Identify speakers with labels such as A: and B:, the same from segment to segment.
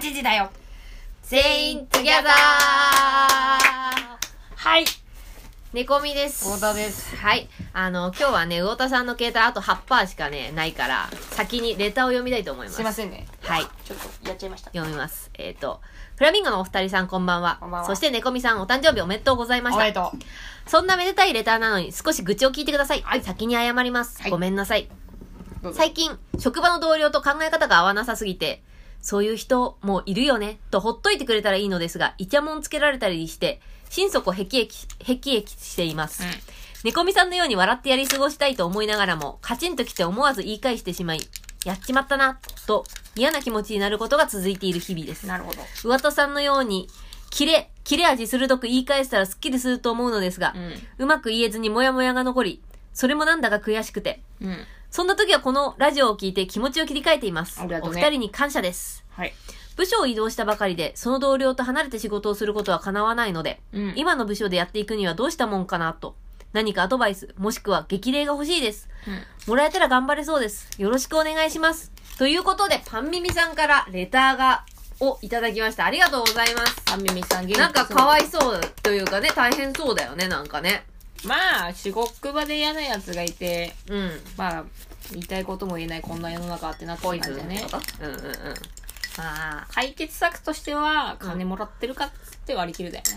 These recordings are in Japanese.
A: 時だよ
B: 全員トゥギャザー
A: はい
B: 猫みです。
A: 太田です。
B: はい。あの、今日はね、魚田さんの携帯あと8%しかね、ないから、先にレターを読みたいと思います。
A: すいませんね
B: はい。
A: ちょっとやっちゃいました
B: 読みます。えっ、と、フラミンゴのお二人さんこんばんは。
A: こんばんは
B: そして猫みさんお誕生日おめでとうございまし
A: お
B: た
A: めで。とう
B: そんなめでたいレターなのに少し愚痴を聞いてください。先に謝ります、
A: はい
B: ごめんなさい。
A: どうぞ
B: 最近、職場の同僚と考え方が合わなさすぎて、そういう人もういるよね、とほっといてくれたらいいのですが、イチャモンつけられたりして、心底へきえき、へきえきしています。
A: うん
B: 猫みさんのように笑ってやり過ごしたいと思いながらも、カチンときて思わず言い返してしまい、やっちまったな、と嫌な気持ちになることが続いている日々です。
A: なるほど
B: 上田さんのように、切れ、切れ味鋭く言い返したらスッキリすると思うのですが、
A: う
B: うまく言えずにモヤモヤが残り、それもなんだか悔しくて。
A: んうん
B: そんな時はこのラジオを聞いて気持ちを切り替えています。
A: ありがと
B: お
A: うね
B: 二人に感謝です。
A: はい
B: 部署を移動したばかりで、その同僚と離れて仕事をすることは叶わないので、
A: うん
B: 今の部署でやっていくにはどうしたもんかなと。何かアドバイス、もしくは激励が欲しいです。もらえたら頑張れそうです。よろしくお願いします。ということで、パンミミさんからレターが、をいただきました。ありがとうございます。
A: あみみさん元気
B: なんかかわ
A: い
B: いそうというかね、大変そうだよね、なんかね。
A: まあ仕事場で嫌なやつがいて
B: うん。
A: まあ言いたいことも言えないこんな世の中ってなって
B: ポ
A: 感
B: イ
A: じだ
B: ズン
A: ね
B: とか。うんうんうん。まあ、
A: 解決策としては金もらってるかっつって割り切るだよね、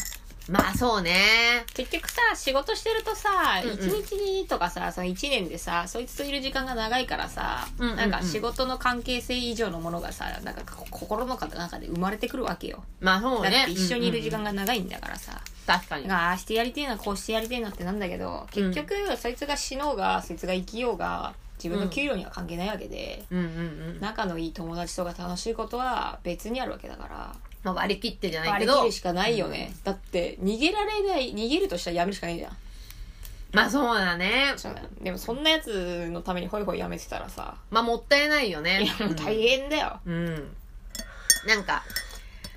B: まあそうね。
A: 結局さ仕事してるとさ、
B: うんうん
A: 一1日にとかさその1年でさそいつといる時間が長いからさ、
B: うんうんうん
A: なんか仕事の関係性以上のものがさなんかこ心の中で生まれてくるわけよ、
B: まあそう
A: だっ
B: ね。
A: て一緒にいる時間
B: が。
A: が長いんだからさ、
B: 確かに。
A: なんかああしてやりてえなこうしてやりてえなってなんだけど結局、そいつが死のうがそいつが生きようが自分の給料には関係ないわけで、
B: うんうんうん。
A: 仲のいい友達とか楽しいことは別にあるわけだから
B: まあ割り切ってじゃない
A: 割
B: け
A: り
B: ど。
A: 切るしかないよね、だって逃げられない逃げるとしたらやめるしかないじゃん
B: まあそうだね。
A: そうだよでもそんなやつのためにホイホイやめてたらさ、
B: まあもったいないよね。
A: いやもう大変だよ。
B: うん。うん。なんか、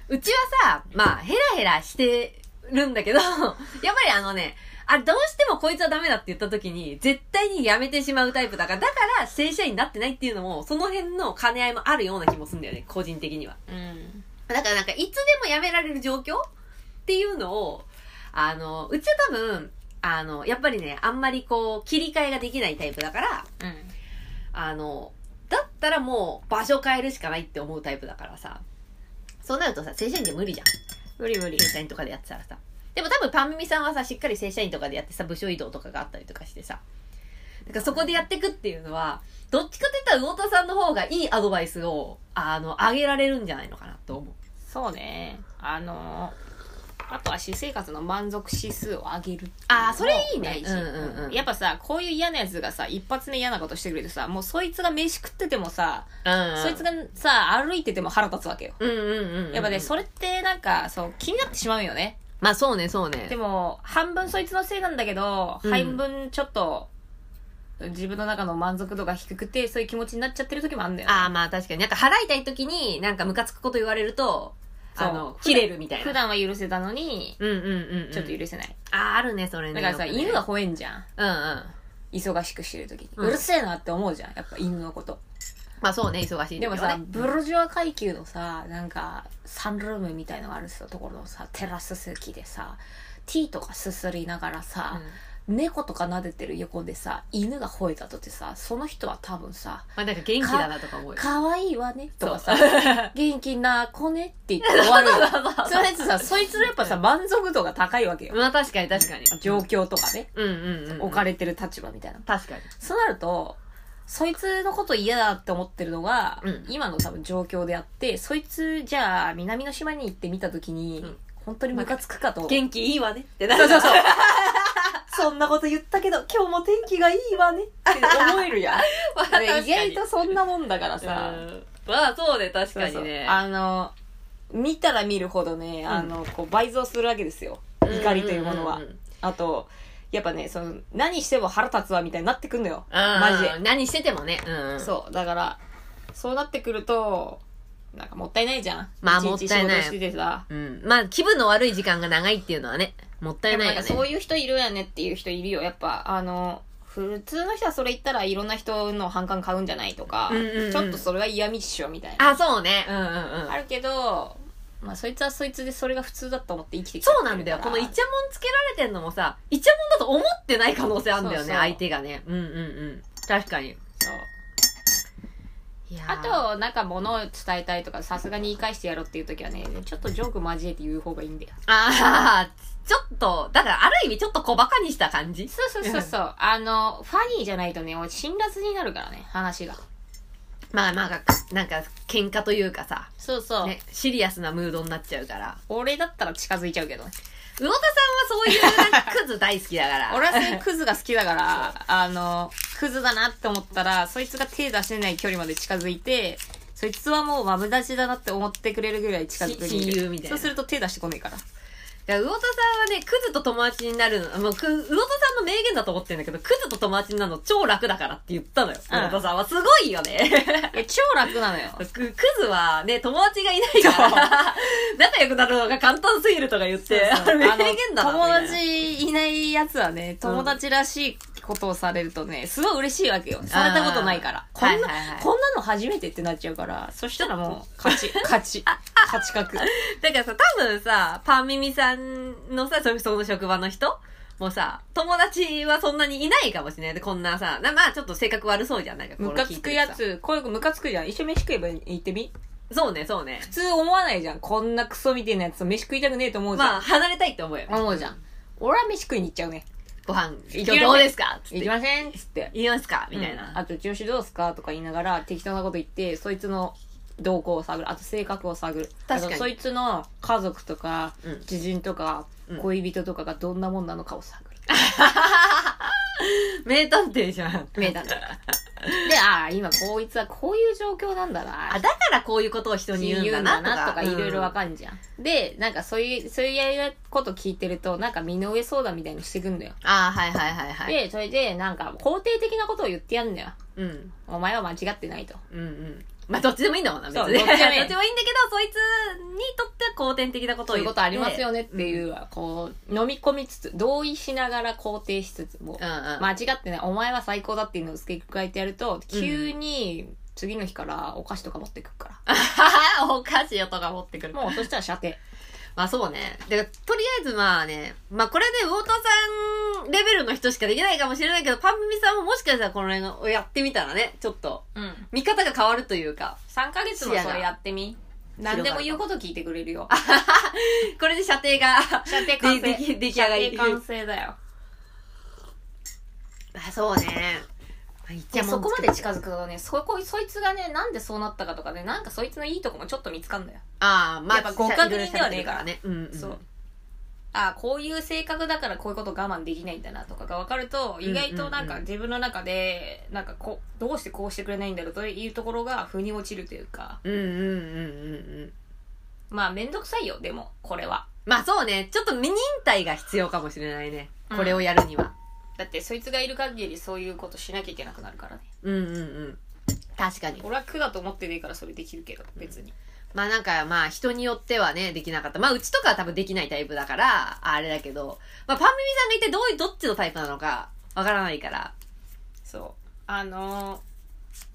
B: うちはさ、まあヘラヘラしてるんだけど、や っぱりあのね、あれどうしてもこいつはダメだって言った時に、絶対にやめてしまうタイプだから、だから正社員になってないっていうのも、その辺の兼ね合いもあるような気もするんだよね、個人的には。
A: うん。
B: だからなんか、いつでもやめられる状況っていうのを、あの、うちは多分、あの、やっぱりね、あんまりこう、切り替えができないタイプだから、あの、だったらもう、場所変えるしかないって思うタイプだからさ、そうなるとさ、正社員じゃ無理じゃん。
A: 無理無理。
B: 正社員とかでやってたらさ。でも多分、パンミミさんはさ、しっかり正社員とかでやってさ、部署移動とかがあったりとかしてさ、だからそこでやってくっていうのは、どっちかって言ったら魚田さんの方がいいアドバイスを、あの、あげられるんじゃないのかなと思う。
A: そうね。あのー、あとは私生活の満足指数を上げるっていうのも
B: あーそれいいね
A: 大事
B: うんうんうん
A: やっぱさ、こういう嫌なやつがさ、一発目嫌なことしてくれてさ、もうそいつが飯食っててもさ、
B: うん
A: そいつがさ、歩いてても腹立つわけよ。
B: うんうんうんうん。
A: やっぱね、それってなんか、そう、気になってしまうよね。
B: まあそうね、そうね。
A: でも、半分そいつのせいなんだけど、
B: うん
A: 半分ちょっと、自分の中の満足度が低くて、そういう気持ちになっちゃってる時もあるんだよね
B: ああまあ確かに。なんか払いたい時に、なんかムカつくこと言われると、
A: そう
B: あの、切れるみたいな。
A: 普段は許せたのに、
B: うんうんうん、うん。
A: ちょっと許せない。
B: ああ、あるね、それね。
A: だからさ、
B: よくね
A: 犬が吠えんじゃん。
B: うんうん。
A: 忙しくしてる時に。
B: うん
A: うるせえなって思うじゃん。やっぱ犬のこと。
B: まあそうね、忙しい時
A: で
B: は
A: も
B: ね。
A: さ、ブルジョア階級のさ、なんか、サンルームみたいのがあるさ、ところのさ、テラス席でさ、ティーとかすすりながら
B: う
A: さ
B: ん、
A: 猫とか撫でてる横でさ、犬が吠えたとってさ、その人は多分さ、
B: まあなんか元気だなとか思うよ。
A: 可愛いわね、とかさ
B: そ、。
A: 元気な子ねって言って終わるよ
B: そうそう
A: そのやつさ、そいつのやっぱさ、満足度が高いわけよ。
B: まあ確かに確かに。
A: 状況とかね。
B: うんうんうん。
A: 置かれてる立場みたいな。
B: 確かに。
A: そうなると、そいつのこと嫌だって思ってるのが、
B: うん
A: 今の多分状況であって、そいつ、じゃあ、南の島に行ってみたときに、
B: うん
A: 本当にムカつくかと。
B: 元気いいわねってな
A: そう
B: る。
A: そうそう。
B: そんなこと言ったけど、今日も天気がいいわね。
A: って思える やん。
B: まあ確か
A: で
B: に。
A: 意外とそんなもんだからさ
B: う、んまあそうね、確
A: そう
B: か
A: そう
B: にね。
A: あの、見たら見るほどね、あの、こう倍増するわけですよ。
B: うん
A: 怒りというものは。
B: んんん
A: あと、やっぱね、その、何しても腹立つわみたいになってくんのよ。マ
B: マ
A: ジで。
B: ジ何しててもね。うん。う。
A: そう。だから、そうなってくると、なんかもったいないじゃん。
B: まあ
A: 一日
B: もったいない
A: 仕事しててさ。
B: うん。まあ、気分の悪い時間が長いっていうのはね、もったいないよ
A: やっ
B: ね
A: ぱ。そういう人いるやねっていう人いるよ。やっぱ、あの、普通の人はそれ言ったらいろんな人の反感買うんじゃないとか、
B: うんうんうん
A: ちょっとそれは嫌味っしょみたいな。
B: あ、そうね。うんうんうん
A: あ。るけど、まあそいつはそいつでそれが普通だと思って生きてきちゃっ
B: そう
A: てるから
B: なんだよ。このイチャモンつけられてんのもさ、イチャモンだと思ってない可能性あるんだよね、
A: そうそう
B: 相手がね。うんうんうん。確かに。
A: そう
B: いやー
A: あ、と、なんか物を伝えたいとか、さすがに言い返してやろうっていう時はね、ちょっとジョーク交えて言う方がいいんだよ。
B: あーちょっと、だからある意味ちょっと小馬鹿にした感じ
A: そうそうそうそう。あの、ファニーじゃないとね、俺辛辣になるからね、話が。
B: まあまあ、なんか、喧嘩というかさ、
A: そうそう。
B: ね、シリアスなムードになっちゃうから。
A: 俺だったら近づいちゃうけどね。
B: 魚田さんはそういう、なんか、クズ大好きだか ら。
A: 俺はそういうクズが好きだから、あの、クズだなって思ったら、そいつが手出せない距離まで近づいて、そいつはもうマブダチだなって思ってくれるぐらい近づく
B: し親友みたいな
A: そうすると手出してこねえから。
B: いや、魚田さんはね、クズと友達になるの、もう、く魚田さんの名言だと思ってんだけど、クズと友達になるの超楽だからって言ったのよ。
A: うん
B: 魚田さんはすごいよ ね。
A: いや、超楽なのよ。
B: くクズはね、友達がいないから、 仲良くなるのが簡単すぎるとか言って、
A: そうそう
B: あれ
A: あの
B: 名言だな。
A: 友
B: みたいな
A: 達いないやつはね、友達らしいことをされるとね、すごい嬉しいわけよ。されたことないから。こんな、
B: はいはいはい
A: こんなの初めてってなっちゃうから、そしたらもう、勝ち、勝ち、勝ち確。
B: だからさ、多分さ、パンミミさんのさ、そその職場の人もさ、友達はそんなにいないかもしれない。で、こんなさ、なまあちょっと性格悪そうじゃんないか。こ
A: ム
B: の
A: カ
B: 聞
A: つ
B: いて
A: く
B: る
A: や
B: さ。
A: つ、こういう子ムカつくじゃん。一緒飯食えば行ってみ
B: そうね、そうね
A: 普。通思わないじゃん。こんなクソみたいなやつと飯食いたくねえと思うじ
B: ま
A: ゃ
B: あ、離れたいって思うよ
A: ん。。思うじゃん。俺は飯食いに行っちゃうね。
B: ご飯、
A: 行きません
B: 今日どうですかつって
A: 行きませんっつって。
B: 言いますかみたい
A: うん
B: な。
A: あと、調子どうすかとか言いながら適当なこと言って、そいつの動向を探る。あと、性格を探る。
B: 確かに
A: あとそいつの家族とか
B: うん、
A: 知人とか
B: うん、
A: 恋人とかがどんなもんなのかを探 る。
B: 名探偵じゃん。
A: 名探偵で、ああ、今、こいつはこういう状況なんだな。
B: あ、だからこういうことを人に言うんだなとか。
A: いろいろわ
B: わ
A: かんじゃん、でなんかそういうそういうやりこと聞いてるとなんか身の上相談みたいにしてくんだよ、
B: ああ、はいはいはいはい。
A: でそれでなんか肯定的なことを言ってやんのよ
B: うん。
A: お前は間違ってないと
B: うんうん。まあ、どっちでもいいんだもんな、別に。
A: そう
B: どっち
A: どっちでもいい
B: でもいいんだけど、 そいつにとっては肯定的なことを
A: そうい
B: 言
A: う
B: って
A: ことありますよねっていう、こう飲み込みつつ同意しながら肯定しつつもう、
B: うんうん。
A: 間違ってないお前は最高だっていうのを付け加えてやると急に次の日からお菓子とか持ってくるか
B: お菓子よとか持ってくる
A: ら、。もうそしたら射程
B: まあそうね。だから、とりあえずまあね、まあこれで魚田さんレベルの人しかできないかもしれないけど、パンミミさんももしかしたらこの辺をやってみたらね、ちょっと、
A: うん
B: 見方が変わるというか、
A: 3ヶ月もそれやってみ何でも言うこと聞いてくれるよ
B: これで射程が、
A: 射程完成
B: でで出来上がり
A: 射程完成だよ
B: あそうね。まあ、いっ
A: い
B: ちゃ
A: や
B: も
A: そ
B: ん
A: こ
B: 作
A: ま
B: る
A: で近づくとねそこそいつがねなんでそうなったかとかねなんかそいつのいいとこもちょっと見つかんだよ、
B: ああ、まあ、
A: やっぱ互角にではねえから
B: ね。うん、うん。
A: そうあこういう性格だからこういうこと我慢できないんだなとかが分かると
B: んうん
A: 意外となんか自分の中でなんかこうどうしてこうしてくれないんだろうというところが腑に落ちるというか
B: うんうんうんうんうん。
A: まあ面倒くさいよでもこれは
B: まあそうね、ちょっと忍耐が必要かもしれないね。これをやるには。
A: だってそいつがいる限りそういうことしなきゃいけなくなるからね
B: うん、うん、うんうん。確かに。
A: 俺は苦だと思ってねえからそれできるけど別に、
B: まあなんかまあ人によってはね、できなかった。まあうちとかは多分できないタイプだから、あれだけど、まあパンミミさんが一体どういう、どっちのタイプなのか、わからないから。
A: そうあのー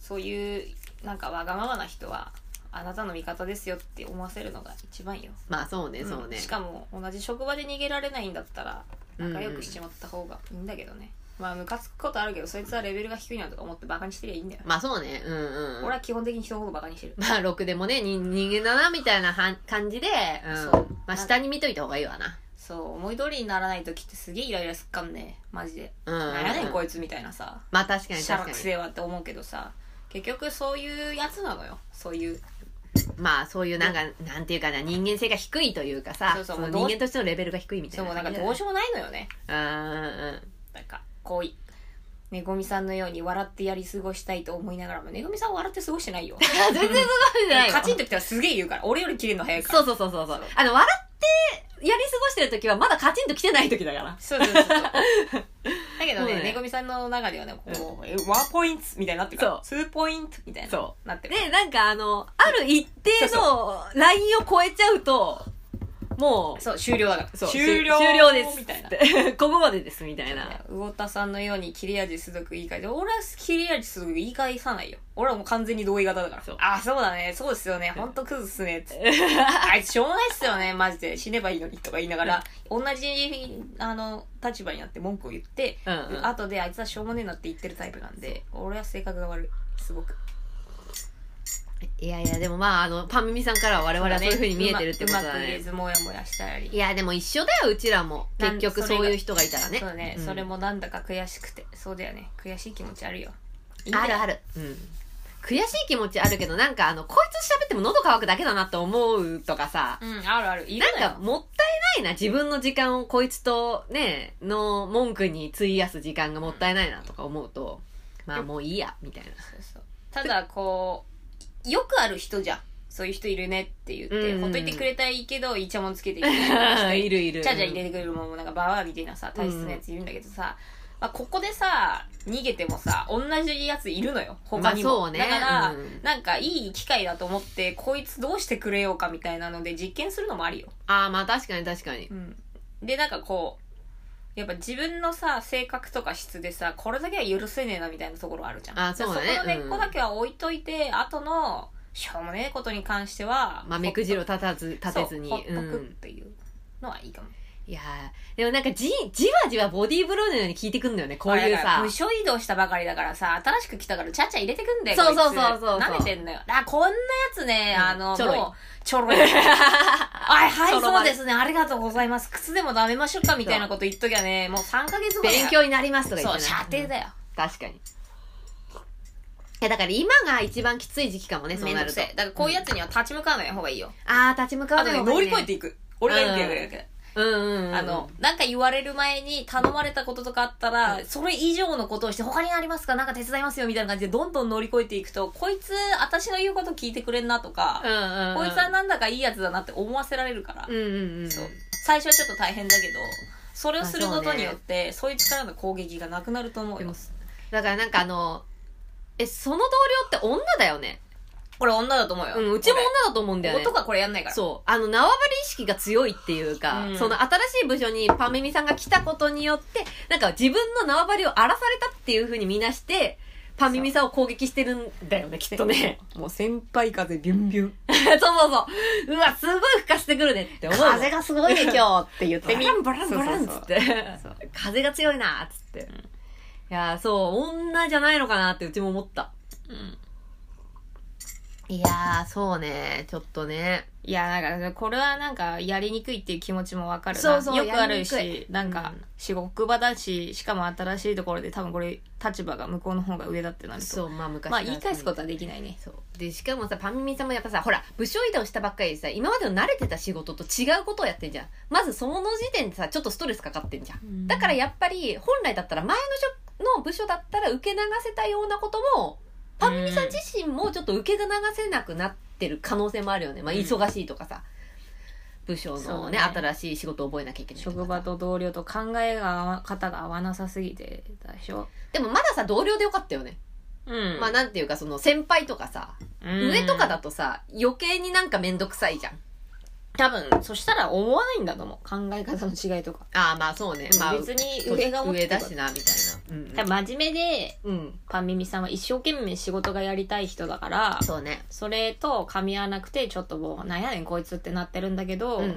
A: そういうなんかわがままな人はあなたの味方ですよって思わせるのが一番よ、
B: まあそうね、そうね
A: んし。かも同じ職場で逃げられないんだったら
B: うんうん
A: 仲良くしちまった方がいいんだけどね、まあムカつくことあるけどそいつはレベルが低いなとか思ってバカにしてりゃいいんだよ、
B: まあそうね、うんうんうん。
A: 俺は基本的に人のことバカにしてる
B: まあろくでもね、に人間だな、みたいなはん感じで、うん
A: そう。
B: まあ下に見といた方がいいわな。
A: そう思い通りにならない時ってすげえイライラすっかんねマジで、
B: うんうんうん。
A: なんやねんこいつみたいなさ
B: まあ確かに
A: しゃら
B: 確か
A: く
B: に。
A: せえわって思うけどさ結局そういうやつなのよそういう
B: まあそういうなんか、なんていうかな、人間性が低いというかさ、
A: そうそう
B: その
A: もうどうし
B: 人間としてのレベルが低いみたい
A: そう
B: な。
A: なんかどうしようもないのよね
B: うんうん うん。
A: なんかこういねごみさんのように笑ってやり過ごしたいと思いながらもねごみさんは笑って過ごしてな いよ
B: 全然すごいじゃないよ
A: カチンときたらすげえ言うから俺より切れるの早いから
B: そうそうそうそうそう。あの、笑って、やり過ごしてる時はまだカチンと来てない時だから。
A: そうそうそうそう だけど
B: そう
A: ね
B: ね
A: ねごみさんの中ではねこう、えワンポイントみたいになってるからツーポイントみたいな
B: そ
A: なってる
B: で、なんかあの、ある一定のラインを超えちゃうと、も
A: そう、終了だから。そう
B: 終了
A: 終了です。
B: み
A: みたいな。
B: う、 ここまでです、みたいな。
A: 魚田さんのように切れ味鋭く言い返す。俺は切れ味鋭く言い返さないよ。俺はもう完全に同意型だから。
B: そう
A: あ、そうだね。そうですよね。ほんとクズっす ね。つってあいつしょうもないっすよね。マジで。死ねばいいのにとか言いながら、同じ、あの、立場になって文句を言って、
B: うんうん
A: 後であいつはしょうもねえなって言ってるタイプなんで、俺は性格が悪い。すごく。
B: いやいや、でもまあ、あの、パンミミさんからは我々はそういう風に見えてるってこと
A: うま
B: だ
A: く言え
B: ね。
A: ず、もやもやしたり
B: い。や、でも一緒だよ、うちらも。
A: なん
B: 結局
A: それ
B: そ
A: が
B: ういう人がいたらね。
A: そうだね、
B: ん
A: それ。もなんだか悔しくてそうだよね悔しい気持ちあるよいいんだよ
B: あるある。うん。悔しい気持ちあるけど、なんかあの、こいつ喋っても喉乾くだけだなって思うとかさ。
A: うんあるあるいるの
B: な
A: よ
B: んかもったいないな、自分の時間をこいつとね、の文句に費やす時間がもったいないなとか思うと、まあもういいや、みたいな。
A: そうそうただこうよくある人じゃんそういう人いるねって言って、
B: うん
A: ほっといてくれたらいいけどイチャモンつけてきたりとかしたり
B: いるいる。
A: チャチャ入れてくるのもなんかババアみたいなさ体質のやついるんだけどさ、まあ、ここでさ逃げてもさ同じやついるのよ他にも、
B: まあそうね
A: だから、
B: うん
A: なんかいい機会だと思ってこいつどうしてくれようかみたいなので実験するのもありよ
B: ああ、まあ確かに確かに。
A: うん、でなんかこうやっぱ自分のさ性格とか質でさこれだけは許せねえなみたいなところあるじゃん
B: あそうだね
A: そこの根っ
B: う
A: こ
B: ん
A: だけは置いといて、後のしょうもねえことに関しては
B: まあ目くじろ立たず、立
A: そう
B: てずに。
A: ほっと
B: う
A: くっ
B: ん。
A: ていうのはいいかも、
B: いやーでもなんかじ、じわじわボディーブローのように効いてくんだよね、こういう
A: だから
B: さ
A: 無。償移動したばかりだからさ新しく来たからちゃちゃ入れてくんだよ
B: そうそう
A: こいつ
B: そうそうそう
A: 舐めてんのよあこんなやつね、
B: うん
A: あの
B: ちょろい
A: もうちょろ いはいはい
B: ちょろま
A: そう
B: で
A: ですねありがとうございます靴でも舐めましょうかみたいなこと言っときゃねもう3ヶ月後だよ
B: 勉強になりますとか言っ
A: そう
B: てね
A: 射程だよ、
B: 確かに。いや、だから今が一番きつい時期かもね、そう
A: めん
B: な
A: ど
B: る
A: くせ
B: と。
A: えだからこういうやつには立ち向かわない方がいいよ、
B: ああ、立ち向か
A: あ
B: う
A: と
B: の
A: ね
B: が
A: 乗
B: 多い
A: り
B: ね
A: 越えていく俺が言ってやるだけ、
B: うんうんうん。
A: あの、なんか言われる前に頼まれたこととかあったら、それ以上のことをして他にありますかなんか手伝いますよみたいな感じでどんどん乗り越えていくとこいつ私の言うこと聞いてくれんなとか
B: う、んうんうん、
A: こいつはなんだかいいやつだなって思わせられるから、
B: うんうんうん。
A: そう最初はちょっと大変だけどそれをすることによってそう,、いう力の攻撃がなくなると思う
B: で
A: よ
B: もだからなんかあの、え、その同僚って女だよね。
A: これ女だと思うよ、
B: うん、うちも女だと思うんだよ
A: 俺
B: ね。
A: 男はこれやんないから
B: そう。あの、縄張り意識が強いっていうか、
A: うん
B: その新しい部署にパメミさんが来たことによって、なんか自分の縄張りを荒らされたっていうふうにみなして、パメミさんを攻撃してるんだよね、きっとね。
A: もう先輩風ビュンビュン
B: そうそうそう。うわ、すごい吹かしてくるねって思うもん。
A: 風がすごいね今日って言っ
B: ブ
A: てみ
B: ランブランブランっつって
A: そうそうそう。
B: 風が強いなっつって。いやー、そう、女じゃないのかなってうちも思った。
A: うん
B: いやー、そうね、ちょっとね。
A: いやなんかこれはなんかやりにくいっていう気持ちもわかるな
B: そうそう
A: よくあ
B: や
A: る
B: りに
A: し
B: くい
A: なんか
B: うん
A: 仕事場だししかも新しいところで多分これ立場が向こうの方が上だってなると
B: そう、まあ昔
A: ま
B: か
A: あ
B: ら
A: 言い返すことはできないね
B: そう。で、しかもさ、パンミミさんもやっぱさ、ほら、部署移動したばっかりでさ、今までの慣れてた仕事と違うことをやってんじゃん。まずその時点でさ、ちょっとストレスかかってんじゃん。だからやっぱり、本来だったら前の職の部署だったら受け流せたようなことも、パンミミさん自身もちょっと受け流せなくなってる可能性もあるよね。まあ
A: うん
B: 忙しいとかさ。部署
A: そ
B: の
A: う
B: ね
A: だね
B: 新しい仕事を覚えなきゃいけないとかさ
A: 職場と同僚と考えが合わ方が合わなさすぎてだでしょ
B: でもまださ同僚でよかったよね、
A: うん
B: まあなんていうかその先輩とかさ、上とかだとさ余計になんか面倒くさいじゃん
A: 多分そしたら思わないんだと思う考え方の違いとか
B: ああまあそうね、まあ
A: 別に上が思って
B: 上
A: るか
B: だ
A: ら
B: しなみたいな
A: 多分真面目で
B: うん、うん、
A: パンミミさんは一生懸命仕事がやりたい人だから
B: そうね
A: それと噛み合わなくてちょっともうなんやねんこいつってなってるんだけど、
B: うんうんうん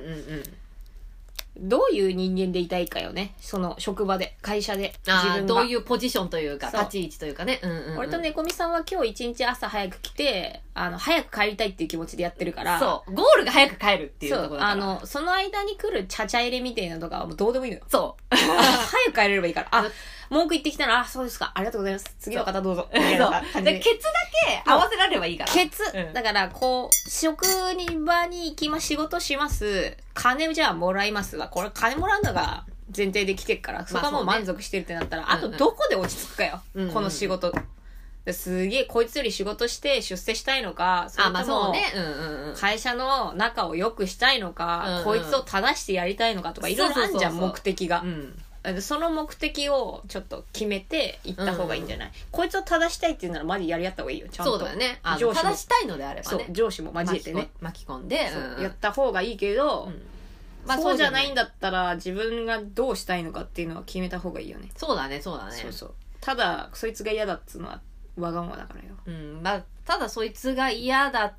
A: どういう人間でいたいかよねその職場で会社で自
B: ああ
A: 分が
B: どういうポジションというか
A: そう
B: 立ち位置というかねうんうん、うん、
A: 俺と猫みさんは今日一日朝早く来てあの早く帰りたいっていう気持ちでやってるから
B: そうゴールが早く帰るっていうところ
A: そ
B: だ
A: う
B: から
A: あのその間に来るちゃちゃ入れみたいなのとかはもうどうで もいいのよ
B: そう
A: あ早く帰れればいいから
B: そ
A: あ
B: う
A: 文句言ってきたらあそうですかありがとうございます次の方どうぞ み
B: そ
A: たいな感
B: う
A: じ
B: で
A: で
B: ケツだけ合わせられればいいから
A: ケツ、
B: うん
A: だからこう職に場に行きます仕事します金じゃあもらいますわこれ金もらうのが前提で来てるからそこはもう
B: まあそうね
A: 満足してるってなったら、
B: うん
A: あ
B: うん
A: とどこで落ち着くかよ、
B: うんうんうん
A: この仕事ですげえこいつより仕事して出世したいのかそれ
B: あ
A: とも
B: まあそうねうんうんうん
A: 会社の仲を良くしたいのか、
B: うんうん
A: こいつを正してやりたいのかとかいろいろあんじゃん
B: そうそうそうそう
A: 目的が
B: う、ん
A: その目的をちょっと決めて行った方がいいんじゃない、こいつを正したいっていうならマジやり合った方がいいよちゃんと
B: そうだよねあの
A: 上司も
B: 正したいのであれば
A: そう
B: ね
A: 上司も交えてね
B: 巻き込巻き込んで
A: そう
B: うん
A: やった方がいいけど、
B: うん
C: まあ
B: そ
C: そうう
B: じ
C: じ
B: ゃ
C: ゃ
B: な
C: ないいんだったら自分がどうしたいのかっていうのは決めた方がいいよね
B: そうだね、そうだね。
C: そうそうただそいつが嫌だっつうのはわがままだからよ
B: うん、まあ、ただそいつが嫌だっ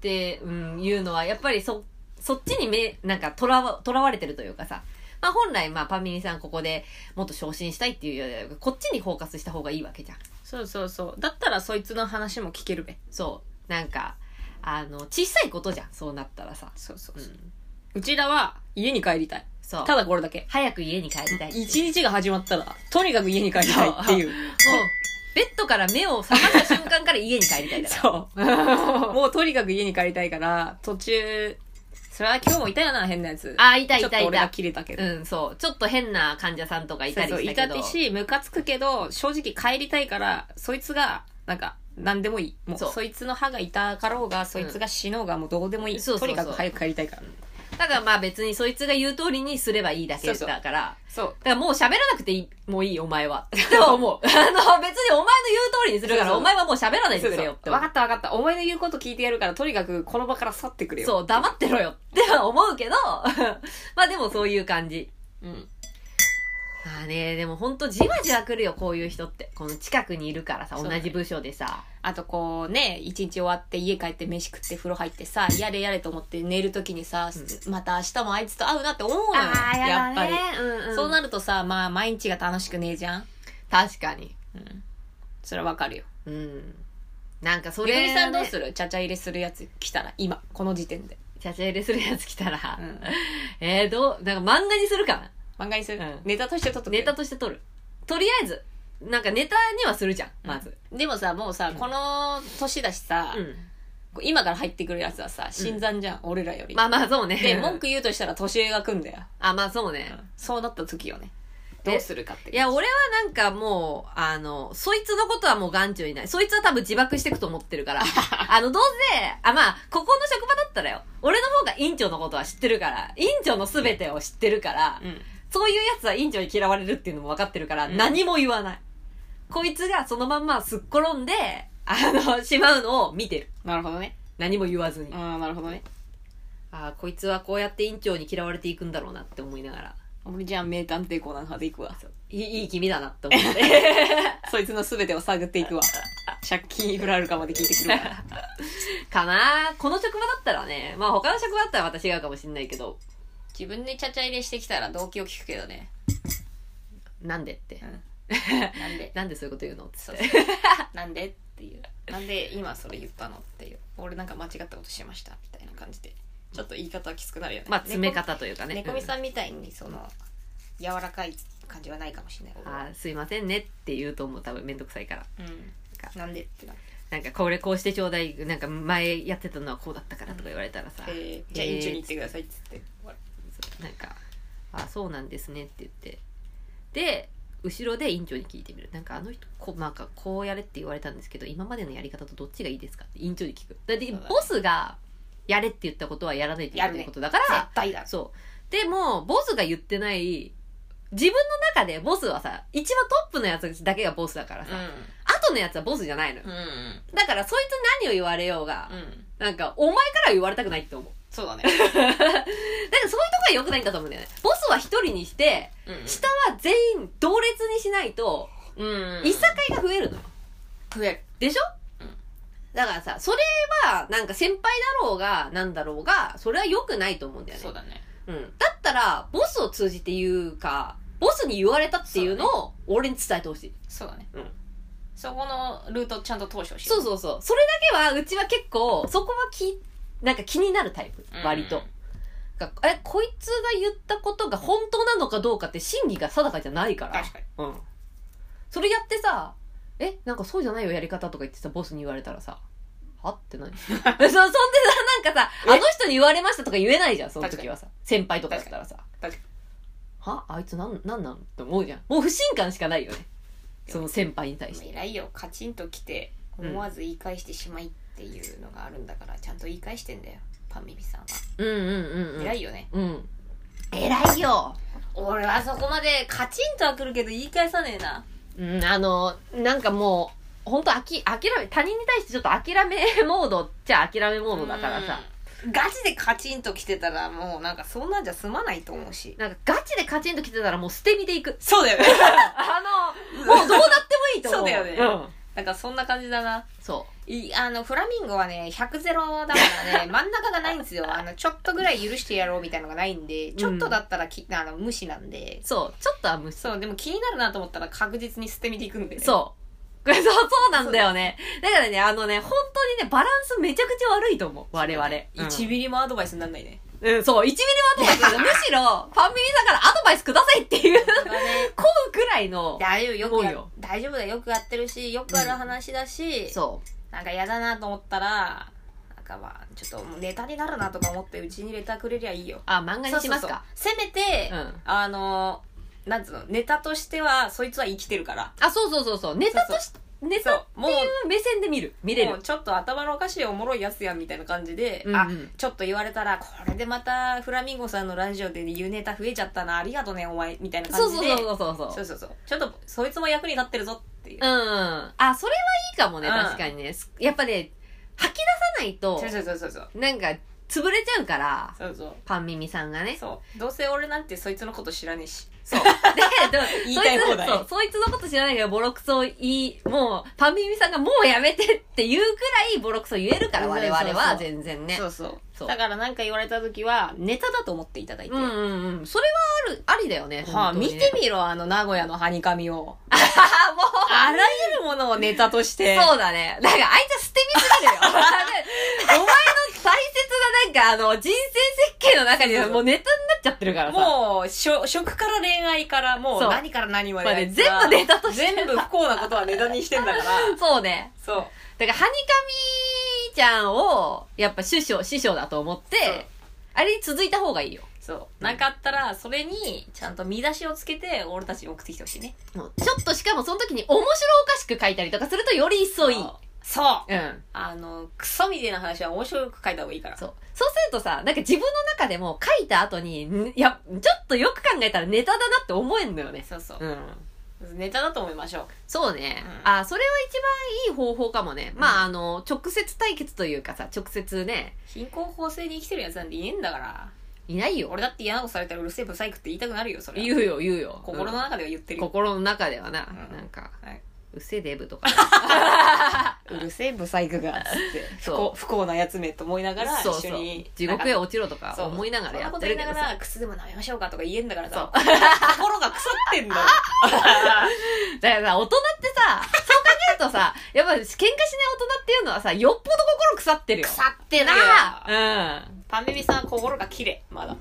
B: て、うん、いうのは、やっぱりそ、そっちにめ、なんか、とらわ、とらわれてるというかさ、まあ本来、まあパミリさんここでもっと昇進したいっていうよりは、こっちにフォーカスした方がいいわけじゃん。
C: そうそうそうだったらそいつの話も聞けるべ
B: そう。なんか、あの、小さいことじゃん、そうなったらさ。
C: そうそう
B: う
C: そう、
B: ん。
C: うちらは家に帰りたい
B: そう。
C: ただこれだけ
B: 早く家に帰りたいっていう。
C: 一日が始まったらとにかく家に帰りたいっていう
B: もう、ベッドから目を覚ました瞬間から家に帰りたいだから。
C: そう もうとにかく家に帰りたいから途中それは今日もいたよな変なやつ
B: あ、いたい
C: ちょ
B: た
C: っと
B: い
C: 俺が
B: た。
C: 切れたけど、
B: うん、そう。ちょっと変な患者さんとかい
C: そ
B: た
C: う
B: り
C: そう
B: し
C: い
B: た
C: た
B: けど。
C: てしムカつくけど正直帰りたいからそいつがなんか何でもいいもう
B: そう
C: そいつの歯が痛かろうがそいつが死のうがもうどうでもいい、
B: そうそうそう
C: とにかく早く帰りたいから
B: だからまあ別にそいつが言う通りにすればいいだけだから。
C: そう
B: だからもう喋らなくていい、もういいお前は。 って思う。あの別にお前の言う通りにするか
C: そう
B: ら
C: そう
B: お前はもう喋らないで
C: そう
B: く
C: そう
B: れよって
C: 分
B: 思
C: かった分かったお前の言うこと聞いてやるからとにかくこの場から去ってくれ
B: う。
C: よ
B: そう、黙ってろよっては思うけど、 まあでもそういう感じ。
C: う、ん、
B: まあね、でもほんとじわじわ来るよ、こういう人って。この近くにいるからさ、
C: そう
B: 同
C: だね
B: じ部署でさ。
C: あとこうね一日終わって家帰って飯食って風呂入ってさやれやれと思って寝る時にさ、また明日もあいつと会うなって思うのよやっぱり、
B: うんうん、
C: そうなるとさまあ毎日が楽しくねえじゃん
B: 確かに。
C: それはわかるよ
B: うん。なんかそ
C: め
B: れ、
C: ぐみさんどうするちゃちゃ入れするやつ来たら今この時点で、
B: チャチャ入れするやつ来たら、
C: うん、
B: えー、どう、なんか漫画にするかな
C: 漫画にする、
B: うん
C: ネタとして撮っとく
B: ネタとして撮る。とりあえず、なんかネタにはするじゃん、まず。
C: でもさもうさ、この年だしさ、
B: うん。
C: 今から入ってくるやつはさ新参じゃん、俺らより、
B: まあまあそうね。
C: で文句言うとしたら年上が来んだよ、
B: あ、まあそうね。
C: そうなった時よね
B: で
C: どうするかって
B: いや、俺はなんかもう、あの、そいつのことはもう眼中にない。そいつは多分自爆していくと思って るから。あの、どうせ、あ、まあ、ここの職場だったらよ。俺の方が院長のことは知ってるから、院長の全てを知ってるから、
C: うん
B: そういうやつは院長に嫌われるっていうのも分かってるから、
C: うん
B: 何も言わない。こいつがそのまんますっ転んで、あの、しまうのを見てる。
C: なるほどね
B: 何も言わずに。
C: ああなるほどね
B: ああこいつはこうやって院長に嫌われていくんだろうなって思いながら
C: 俺じゃあ名探偵コナン派でいくわ
B: いいいい君だなって思って
C: そいつの全てを探っていく わ借金いくらあるかまで聞いてくるわ
B: かなこの職場だったらねまあ他の職場だったらまた違うかもしんないけど
A: 自分でちゃちゃ入れしてきたら動機を聞くけどね。
B: なんでって
A: なんで
B: なんでそういうこと言うのっつ
A: そ
B: っ
A: う
B: て
A: そう なんでっていうなんで今それ言ったのっていう俺なんか間違ったことしましたみたいな感じでちょっと言い方はきつくなるよね
B: まあ詰め方というかね
A: 猫みさんみたいにその柔らかい感じはないかもしれない
B: うんあーすいませんねって言うと思う多分めんどくさいから
A: うんなんでってなって
B: なんかこれこうしてちょうだいなんか前やってたのはこうだったからとか言われたらさ、
A: えーじゃあ
B: えー
A: 院長に行ってくださいっつって
B: なんか「あそうなんですね」って言ってで後ろで院長に聞いてみるなんかあの人こうなんかこうやれって言われたんですけど今までのやり方とどっちがいいですかって院長に聞くだって
A: そうだね
B: ボスがやれって言ったことはやらないといけないことだから、
A: 絶対だ
B: そうでもボスが言ってない自分の中でボスはさ一番トップのやつだけがボスだからさ、
A: う
B: 後のやつはボスじゃないのよ
A: んうん
B: だからそいつ何を言われようが、
A: うん
B: なんかお前からは言われたくないって思う
A: そうだね
B: だからそういうとこが良くないんだと思うんだよねボスは一人にして下は全員同列にしないと、
A: うん
B: いさかいが増えるのよ。
A: 増える
B: でしょ、
A: うん
B: だからさ、それは、なんか先輩だろうが、なんだろうが、それは良くないと思うんだよね。
A: そうだね
B: うん。だったら、ボスを通じて言うか、ボスに言われたっていうのを、俺に伝えてほしい。
A: そうだね
B: うん
A: そこのルートちゃんと通してほしい
B: そうそうそう。それだけは、うちは結構、そこはき、なんか気になるタイプ。割と。がえ、こいつが言ったことが本当なのかどうかって真偽が定かじゃないから。
A: 確かに
B: うん。それやってさ、え、なんかそうじゃないよやり方とか言ってさ、ボスに言われたらさ、はって 何そ、そんでさ、なんかさ、あ
A: え
B: の人に言われましたとか言えないじゃん、その時はさ。先輩とかだったらさ。
A: 確か
B: はあいつなん、なんなんって思うじゃん。もう不信感しかないよね。その先輩に対して。
A: 偉いよカチンときて
B: うん
A: 思わず言い返してしまいっていうのがあるんだから、ちゃんと言い返してんだよパンミミさんは、
B: うんうんうんうん。
A: 偉いよね
B: うん。偉いよ
A: 俺はそこまでカチンとはくるけど言い返さねえな
B: うん、あの、なんかもう、本当あき、諦め、他人に対してちょっと諦めモードっちゃ諦めモードだからさ。
A: うガチでカチンと来てたらもうなんかそんなんじゃ済まないと思うし
B: なんかガチでカチンと来てたらもう捨て身でい く。
A: そうだよね
B: あの、もうどうなってもいいと思う。
A: そうだよね
B: うん。
A: なんかそんな感じだな
B: そ
A: いあのフラミンゴはね100ゼロだから ね真ん中がないんですよあのちょっとぐらい許してやろうみたいのがないんでちょっとだったらき、あの無視なんで
B: う。そう。ちょっとは無視。
A: そうでも気になるなと思ったら確実に捨て身でいくんで、ね、
B: そう。 そう、そうなんだよね。だからね、あのね、本当にね、バランスめちゃくちゃ悪いと思う。我々。
A: 1ミリもアドバイスになんないね
B: うん、そう、1ミリもアドバイス だけど、むしろ、ファンミリさんからアドバイスくださいっていう、こうくらいの、
A: 大丈夫よ
B: 思
A: く
B: う
A: や
B: よ
A: 大丈夫だよよくやってるしよくある話だし、
B: そう。
A: なんか嫌だなと思ったらなんかまあちょっともうネタになるなとか思ってうちにレターくれりゃいいよ
B: あ、漫画にしますか。
A: そうそうそうせめて、
B: うん
A: あのなんつうのネタとしてはそいつは生きてるから
B: あ、そうそうそうそう。ネタとし、ネタって
A: もう
B: いう目線で見る。見れ
A: も
B: る
A: う。ちょっと頭のおかしいおもろいやつやんみたいな感じで、
B: うんうん
A: あちょっと言われたらこれでまたフラミンゴさんのラジオで言うネタ増えちゃったなありがとねお前みたいな
B: そ
A: 感
B: う
A: じ
B: そ
A: で
B: うそうそうそう
A: そう。そうそうちょっとそいつも役に立ってるぞっていう、
B: うん。あ、それはいいかもね、
A: うん
B: 確かにね。すやっぱね、吐き出さないと
A: そう、そうそうそうそう
B: なんか、潰れちゃうから、
A: そうそう
B: パンミミさんがね。
A: そうどうせ俺なんてそいつのこと知らねえし
B: そう。で、でも
A: 言いたい
B: そ
A: 放
B: いつ
A: 題
B: そう、そいつのこと知らないけど、ボロクソ言い、もう、パンミミさんがもうやめてっていうくらい、ボロクソ言えるから、
A: うん
B: 我々
A: そうそ
B: は
A: う
B: 全然ね。
A: そうそう
B: そう
A: だから何か言われた時はネタだと思っていただいて、
B: うんうんうん。それはある、ありだよね。
A: はあ、
B: 本当に
A: 見
B: ね
A: てみろあの名古屋のハニカミを
B: あ もう。
A: あらゆるものをネタとして
B: そうだね。なんか、あいつは捨て身す ぎるよ。お前の大切な、なんか、あの、人生設計の中にはもうネタになっちゃってるからさ。
A: もう、しょ食から恋愛から、もう
B: そう
A: 何から何まで
B: まあね
A: あいつは
B: 全部ネタとして
A: 全部不幸なことはネタにして んだから。
B: そうね。
A: そう。
B: だから、はにかみちゃんを、やっぱ師匠、師匠だと思って
A: そう、
B: あれに続いた方がいいよ。
A: そう。なんかあったら、それに、ちゃんと見出しをつけて、俺たちに送ってきてほしいね。
B: ちょっとしかもその時に面白おかしく書いたりとかするとより一層いい。うん
A: そう。。そうあの、クソみたいな話は面白く書いた方がいいから。
B: そう。そうするとさ、なんか自分の中でも書いた後に、んいや、ちょっとよく考えたらネタだなって思えんのよね。
A: そうそうう。
B: ん。
A: ネタだと思いましょう。
B: そうね。
A: うん
B: あ、それは一番いい方法かもね。まあ、あの、直接対決というかさ、直接ね、
A: 貧困法制に生きてるやつなんていねえんだから。
B: いないよ。
A: 俺だって嫌なことされたらうるせえブサイクって言いたくなるよ、それ。
B: 言うよ、言うよ。
A: 心の中では言って
B: うん
A: るよ。
B: 心の中ではな、
A: うん
B: なんか、
A: はいう
B: っせえデブとか。
A: うるせえブサイクが、つって。不
B: そ
A: 幸不幸なやつめと思いながら、
B: そうそ
A: 一
B: う
A: 緒に。
B: 地獄へ落ちろとか
A: そう
B: 思いながらやってるけど
A: そんなこと言いなが
B: さ。
A: ら靴でも舐めましょうかとか言えんだからさ 心が腐って んだよ
B: だからさ、大人ってさ、そう考えるとさ、やっぱ喧嘩しない大人っていうのはさ、よっぽど心腐ってるよ。
A: 腐って
B: な
A: な
B: あうん。
A: パンミミさん心が綺麗まだ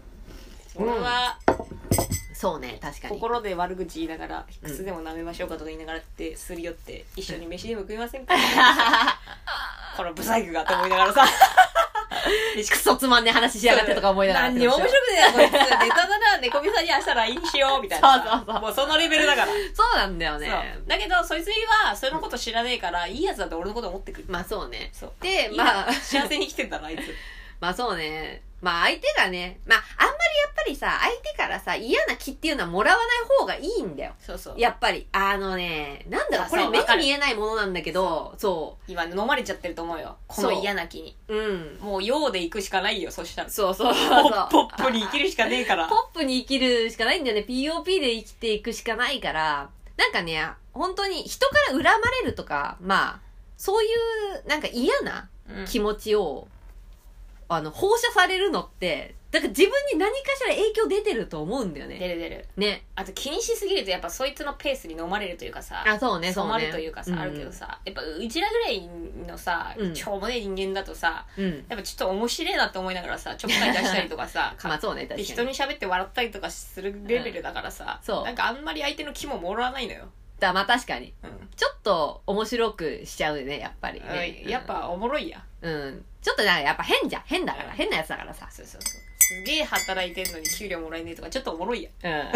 A: 俺は
B: そうね、確かに。
A: 心で悪口言いながら
B: うん
A: 靴でも舐めましょうかとか言いながらってすり寄って一緒に飯でも食いませんかこのブサイクがと思いながらさ
B: クソつまんねえ話しやがってとか思いながら。
A: 何にも面白くねえなこいつネタだな猫みさんに明日 LINE しようみたいなさ
B: そうそうそう
A: もうそのレベルだから
B: そうなんだよね。
A: そうだけどそいつにはそのこと知らねえからいいやつだと俺のこと思ってくる
B: まあそうね。
A: そう
B: で、ま
A: ま
B: あ
A: あ、幸せに生きてんだなあいつ
B: まあそうね。まあ相手がね、まああんまりやっぱりさ、相手からさ、嫌な気っていうのはもらわない方がいいんだよ。
A: そうそう
B: やっぱり、あのね、なんだろう、
A: あ
B: これ
A: そう
B: 目
A: わか
B: に
A: る
B: 見えないものなんだけど、そ
A: 今飲まれちゃってると思うよこの嫌な気に
B: う。うん。
A: もう用で行くしかないよそしたら
B: そうそう
A: ポ
B: そう
A: ッ。ポップに生きるしかねえから
B: ポップに生きるしかないんだよね。POP で生きていくしかないから、なんかね、本当に人から恨まれるとか、まあ、そういう、なんか嫌な
A: うん
B: 気持ちを、あの、放射されるのって、だから自分に何かしら影響出てると思うんだよ
A: 出
B: ね。
A: る出る
B: ね。
A: あと気にしすぎるとやっぱそいつのペースに飲まれるというかさ
B: あ、そうね、そう
A: 染
B: ね。
A: まるというかさ、
B: ん
A: あるけど。さやっぱうちらぐらいのさ、
B: うん
A: しょうもねえ人間だとさ
B: うん。
A: やっぱちょっと面白いなって思いながらさちょっかい出したりとかさか
B: まあそうね、
A: で
B: 確か
A: 人
B: に。
A: に喋って笑ったりとかするレベルだからさ、
B: うんそう
A: なんかあんまり相手の気ももらわないのよ、
B: だまあ確かに。
A: うん
B: ちょっと面白くしちゃうね、やっぱりね。
A: やっぱおもろいや
B: うん。うん。ちょっとなんかやっぱ変じゃん。変だから。変なやつだからさ。
A: そうそうそうすげえ働いてんのに給料もらえねえとかちょっとおもろいや
B: うん。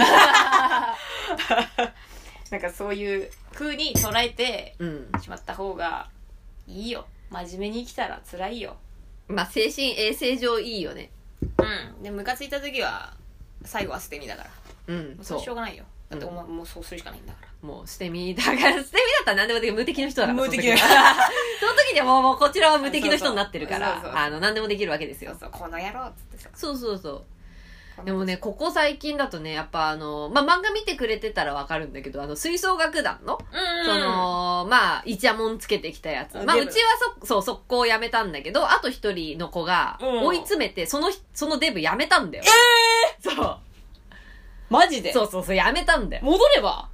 A: なんかそういう風に捉えて
B: うん。
A: しまった方がいいよ真面目に生きたら辛いよ
B: まあ、精神衛生上いいよね。
A: うんでムカついた時は最後は捨て身だから
B: うん、
A: もう
B: そ
A: そ
B: う
A: れしょうがないよだってお前もうそうするしかないんだか
B: もうしてみ、だから捨て身だったら何でもできる。 無敵の人だ
A: ら。
B: から。
A: だ
B: その時
A: か
B: は
A: ら。
B: その時にはもうもうこちらは無敵の人になってるか
A: そうそうそう
B: ら、あの、何でもできるわけです
A: そう
B: よ。
A: そう、この野郎っつってさ。
B: そうそうそう。 でもね、ここ最近だとね、やっぱあの、まあ、漫画見てくれてたらわかるんだけど、あの、吹奏楽団の、
A: うんうん、
B: その、まあ、イチャモンつけてきたやつ。
A: あ
B: まあ、
A: 全
B: う
A: 部
B: ちはそ、そう、速攻やめたんだけど、あと一人の子が
A: うん
B: 追い詰めて、その、そのデブやめたんだよ。えそ
C: マジ
B: う。
C: で
B: そうそうそう、やめたんだよ。
C: 戻れば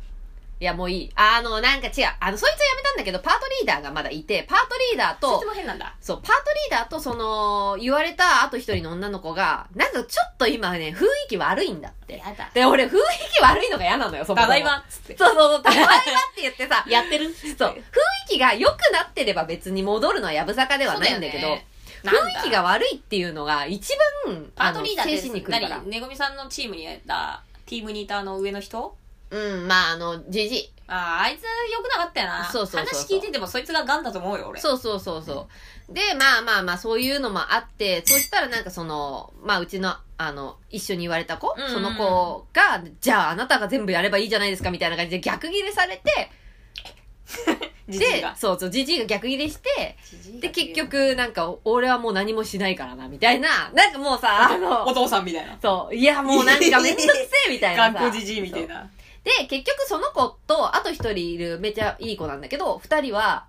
B: いや、もういい。あの、なんか違う。あの、そいつはやめたんだけど、パートリーダーがまだいて、パートリーダー
A: そ
B: と
A: っち、も変なんだ。
B: そう、パートリーダーとその、言われたあと一人の女の子が、なんかちょっと今ね、雰囲気悪いんだって。
A: やだ。
B: で、俺、雰囲気悪いのが嫌なのよ、そもそも
A: ただいまっつって。
B: そうそうそう、ただいまって言ってさ、
A: やってるそう。
B: そう。雰囲気が良くなってれば別に戻るのはやぶさかではないんだけど、
A: そうだよね
B: 雰囲気が悪いっていうのが一番、
A: パ
B: あ
A: ー
B: の
A: トリーダー
B: 精
A: っ
B: 神に来る
A: て
B: から
A: 何。ねごみさんのチームにいた、チームにいたあの上の人
B: うん、まあ、あの、じじい。
A: ああ、あいつ良くなかったよな。
B: そうそうそうそう
A: 話聞いててもそいつがガンだと思うよ、俺。
B: そうそうそうそう。で、まあまあまあ、そういうのもあって、そしたらなんかその、まあ、うちの、あの、一緒に言われた子、
A: うんうん
B: その子が、じゃああなたが全部やればいいじゃないですか、みたいな感じで逆ギレされて、
A: じじい
B: で
A: が、。
B: そうそう、じじいが逆ギレして、
A: じじいが
B: で、結。局、なんか、俺はもう何もしないからな、みたいな、なんかもうさ、あの、
A: お父さんみたいな。
B: そう。いや、もうなんかめんどくせえみたいなさ。
A: 頑固じじいみたいな。
B: で、結局その子と、あと一人いるめちゃいい子なんだけど、二人は、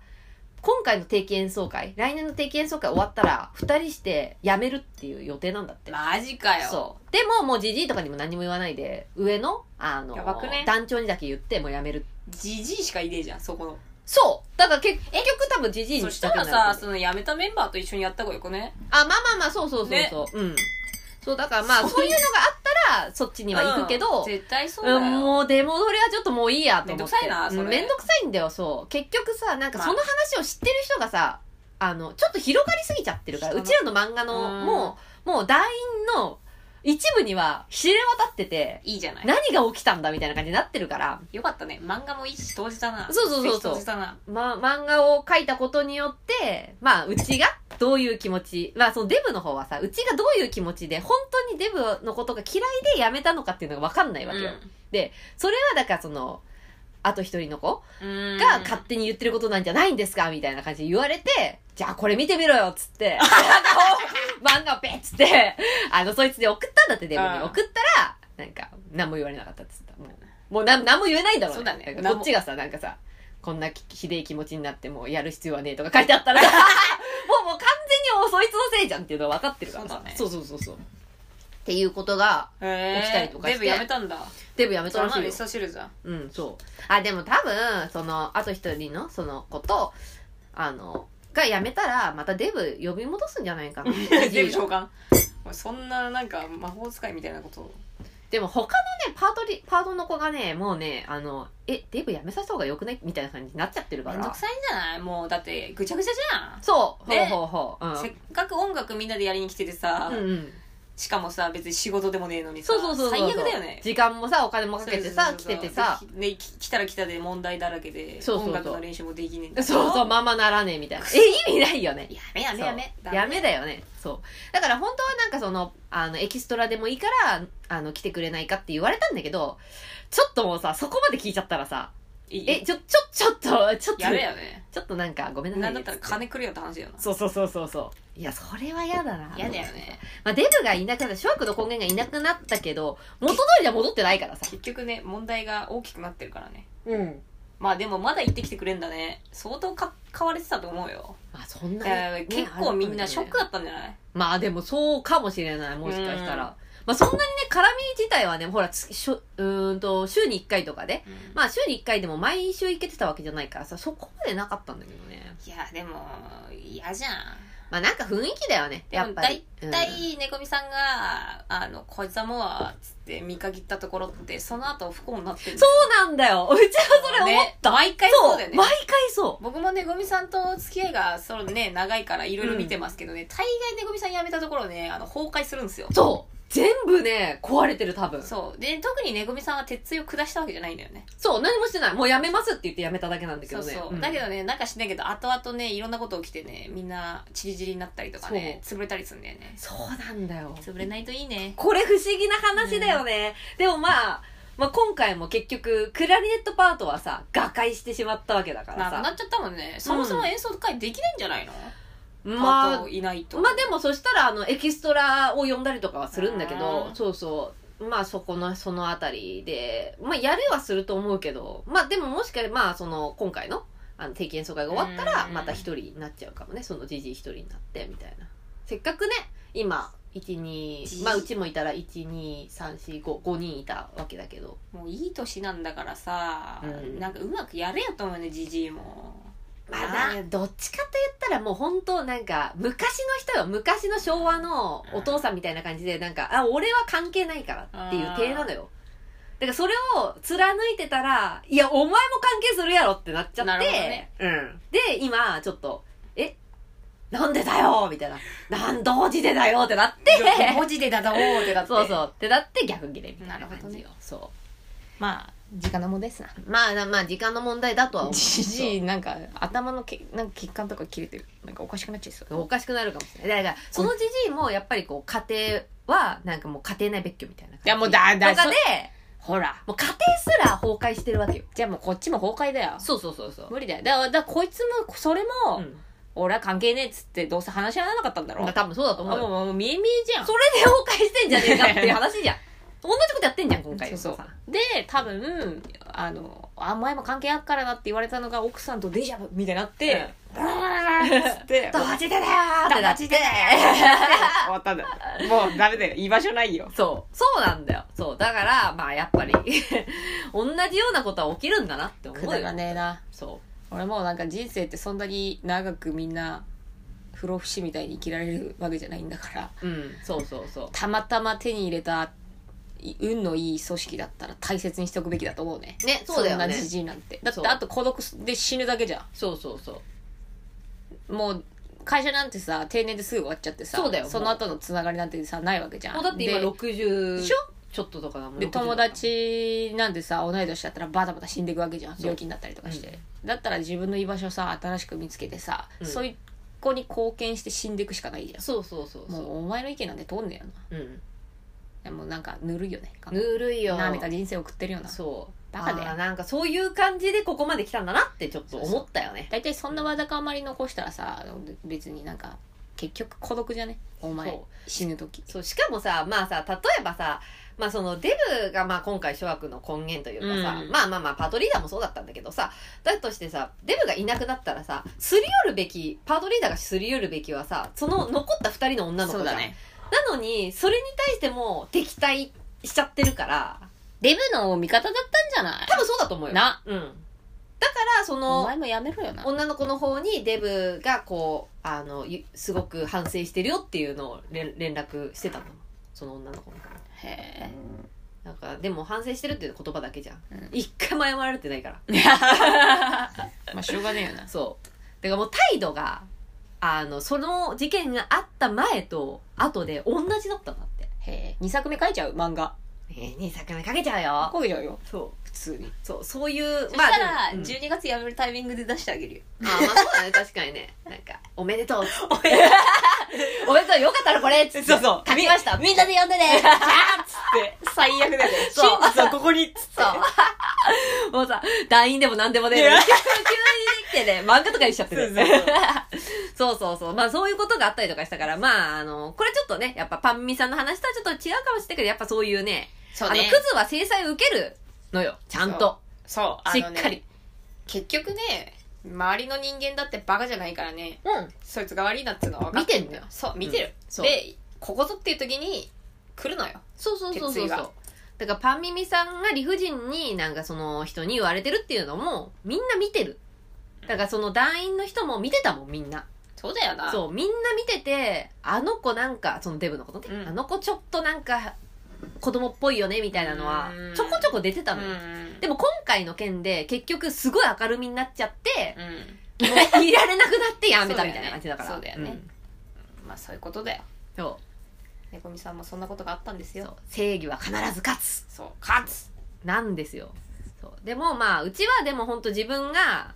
B: 今回の定期演奏会、来年の定期演奏会終わったら、二人して辞めるっていう予定なんだって。
A: マジかよ。
B: そう。でも、もうじじいとかにも何も言わないで、上の、あの、
A: やばくね
B: 団長にだけ言って、もう辞める。
A: じじいしかいねえじゃん、そこの。
B: そうだから結結局多分じじい
A: そ
B: に
A: したらさ、その辞めたメンバーと一緒にやった方がよくね。
B: あ、まあまあまあ、そうそうそうそう。うん。そう、だからまあ、そういうのがあったら、そっちには行くけど、
A: うん絶対そうだよ。
B: うん、もう出戻りはちょっともういいやと思って。
A: めんどくさいなそれ
B: うんめんどくさいんだよ、そう。結局さ、なんかその話を知ってる人がさ、あの、ちょっと広がりすぎちゃってるから、
A: 人
B: う
A: の
B: ちらの漫画
A: う
B: の、
A: ん
B: もう、もう団員の一部には知れ渡ってて、
A: いいじゃない。
B: 何が起きたんだみたいな感じになってるから、
A: よかったね。漫画も一致投じたな。
B: そうそうそうそう
A: 一致投じたな。
B: まあ、漫画を描いたことによって、まあ、うちがどういう気持ち、まあ、そのデブの方はさ、うちがどういう気持ちで、本当にデブのことが嫌いでやめたのかっていうのが分かんないわけよ。それはだからその、あと一人の子
A: うん
B: が勝手に言ってることなんじゃないんですかみたいな感じで言われて、じゃあこれ見てみろよっつっ て、あの漫画をべっつって、あの、そいつに送ったんだって、デブに
A: うん
B: 送ったら、なんか、何も言われなかったっつった。もう、もうなん何も言えないんだろう
A: そうだね
B: なんかこっちがさ、なんかさ、こんなきひでえ気持ちになってもうやる必要はねえとか書いてあった ら、もうもう完全にもうそいつのせいじゃんっていうのは分かってるから
A: そう
B: さ
A: だね
B: そうそうそうそう。っていうことが、
A: へー
B: 起きたりとかして
A: デブやめたんだ。
B: デブやめた
A: そ
B: ら
A: ん
B: し
A: ないの
B: よ
A: 一。緒知るじゃん。
B: うん、そう。あ、でも多分、その、あと一人の、その子と、あの、が辞めたら、またデブ呼び戻すんじゃない かな。
A: デブ召喚。おいそんななんか魔法使いみたいなことを。
B: でも他のね、パートリ、パートの子がね、もうね、あの、え、デブ辞めさせた方がよくないみたいな感じになっちゃってるか
A: めんど
B: ら
A: く。さいんじゃないもうだってぐちゃぐちゃじゃん。
B: そう、
A: ね
B: ほうほうほう。うん。
A: せっかく音楽みんなでやりに来ててさ、
B: うんうん、
A: しかもさ別に仕事でもねえのにさ
B: そうそうそうそう
A: 最悪だよね
B: 時間もさお金もかけてさ
A: そう
B: 来
A: そうそう
B: ててさ
A: でね、き来たら来たで問題だらけで
B: そうそうそう
A: 音楽の練習もできねえん
B: そ
A: だ
B: うそう
A: や
B: ままならねえみたいなえ意味ないよね
A: めやめやめ
B: そうやめだよねそうだから本当はなんかそのあのエキストラでもいいからあの来てくれないかって言われたんだけどちょっともうさそこまで聞いちゃったらさえ
A: え
B: ちょちょちょっとちょっと
A: やめやね
B: ちょっとなんかごめんなさ
A: ない
B: ね
A: んだったら
B: つって
A: 金くれよって話だよな
B: そうそうそうそうそういやそれは嫌だな
A: 嫌だよね
B: まあ、デブがいなくなった諸悪の根源がいなくなったけど元通りは戻ってないからさ
A: 結局ね問題が大きくなってるからね
B: うん
A: まあでもまだ行ってきてくれんだね相当か買われてたと思うよ、
B: あそんなに、
A: え
B: ね
A: ー結構みんなショックだったんじゃない
B: まあでもそうかもしれない、もしかしたら。
A: うん
B: まあそんなにね、絡み自体はね、ほら、つしょうーんと、週に1回とかで、
A: うん
B: まあ週に1回でも毎週行けてたわけじゃないからさ、そこまでなかったんだけどね。
A: いやでも嫌じゃん
B: まあなんか雰囲気だよね、
A: で
B: や
A: も
B: っぱり。
A: 大体猫みさんが「あのこいつはもう」つって見限ったところってその後不幸になっ
B: う
A: てる
B: んそうなんだよう ちはそれ思った、
A: ね毎回
B: そう
A: そうだよね
B: 毎回そ
A: 僕もねごみさんと付き合いがそのね長いからいろいろ見てますけどね、大概ねごみさん辞めたところねあの崩壊するんですよ
B: う。そう全部ね、壊れてる多分。そう
A: そうで特にねごみさんは鉄槌を下したわけじゃないんだよね
B: 何もしてない。もうやめますって言ってやめただけなんだけ
A: そ
B: ど
A: う
B: ね。
A: そう、
B: うん
A: だけどねなんかしないけど後々ねいろんなこと起きてねみんなチリチリになったりとかね潰れたりするんだよね
B: そうなんだよ。
A: 潰れないといいね
B: これ不思議な話だよね。でもまあ、まあ、今回も結局、クラリネットパートはさ、瓦解してしまったわけだから
D: なくな
B: さ。
D: っちゃったもんね。そもそも演奏会できないんじゃないの、
B: ま
D: パー
B: あ
D: ト、いないと。
B: まあでもそしたら、あの、エキストラを呼んだりとかはするんだけど
D: う、ん
B: そうそう。まあそこの、そのあたりで、まあやれはすると思うけど、まあでももしかしたら、まあその、今回の、あの、定期演奏会が終わったら、
D: うん
B: また一人になっちゃうかもね、そのじじい一人になって、みたいな。せっかくね、今、1、
D: じ
B: 2、
D: じ
B: まあうちもいたら、1、2、3、4、5、5人いたわけだけど。
D: もういい年なんだからさ、
B: うん
D: なんかうまくやれよと思うね、じじいも。
B: ま あな、どっちかと言ったらもう本当なんか、昔の人は昔の昭和のお父さんみたいな感じで、なんか、あ、俺は関係ないからっていう体なのよ。だからそれを貫いてたら、いや、お前も関係するやろってなっちゃって、
D: なるほどね
B: うん。で、今、ちょっと、え、なんでだよみたいな。なん、同時でだよってなって、
D: 文字でだだおーってだって。
B: そうそう。ってなって逆切れみたいな感
D: なるほど
B: じ
D: ね
B: よ。そ
A: まあ時間のもんですな
B: う。まあ、なまあ、時間の問題だとは思う。
A: じじいなんか頭のけなんか血管とか切れてるなんかおかしくなっちゃいそ
B: お
A: う
B: かしくなるかもしれない。だから、そのじじいも、やっぱりこう、家庭は、なんかもう家庭内別居みたいな感じ。
A: いやもうだだ
B: とか
A: そ
B: で、
A: ほら
B: もう家庭すら崩壊してるわけよ。
A: じゃあもうこっちも崩壊だよ
B: そうそうそうそう。
A: 無理だよだからだからこいつもそれも、
B: うん。
A: 俺は関係ねえっつってどうせ話し合わなかったんだろ
B: まあ多分そうだと思
A: あ
B: う
A: もう
B: よ。
A: もうもう見え見えじゃん
B: それで崩壊してんじゃねえかって いう話じゃん。同じことやってんじゃん、今回。
A: そう
B: お父
A: そ
B: さん
A: うで多分あのあ前も関係あっからなって言われたのが奥さんとデジャブみたいになって、ブラーッつ って
B: どっちでだよーってなって。
A: 終わったんだもうダメだよ居場所ないよ
B: そう。そうなんだよ。そう。だから、まあやっぱり、 同じようなことは起きるんだなって思
A: く
B: う
A: だ
B: よ
A: ら。ねえな
B: そ
A: 俺もうなんか人生ってそんなに長くみんな不老不死みたいに生きられるわけじゃないんだから
B: う。うん。そうそうそう。
A: たまたま手に入れたい運のいい組織だったら大切にしておくべきだと思うね
B: ね、そうだよ
A: ん
B: ね
A: な。じじいなんてだっ
B: そ
A: て
B: う
A: あと孤独で死ぬだけじゃん
B: そうそうそう。
A: もう会社なんてさ定年ですぐ終わっちゃってさ
B: そうだよ
A: の後のつながりなんてさないわけじゃん
B: もうだって今
A: で
B: 60
A: でしょ
B: ちょっととかだもん
A: で
B: 60とか
A: 友達なんてさ同い年だったらバタバタ死んでいくわけじゃん
B: そう
A: 病気になったりとかして、だったら自分の居場所さ新しく見つけてさ、
B: うん
A: そういう子に貢献して死んでいくしかないじゃん
B: そうそうそう
A: も
B: そう、
A: お前の意見なんて通んねえよないう
B: うん、
A: やもうなんかぬるいよね
B: ぬるいよ
A: なめた人生送ってるような
B: そう
A: バカだよ
B: あーなんかそういう感じでここまで来たんだなってちょっと思ったよね
A: 大体そんなわだかまり残したらさ別になんか結局孤独じゃねお前
B: そ
A: 死ぬ時
B: そうしかもさまあさ例えばさまあそのデブがまあ今回諸悪の根源というかさ、
A: うん
B: まあまあまあパートリーダーもそうだったんだけどさだとしてさデブがいなくなったらさすり寄るべきパートリーダーがすり寄るべきはさその残った2人の女の子
A: そう
B: じゃ
A: だ
B: ん、
A: ね
B: なのにそれに対しても敵対しちゃってるから
A: デブの味方だったんじゃない
B: 多分そうだと思うよ
A: な
B: うんだからそ
A: お
B: の
A: 前もやめろよな
B: 女の子の方にデブがこうあのゆすごく反省してるよっていうのを連連絡してたのその女の子の方に
A: へえ
B: なんかでも反省してるっていう言葉だけじゃん、
A: うん
B: 一回も謝られてないから
A: まあしょうがねえよな
B: そうだからもう態度があのその事件があった前と後で同じだったんだって
A: へえ2作目書いちゃう漫画
B: えー、2作目かけちゃうよ
A: 書いちゃうよ
B: そ
A: 普通に
B: うそうそういう
D: そしたら、
B: でもうん
D: 12月やめるタイミングで出してあげるよ。
B: あーまあそうだね確かにねなんかおめでとうおめでとうよかったらこれそう
A: そう
B: 書きました
D: みんなで呼んで ね
A: って最悪だよね
B: そう
A: 真実はここにっつっ
B: そ
A: て
B: う。もうさ、LINE でも何でもね、
A: い
B: 急
A: や
B: に来てね、漫画とかにしちゃってる。
A: そうそ
B: そうそ
A: う
B: うそう。まあそういうことがあったりとかしたから、まああの、これちょっとね、やっぱパンミさんの話とはちょっと違うかもしれないけど、やっぱそういうね、
D: そう
B: あの、
D: ね。
B: クズは制裁を受けるのよ。ちゃんと。
D: そう、あ
B: し
D: の
B: っ
D: ね
B: かり。。
D: 結局ね、周りの人間だってバカじゃないからね、
B: うん。
D: そいつが悪いなっつうのは分かっ
B: 見てんだよ
D: そう、見てる。
B: そう
D: で、ここぞっていう時に来るのよ。
B: そうそうそう
D: 決
B: そ
D: 意
B: うそ
D: が
B: う。だからパンミミさんが理不尽になんかその人に言われてるっていうのも、みんな見てる。だからその団員の人も見てたもん、みんな。
D: そうだよな。
B: そう、みんな見てて、あの子なんか、そのデブのことね、
D: うん
B: あの子ちょっとなんか、子供っぽいよね、みたいなのは
D: うん、
B: ちょこちょこ出てた
D: うん
B: の
D: う
B: よ。
D: ん。
B: でも今回の件で、結局すごい明るみになっちゃって、
D: う
B: もういられなくなってやめたみたいな感じだから。
D: そうだよね
B: ん
D: ん。まあそういうことだよ。
B: そ
D: 猫みさんもそんなことがあったんです
B: う。そ
D: よ
B: う。正義は必ず勝つ
D: そう。勝つ
B: なんですよ。そう。でもまあ、うちはでも本当自分が、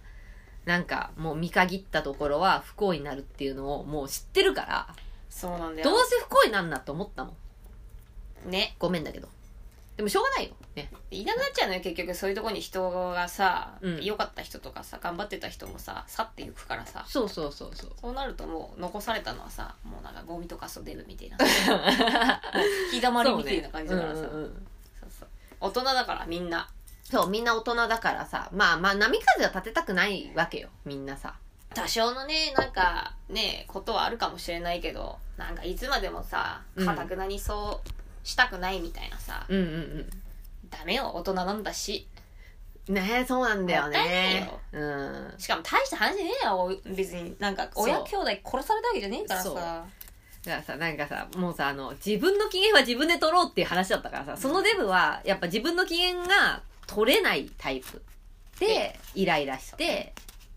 B: なんかもう見限ったところは不幸になるっていうのをもう知ってるから、
D: そうなんだよ。
B: どうせ不幸になんなと思ったもん。
D: ね。
B: ごめんだけど。でもしょうがないよ。ね。
A: いなくなっちゃうのよ結局そういうとこに人がさ
B: うん
A: 良、かった人とかさ頑張ってた人もさ去っていくからさ
B: そうそうそうそう。
A: そうなるともう残されたのはさもうなんかゴミとかそう出る みたいなもう引きだまりみたいな感じだからさ
B: そうね,うんうんうん、
A: そうそう大人だからみんな
B: そうみんな大人だからさ、まあまあ波風は立てたくないわけよ、みんなさ。
A: 多少のねなんかねことはあるかもしれないけどなんかいつまでもさ
B: うん
A: かたくなにそうしたくないみたいなさ、
B: うんうん
A: ダメよ大人なんだし
B: うん。ねえ、そうなんだよ
A: もったいない
B: ね
A: よ。
B: うん。
A: しかも大した話ねえよ別になんか
B: そう
A: 親兄弟殺されたわけじゃねえから
B: そう
A: さ
B: だからさ、なんかさ、もうさ、あの、自分の機嫌は自分で取ろうっていう話だったからさ、そのデブは、やっぱ自分の機嫌が取れないタイプで
A: で、
B: イライラして、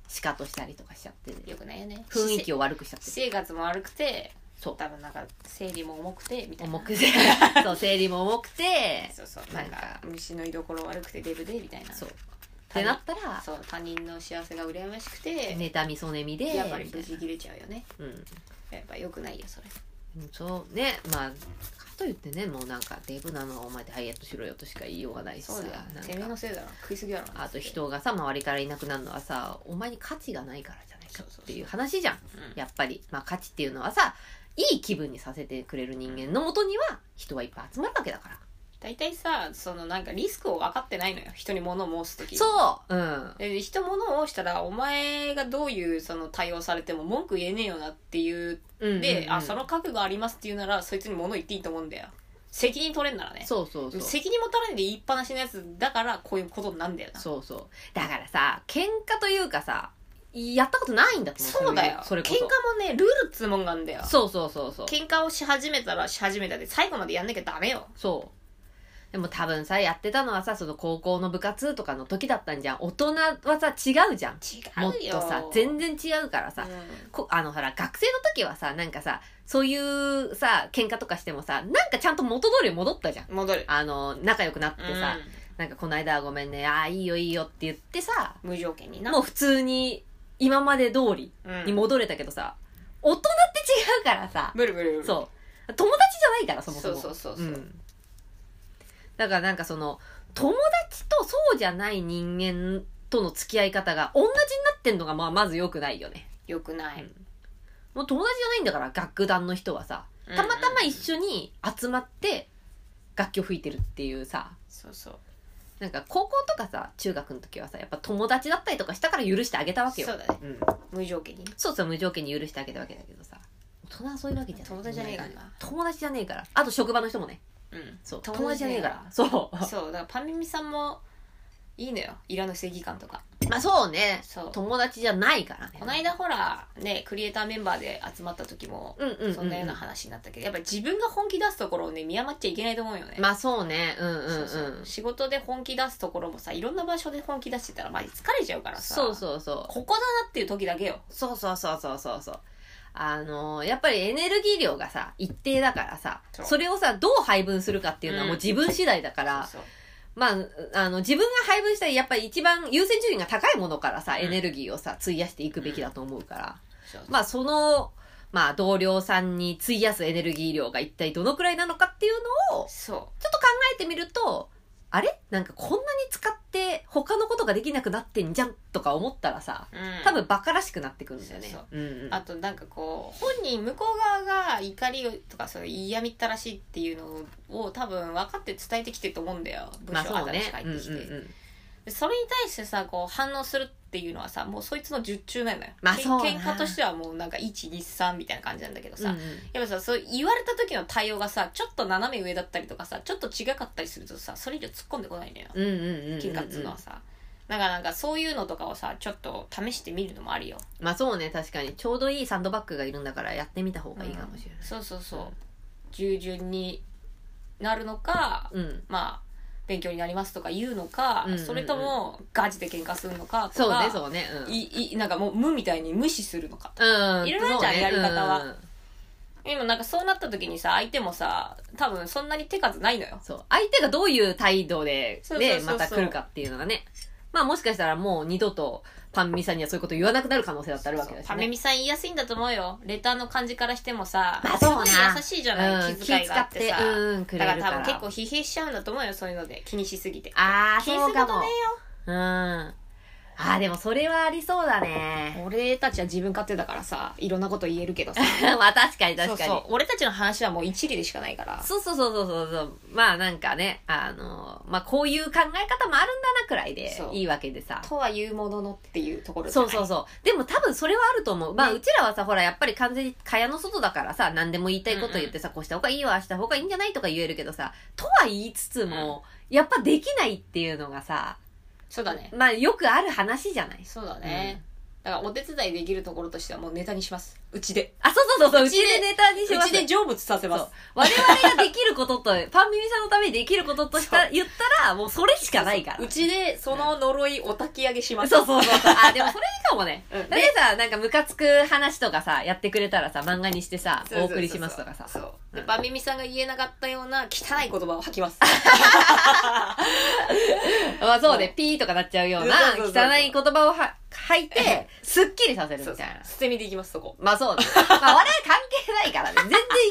B: シカトしたりとかしちゃって、
A: よくないよね
B: 雰囲気
A: を
B: を悪くしちゃってる。
A: 生活も悪くて
B: そう。
A: 多分なんか生理も重くてみたいな
B: 重くて、そう、生理も重く て、
A: そうそう
B: な
A: なんん
B: か
A: か虫の居所悪くてデブでみたいな
B: そう。ってなったら、
A: そう他人の幸せが羨ましくて、
B: 妬み、そねみで、
A: やっぱり
B: みた
A: ブ
B: いな
A: チ切れちゃうよね
B: うん。
A: やっぱ良くないよそれ
B: そうね、まあ、かといってね、もうなんか、デブなのはお前でハイエットしろよとしか言いようがないしさ、
A: そうだよ
B: なん
A: てめえ
B: か
A: のせいだろ食いすぎやろ
B: あと人がさ、周りからいなくなるのはさ、お前に価値がないからじゃないか
A: そうそうそう
B: っていう話じゃん。
A: うん
B: やっぱり、まあ価値っていうのはさ、いい気分にさせてくれる人間のもとには、人はいっぱい集まるわけだから。
A: 大体さそのなんかリスクを分かってないのよ人に物を申す時
B: そううん。
A: で人物をしたらお前がどういうその対応されても文句言えねえよなっていう
B: うん
A: で、
B: うんうん
A: あその覚悟ありますっていうならそいつに物言っていいと思うんだよ責任取れんならね
B: そうそうそう。
A: 責任持たないで言いっぱなしのやつだからこういうことになんだよな
B: そうそう。だからさ、喧嘩というかさ、やったことないんだと思う。
A: そうだよ
B: それ
A: 喧
B: こ
A: 嘩
B: そ
A: もねルールっつうもんがあんだよ
B: そうそうそうそう。
A: 喧嘩をし始めたらし始めたで最後までやんなきゃダメよ
B: そう。でも多分さ、やってたのはさ、その高校の部活とかの時だったんじゃん。大人はさ、違うじゃん。
A: 違
B: もっ
A: うよ
B: とさ、全然違うからさ。こあのほら学生の時はさなんかさそういうさ喧嘩とかしてもさなんかちゃんと元通りに戻ったじゃん
A: うん戻る
B: あの仲良くなってさ、
A: うん
B: なんかこの間はごめんねああいいよいいよって言ってさ
A: 無条件にな
B: もう普通に今まで通り
A: うん
B: に戻れたけどさ、大人って違うからさ、
A: ブルブルブル
B: そう友達じゃないからそもそも
A: そうそうそうそう
B: うんだからなんかその友達とそうじゃない人間との付き合い方が同じになってんのがまあまず良くないよね
A: よくない、
B: うんもう友達じゃないんだから楽団の人はさたまたま一緒に集まって楽器を吹いてるっていうさ
A: そうそう
B: なんか高校とかさ中学の時はさやっぱ友達だったりとかしたから許してあげたわけよ
A: そうだね
B: うん、
A: 無条件にね
B: そうそう無条件に許してあげたわけだけどさ大人はそういうわけじゃない
A: 友達じゃねえからな
B: 友達じゃねえからあと職場の人もね
A: うん
B: そう
A: 友
B: 友達
A: 達
B: じゃねえからそ
A: そうだからパンミミさんもいいのよいらぬ正義感とか
B: うまあそうね
A: そう
B: 友達じゃないからね
A: この間ほらねクリエイターメンバーで集まった時も
B: うんうんうん
A: そんなような話になったけどやっぱ自分が本気出すところをね見余っちゃいけないと思うよね
B: まあそうねうんうんうん
A: そうそう仕事で本気出すところもさいろんな場所で本気出してたらまあ疲れちゃうからさ
B: そうそうそう
A: ここだなっていう時だけよ
B: そうそうそうそうそうそう。あのーやっぱりエネルギー量がさ、一定だからさ、
A: そ
B: そうれをさ、どう配分するかっていうのはもう自分次第だから、
A: そう
B: まあ、あの、自分が配分したい、やっぱり一番優先順位が高いものからさ、
A: ん
B: エネルギーをさ、費やしていくべきだと思うから、
A: そうそう
B: まあ、その、まあ、同僚さんに費やすエネルギー量が一体どのくらいなのかっていうのを、
A: そ
B: ちょっと考えてみると、あれなんかこんなに使って他のことができなくなってんじゃんとか思ったらさ、
A: う、うん
B: 多分バカらしくなってくるんだよね。
A: そう
B: うんうん
A: あとなんかこう本人向こう側が怒りとかそういう嫌みったらしいっていうのを多分分かって伝えてきてると思うんだよ文
B: まあ
A: 章
B: そう
A: 新
B: ね
A: しく。
B: うん
A: 入
B: うん
A: ってきて、
B: うん。
A: でそれに対してさこう反応するっていうのはさもうそいつの術中なのよ、
B: まあ
A: けん
B: そうね
A: 喧嘩としてはもうなんか123みたいな感じなんだけどさ、
B: うんうん
A: やっぱさそう言われた時の対応がさちょっと斜め上だったりとかさちょっと違かったりするとさそれ以上突っ込んでこないのよ
B: うんうんうん。
A: 喧嘩っつうのはさ、だからなんかそういうのとかをさちょっと試してみるのもあるよ
B: まあそうね、確かに。ちょうどいいサンドバッグがいるんだからやってみた方がいいかもしれない。
A: そうそうそう、
B: うん
A: 従順になるのか、
B: うん。
A: まあ勉強になりますとか言うのか、
B: うんうんうん
A: それともガチで喧嘩するのかと
B: そう
A: か
B: ね、そうね。うん。
A: いいなんかもう無みたいに無視するのか
B: うん。
A: いろいろあるじ
B: そ
A: ゃん
B: うね
A: やり方は。
B: うんうん
A: でもなんかそうなった時にさ相手もさ多分そんなに手数ないのよ
B: そう。相手がどういう態度で
A: そうそう
B: ね、
A: そうそ
B: ま
A: う
B: た来るかっていうのがね。まあもしかしたらもう二度とパンミさんにはそういうこと言わなくなる可能性だってあるわけだし
E: パメ
B: ね。
E: ミさん言いやすいんだと思うよ。レターの感じからしてもさ、
B: まあ
E: す
B: そう
E: ご
B: ない
E: 優しいじゃない、
B: うん
E: 気遣いがあってさ。
B: 気遣ってうんく
E: だ
B: れ
E: か
B: る
E: ら
B: か
E: 多
B: ら
E: 分結構疲弊しちゃうんだと思うよ、そういうので。気にしすぎて。
B: ああ、
E: 気にす
B: そう
E: る
B: か
E: こと
B: も
E: ね。
B: うん。ああ、でもそれはありそうだね。
A: 俺たちは自分勝手だからさいろんなこと言えるけどさ
B: まあ確かに 確かに。
A: そうそう俺たちの話はもう一理でしかないから
B: そうそうそうそうそうそう。まあなんかね、あの、まあこういう考え方もあるんだなくらいで
A: そう
B: いいわけでさ。
A: とは言うもののっていうところじゃ
B: そ
A: な
B: う
A: い
B: そうそう。でも多分それはあると思う。まあうちらはさ、ほらやっぱり完全に蚊帳の外だからさ、何でも言いたいこと言ってさ、こうした方がいいわ、ああした方がいいんじゃないとか言えるけどさ、とは言いつつも、やっぱできないっていうのがさ、
A: そうだね
B: まあよくある話じゃない
A: そうだね、だからお手伝いできるところとしてはもうネタにしますうちで
B: あ、そうそうそうそう、う
A: う
B: ち
A: ち
B: で
A: で
B: ネタにし
A: う
B: ます。
A: ちで成仏させま
B: そう
A: す
B: 我々ができること と、パンミミさんのためにできることとした、言ったら、もうそれしかないから。
A: うちでその呪いお焚き上げします、
B: そうそうそうそう。あ、でもそれいいかも ね。
A: うん
B: だってさ、なんかムカつく話とかさ、やってくれたらさ、漫画にしてさ、お送りしますとかさ。
A: そう
B: うん
A: でバミミさんが言えなかったような汚い言葉を吐きます
B: まあそうで、ピーとかなっちゃうような
A: そうそうそ、うそう
B: 汚い言葉をは吐い て、すっきりさせるみたいな。
A: 捨て身でいきますそこ
B: まあそうだね。まあ我々関係ないから ね。全然いくらでも言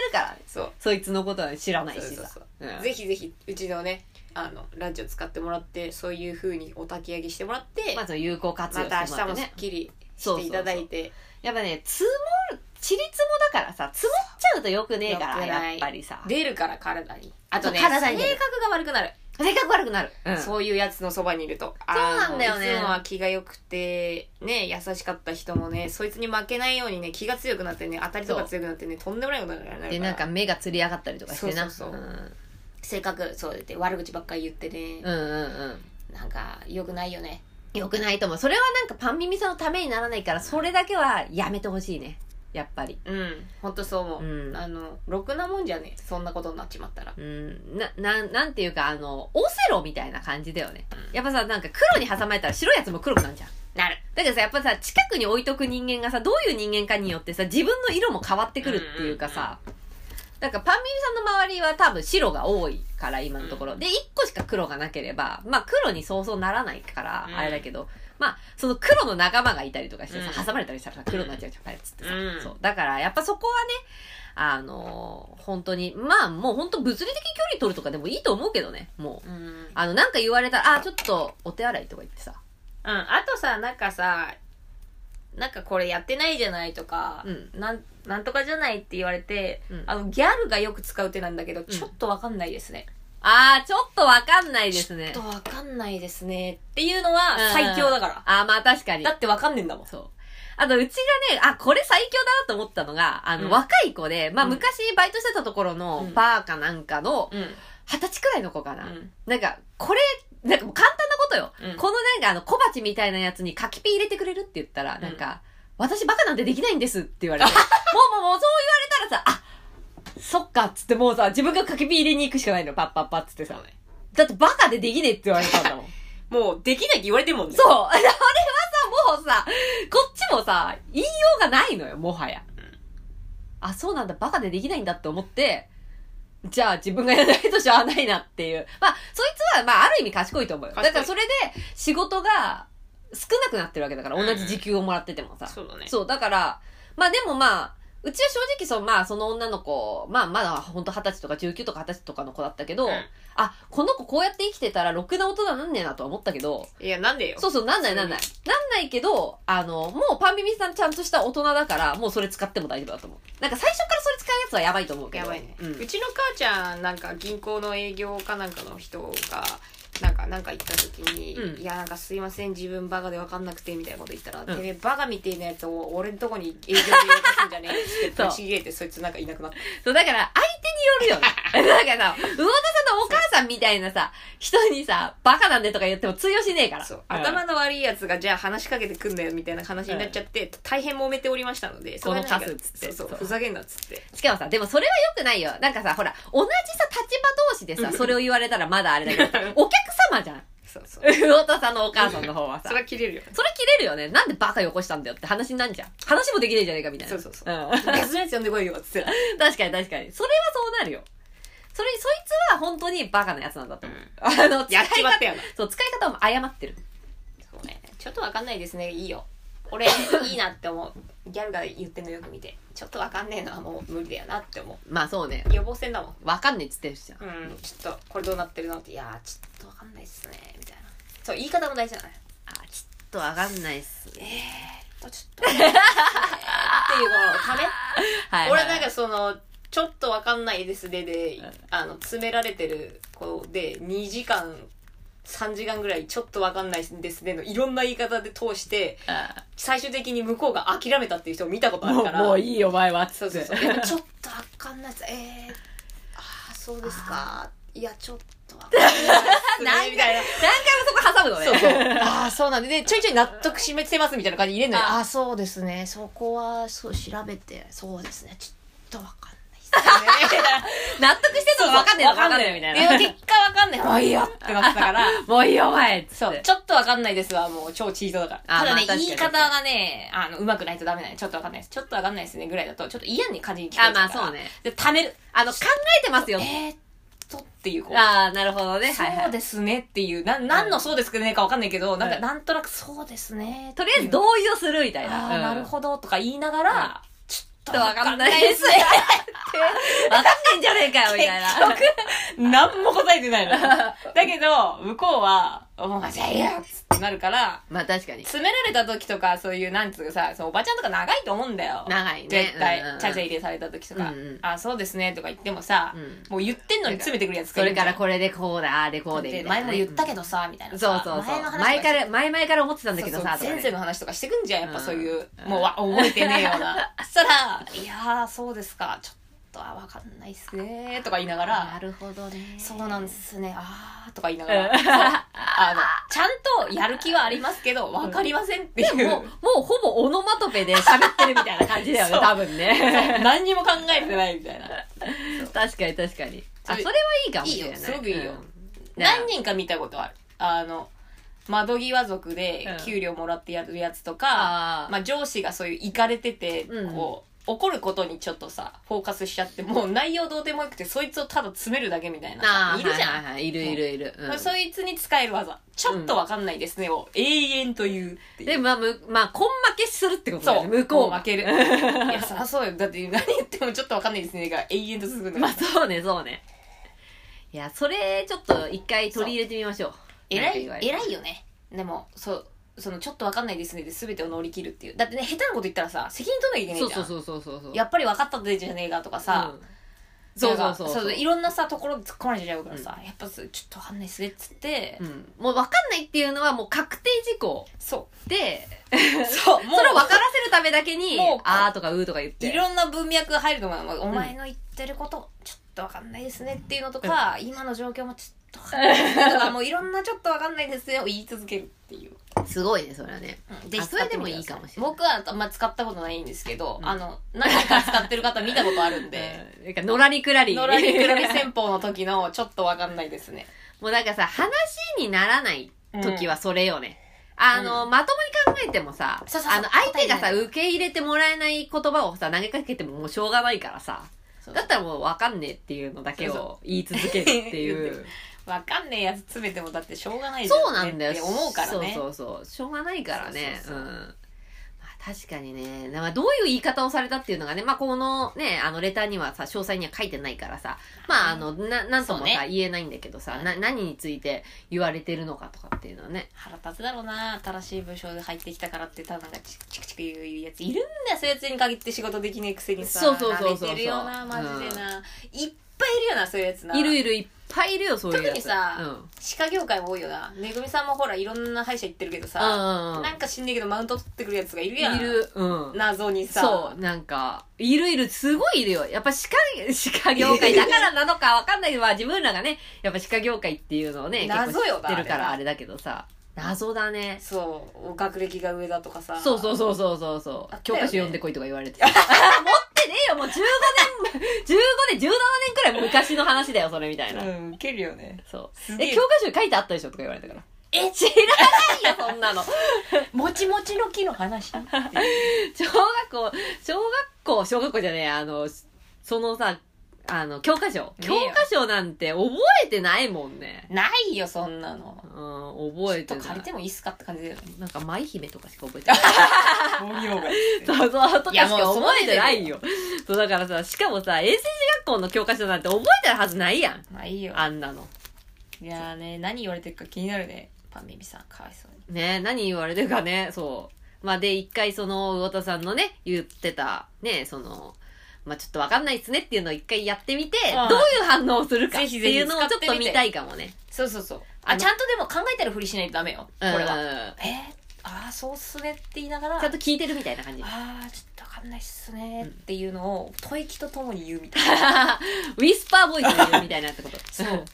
B: えるからね。
A: そう
B: そいつのことは知らないし
A: そう
B: さ
A: そう。
B: うん
A: ぜひぜひうちのねあのラジオ使ってもらってそういう風にお焚き上げしてもらって、
B: まず有効活
A: ま
B: 用して
A: た明
B: もらって
A: 日もす
B: ね
A: っ。きり
B: そう
A: し
B: そう
A: て
B: そう
A: いただいて
B: やっぱね、積もる、ちりつもだからさ、積もっちゃうと良くねえから、
A: 良くない
B: やっぱりさ。
A: 出るから体にあとね
B: 体に出る
A: 性格が悪くなる、
B: 性格悪くなる。うん
A: そういうやつのそばにいるとそう
B: なんだよね
A: いつもは気が良くてね優しかった人もねそいつに負けないようにね気が強くなってね当たりとか強くなってねとんでもないことになるから
B: で、なんか目がつり上がったりとかしてな。
A: そうそうそうん性格そうやって悪口ばっかり言ってね、
B: うんうんうん。
A: なんか良くないよね
B: よくないと思う。それはなんかパンミミさんのためにならないから、それだけはやめてほしいね。やっぱり。
A: うん本当そう思う、
B: うん
A: あのろくなもんじゃねそんなことになっちまったら
B: うん、な、なん、なんていうか、あの、オセロみたいな感じだよね。やっぱさ、なんか黒に挟まれたら白いやつも黒くなるじゃん。
A: なる
B: だけどさ、やっぱさ、近くに置いとく人間がさ、どういう人間かによってさ、自分の色も変わってくるっていうかさ、なんかパンミミさんの周りは多分白が多いから、今のところ。で、一個しか黒がなければ、まあ黒にそうそうならないから
A: う、ん
B: あれだけど、まあ、その黒の仲間がいたりとかして
A: う
B: さ、
A: ん
B: 挟まれたりしたらさ、黒になっちゃうじゃん、あれっつってさ。
A: うん
B: そう。だから、やっぱそこはね、あのー本当に、まあもう本当物理的距離取るとかでもいいと思うけどね、もう。
A: うん、うん、
B: あの、なんか言われたら、あ、ちょっとお手洗いとか言ってさ。
A: あとさなんかさなんかこれやってないじゃないとか、
B: うん
A: なんなんとかじゃないって言われて、
B: うん
A: あのギャルがよく使う手なんだけど、ちょっとわかんないですね
B: あー、ちょっとわかんないですね
A: ちょ。っとわかんないですねっていうのは最強だから、
B: あー、まあ確かに
A: だ。ってわかんねえんだもん
B: そう。あと、うちがね、あ、これ最強だなと思ったのが、あの、
A: うん
B: 若い子で、まあ、
A: うん
B: 昔バイトしてたところの
A: うん
B: バーかなんかの、
A: うん
B: 二十歳くらいの子かな。
A: うん
B: なんか、これ、なんかもう簡単なことよ。
A: うん
B: このなんかあの、小鉢みたいなやつに柿ピー入れてくれるって言ったら、なんか、私バカなんてできないんですって言われ て、もうもうもうそう言われたらさ、あ、そっかっつってもうさ、自分が柿ピー入れに行くしかないの、パッパッパッつってさ
A: そうね。
B: だってバカでできねえって言われたんだもん。
A: もうできないって言われてるもんね
B: そう。 あれはさ、もうさ、こっちもさ、言いようがないのよ、もはや。あ、そうなんだ、バカでできないんだって思って、じゃあ自分がやらないとしゃあないなっていう。まあ、そいつは、まあ、ある意味賢いと思うよ。だ
A: 賢い
B: からそれで、仕事が少なくなってるわけだから、同じ時給をもらっててもさ。
A: そうだね
B: そう、だから、まあでもまあ、うちは正直そう、まあその女の子、まあまだほんと二十歳とか19とか二十歳とかの子だったけど、
A: うん
B: あ、この子こうやって生きてたらろくな大人なんねえなとは思ったけど、
A: いやなんでよ
B: そうそう、なんないなんない。なんないけど、あの、もうパンビビさんちゃんとした大人だから、もうそれ使っても大丈夫だと思う。なんか最初からそれ使うやつはやばいと思うけど。
A: やばいね、
B: う。
A: うんちの母ちゃんなんか銀行の営業かなんかの人がなんかなんか行った時に「
B: うん
A: いやなんかすいません自分バカで分かんなくて」みたいなこと言ったら「
B: ん
A: てめえバカみてえなやつを俺んとこに営業で呼ばすんじゃねえ」って
B: そう
A: ぶち切れてそいつなんかい なくなった
B: そう、だから相手によるよ ね。だからさ、魚田さんのお母さんみたいなさ、人にさ、バカなんでとか言っても通用しねえから。
A: そう
B: 頭
A: 頭の悪いやつがじゃあ話しかけてくんだよみたいな話になっちゃって、大変揉めておりましたので
B: このカスっ
A: っ
B: つって
A: そ
B: そ
A: うそううふざけんなっつって
B: しかもさ、でもそれは良くないよ。なんかさ、ほら、同じさ、立場同士でさ、それを言われたらまだあれだけど さ、お客様じゃん。
A: そうそう
B: 魚田さんのお母さんの方はさ
A: それ。は切れるよ
B: それ切れるよね。なんでバカよこしたんだよって話になんじゃん。話もできねえじゃねえかみたいな。
A: そうそうそ
B: う
A: う
B: ん。
A: 別のやつ呼んでこいよっつって
B: 確かに確かに。それはそうなるよ。そそれ、そいつは本当にバカなやつなんだと思う。あの、使い
F: やっちまっ
B: 方、
F: たよな。
B: そう、使い方を誤ってる。
A: そうねちょっとわかんないですねいいよ俺いいなって思うギャルが言ってんのよく見てちょっとわかんねえのはもう無理だよなって思
B: まあそうね。
A: う予防線だもん
B: わかんねえっつってるしゃん。
A: うんちょっとこれどうなってるのっていやーちょっとわかんないっすねみたいなそう言い方も大事じゃない
B: あ、ちょっとわかんないっすね。
A: ちょっとっていうこのため
B: は
A: 俺なんかそのちょっとわかんないですでで、あの詰められてる子で2時間3時間ぐらいちょっとわかんないですでのいろんな言い方で通して最終的に向こうが諦めたっていう人を見たことあるから
B: いいよ、お前は。
A: そうそうそういやちょっとわかんないですえー、ああそうですかいやちょっとわかんないですねみたい
B: 何回
A: な
B: もそこ挟むのね。
A: そうそう。ああ、そうなんで、で、ちょいちょい納得示めてますみたいな感じで入れんのよ。
B: あー
A: ああー、そうですね。そこは、そう、調べて、そうですね。ちょっとわかんないっす
B: 納得してるのわかんねえのわかんねえみたいな。
A: ね。でも結果わかんない。もういいよってなったから。
B: もういいよ、お前そ
A: そう、ちょっとわかんないですわ、もう超チートだから。
B: あー
A: ただ
B: ま
A: ね、
B: あ確かに
A: 言い方がね、あの、うまくないとダメだね。ちょっとわかんないです。ちょっとわかんないですね、ぐらいだと、ちょっと嫌に感じに聞こえちゃ
B: あ、
A: うか
B: ま
A: ら。
B: あそう。ね。
A: で、溜める。
B: あの、考えてますよ。
A: えーっとっていう、こう。
B: ああ、なるほどね。はいは
A: そう
B: い。
A: ですねっていう、なん、なんのそうですねかわかんないけど、なん
B: う
A: か、
B: ん
A: なんとなくそうですね。
B: とりあえず同意をするみたいな。
A: ああ、なるほどとか言いながら、ち
B: ちょ
A: ょっ
B: っと
A: と
B: わ
A: わ
B: か
A: か
B: ん
A: ん
B: な
A: ないい
B: で
A: ですす。
B: ど。わかんねえんじゃねえかよ、みた いな。
A: 何も答えてないの。だけど、向こうは、お前じゃあいいよっつってなるから、
B: まあ確かに。
A: 詰められた時とか、そういう、なんつうかさ、そうおばちゃんとか長いと思うんだよ。
B: 長いね。
A: 絶対
B: うんうん、
A: ちゃちゃ入れされた時とか
B: うんうん、
A: あ、そうですねとか言ってもさ
B: うん、
A: もう言ってんのに詰めてくるやつ
B: それから
A: れ
B: これでこうだ、ああでこうで。みたいなね
A: 前も言ったけどさ、みた
B: う
A: い
B: ん
A: な
B: そう
A: さ。
B: そうそう。
A: 前の話と
B: 前から、前々から思ってたんだけどさ、
A: そうそう
B: と
A: 先
B: か
A: 生
B: ね
A: の話とかしてくんじゃんやっぱ
B: うん
A: そういう、
B: うん
A: もうわ覚えてねえよ うなそしたら「いやーそうですかちょっとは分かんないっすね」とか言いなが
B: な
A: ら
B: るほどね。
A: 「そうなんですねあー」とか言いなが
B: うん
A: らそうあのちゃんとやる気はありますけど分かりませんっていう
B: もう、もうほぼオノマトペで喋ってるみたいな感じだよね、
A: そう
B: 多分ね。
A: 何にも考えてないみたいな
B: 確かに確かに。あ、そ
A: そ
B: れ
A: れ
B: はいいかもしれない。
A: いいよすごくいいよ
B: うん。
A: 何人か見たことあるあの窓際族
B: うん
A: で給料もらってやるやつとか、
B: あー
A: まあ、上司がそういういかれてて、
B: うん
A: こう怒ることにちょっとさフォーカスしちゃってもう内容どうでもよくてそいつをただ詰めるだけみたいな
B: あ
A: さ
B: ー
A: いるじゃ
B: は
A: ん、
B: いはいはいいるいるいる。うん
A: まあそいつに使える技ちょっとわかんないですねを永遠と言うっていう
B: で、まあ、む、まあ、根負けするってことだ
A: そ
B: よ
A: う
B: ね。向こう
A: も
B: が
A: 負。ける いやそりゃそうよだって何言ってもちょっとわかんないですねが永遠と続くの、
B: まあ、そうね、そうね。いや、それ、ちょっと一回取り入れてみましょう。
A: 偉い
B: なんか言われて
A: 偉いよねでもそうそのちょっとわかんないですねで全てを乗り切るっていうだってね下手なこと言ったらさ責任取んなきゃいけ
B: そ
A: ないうじ
B: そ
A: ゃん
B: うそうそうそうそう。
A: やっぱり分かったでじゃねえかとかさ、
B: うんそうそうそう。
A: なんかいろんなさところで突っ込まれちゃうからさ、やっぱそうちょっとわかんないっすねっつって、
B: うんもう分かんないっていうのはもう確定事項
A: そ
B: で、
A: う そうも
B: それを分からせるためだけに
A: もう、
B: あーとかうーとか言っ
A: うい
B: て。
A: ろんな文脈が入ると思うのお前の言ってることちょっとわかんないですねっていうのとか、今の状況もちょっとわかんないですねとかもういろんなちょっとわかんないですねを言い続けるっていう、
B: すごいね、それはね。
A: うん
B: あそれでもいいかもしれない
A: 僕はあんま使ったことないんですけど、
B: うん
A: あの何人か使ってる方見たことあるんで
B: で、なんか、のらりくらり。
A: 野良に黒い戦法の時のちょっとわかんないですね
B: もうなんかさ、話にならない時はそれよね。あの、
A: う
B: まともに考えてもさ、
A: そうそうそう
B: あの、相手がさ、
A: 答えない
B: 受け入れてもらえない言葉をさ、投げかけてももうしょうがないからさ、
A: そう
B: だったらもうわかんねえっていうのだけ
A: そう
B: を言い続けるってい
A: 言
B: う。
A: わかんねえやつ詰めてもだってしょうがないじゃん
B: そうなんだよ。
A: って思うからね
B: そうそうそう。しょうがないからね。。
A: そうそううそうん
B: まあ確かにね、まあどういう言い方をされたっていうのがね、まあこのね、あのレターにはさ、詳細には書いてないからさ、まああの、な、なんとも
A: そ
B: さ、
A: う
B: 言えないんだけどさ、な、何について言われてるのかとかっていうのはね。
A: 腹立つだろうな新しい部署で入ってきたからってただなんかチクチクチク言うやついるんだよそういうやつに限って仕事できねえくせにさ
B: そうそうそうそう
A: 舐めてるよなマジでな、いっぱいいるよなそういうやつない
B: るいるいっぱいいるよ、そういうやつ。
A: 特にさ
B: うん。
A: 歯科業界も多いよなめぐみさんもほらいろんな歯医者行ってるけどさ、
B: うん
A: なんか知んねえけどマウント取ってくるやつがいるやん
B: いる。うん。
A: 謎にさ
B: そう、なんか、いるいる、すごいいるよ。やっぱ歯科、歯科業界だからなのかわかんないけど、まあ自分らがね、やっぱ歯科業界っていうのをね、結
A: 謎
B: 構
A: よ
B: 知ってるから
A: な
B: あれだけどさ、謎だね。
A: そうお学歴が上だとかさ
B: そうそう
A: う
B: そうそうそうそう、
A: あった
B: 教
A: よ
B: 科
A: ね
B: 書読んでこいとか言われてさ 持ってねえよ、もう15年、15年、17年くらい昔の話だよ、それみたいな。
A: うんウケるよね
B: そう。
A: げえ
B: え、教科書に書いてあったでしょとか言われたから。
A: え
B: 知らないよ、そんなの。
A: もちもちの木の話
B: 小学校、小学校、小学校じゃねえ、あの、そのさ、あの、教科書。
A: ねえ
B: 教科書なんて覚えてないもんね。
A: ないよ、そんなの
B: う。ん、覚え
A: ち
B: て
A: ょっと
B: な
A: 借り
B: い。
A: てもいいっすかって感じだよね。
B: なんか、舞姫とかしか覚えてない。そうそう、とかしか覚えてないよ。そう、だからさ、しかもさ、衛生士学校の教科書なんて覚えてるはずないやん。
A: まあいいよ。
B: あんなの。
A: いやーね、何言われてるか気になるね。パンミミさん、かわいそうに。
B: ね何言われてるかね、そう。まあ、で、一回その、魚田さんのね、言ってた、ね、その、まあ、ちょっとわかんないっすねっていうのを一回やってみて、
A: うん
B: どういう反応をするかっ
A: ぜ
B: て
A: ひぜひ
B: いうのをちょっ
A: 使って
B: と
A: みて
B: 見たいかもね。
A: そうそうそう。
B: あ
A: あ、
B: の
A: ちゃんとでも考えてるふりしないとダメよ。こ
B: うん
A: れは。
B: うん
A: えー、ああ、そうっすねって言いながら、
B: ちゃんと聞いてるみたいな感じ。
A: ああ、ちょっとわかんないっすねっていうのを、吐息とともに言うみたいな。
B: ウィスパーボイスで言うみたいなってこと。
A: そう。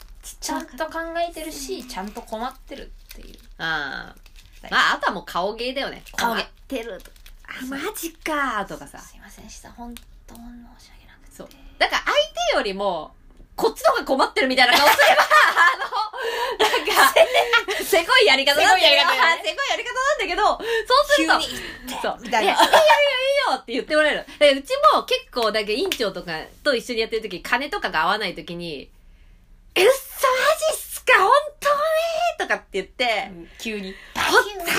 A: ちゃんと考えてるし、ちゃんと困ってるっていう。
B: ああ。まあ、あとはもう顔芸だよね。
A: 顔
B: 困
A: 芸
B: ってると。あ、マジかーとかさ。
A: すいませんでした。本当申し訳なくて。
B: そう。だから相手よりも、こっちの方が困ってるみたいな顔すれば、あの、なんか、せこいやり方なんだけど、
A: せこいやり方ね
B: せこいやり方なんだけど、そうす
A: 急
B: ると、
A: に行って
B: そう。
A: み
B: い
A: た
B: や、
A: い
B: い
A: な
B: やいやいやって言って もらえる。でうちも結構、だけ委員長とかと一緒にやってる時、金とかが合わない時に、えっそ、マジっすか本当にとかって言って、
A: うん急に。
B: 本当に申し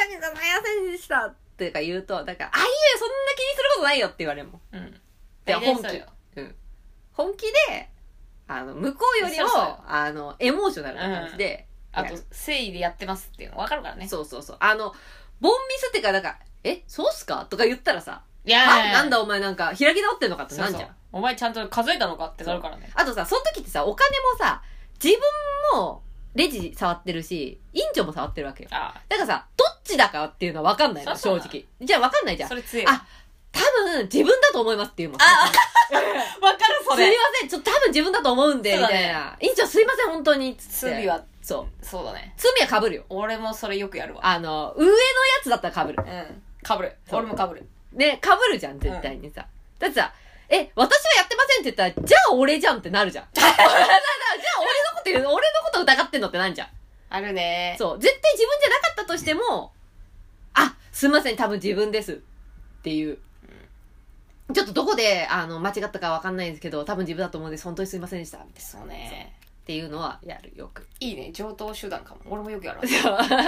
B: 訳ございませんでしたっていうか言うと、だから、あ、いいよ、そんな気にすることないよって言われるもん。
A: うん。
B: で本
A: そう
B: 気
A: よ。
B: うん。本気で、あの、向こうよりも
A: そうそう、
B: あの、エモーショナルな感じで、
A: あと、誠意でやってますっていうの分かるからね。
B: そうそうそう。あの、ボンミスっていうか、なんか、え、そうっすかとか言ったらさ、
A: いや
B: あ、なんだお前なんか、開き直ってんのかって
A: そう
B: なん
A: そ
B: じゃ。。
A: うんお前ちゃんと数えたのかってなるからね。
B: あとさ、その時ってさ、お金もさ、自分も、レジ触ってるし、院長も触ってるわけよ。
A: あ
B: だからさ、どっちだかっていうのは分かんないの、
A: そ
B: 正
A: うそう
B: 直。じゃあ分かんないじ
A: あ。
B: ゃん
A: そ。れ強い。
B: あ多分、自分だと思いますっていうもん。
A: わかるそ
B: すいま
A: れ。
B: せん、ちょっと多分自分だと思うんで、
A: そう
B: み
A: だ
B: た
A: ね
B: いな。院長すいません、本当に。つって
A: 罪。は、
B: そう。
A: そうだね。
B: 罪は被るよ。
A: 俺もそれよくやるわ。
B: あの、上のやつだったら被る
A: う。ん。かぶる。
B: そう
A: 俺もかぶる。
B: ね、被るじゃん、絶対にさ。だってさ、え、私はやってませんって言ったら、じゃあ俺じゃんってなるじゃ ん。じゃあ俺のこと言う、俺のこと疑ってんのってなんじゃん。
A: あるね。
B: そう。絶対自分じゃなかったとしても、あ、すいません、多分自分です。っていう。ちょっとどこで、あの、間違ったかわかんないんですけど、多分自分だと思うんです、本当にすいませんでした。みたいなっ
A: そうね。
B: ていうのはやる、よく。
A: いいね。上等手段かも。俺もよくやるわ。
B: そう。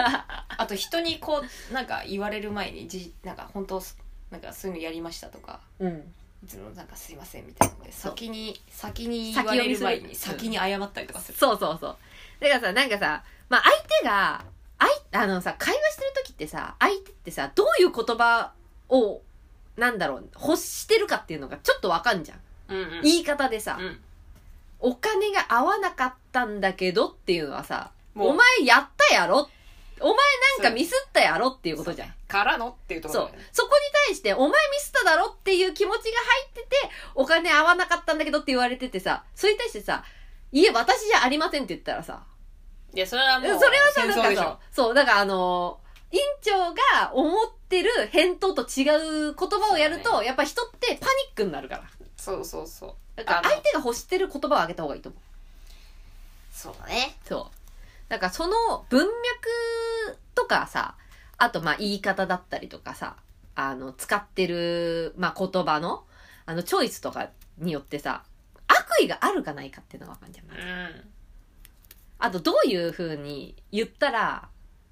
A: あと人にこうなんか言われる前にじなんか本当すなんかそういうのやりましたとか
B: うん。
A: いつもなんかすいませんみたいなので
B: そう
A: 先に先に言われる前
B: 先読
A: に先
B: み
A: に謝ったりとかする
B: そうそうそう。だからさ、なんかさ、まあ、相手が、あい、あのさ、会話してる時ってさ、相手ってさ、どういう言葉を、なんだろう、欲してるかっていうのがちょっとわかんじゃん。
A: うんうん
B: 言い方でさ、
A: うん
B: お金が合わなかったんだけどっていうのはさ、
A: もう
B: お前やったやろお前なん
A: そう
B: かミスったやろっていうことじゃん。
A: からのっていうとこ
B: そ
A: ろ
B: う
A: だよね。
B: そこに対して、お前ミスっただろっていう気持ちが入ってて、お金合わなかったんだけどって言われててさ、それに対してさ、いえ、私じゃありませんって言ったらさ、
A: いやそれはも
B: そうれはさ、
A: 戦
B: な
A: 争
B: ん
A: でし
B: か
A: ょ
B: そう、そう、だからあのー、院長が思ってる返答と違う言葉をやる
A: そ
B: と、やっぱ人ってパニックになるから。
A: そうそうそう
B: だから
A: あの
B: 相手が欲してる言葉をあげた方がいいと思う。
A: そうだね
B: そう。だからその文脈とかさ、あとまあ言い方だったりとかさ、あの、使ってる、まあ言葉の、あの、チョイスとかによってさ、悪意があるかないかっていうのがわかんじゃないあとどういう風に言ったら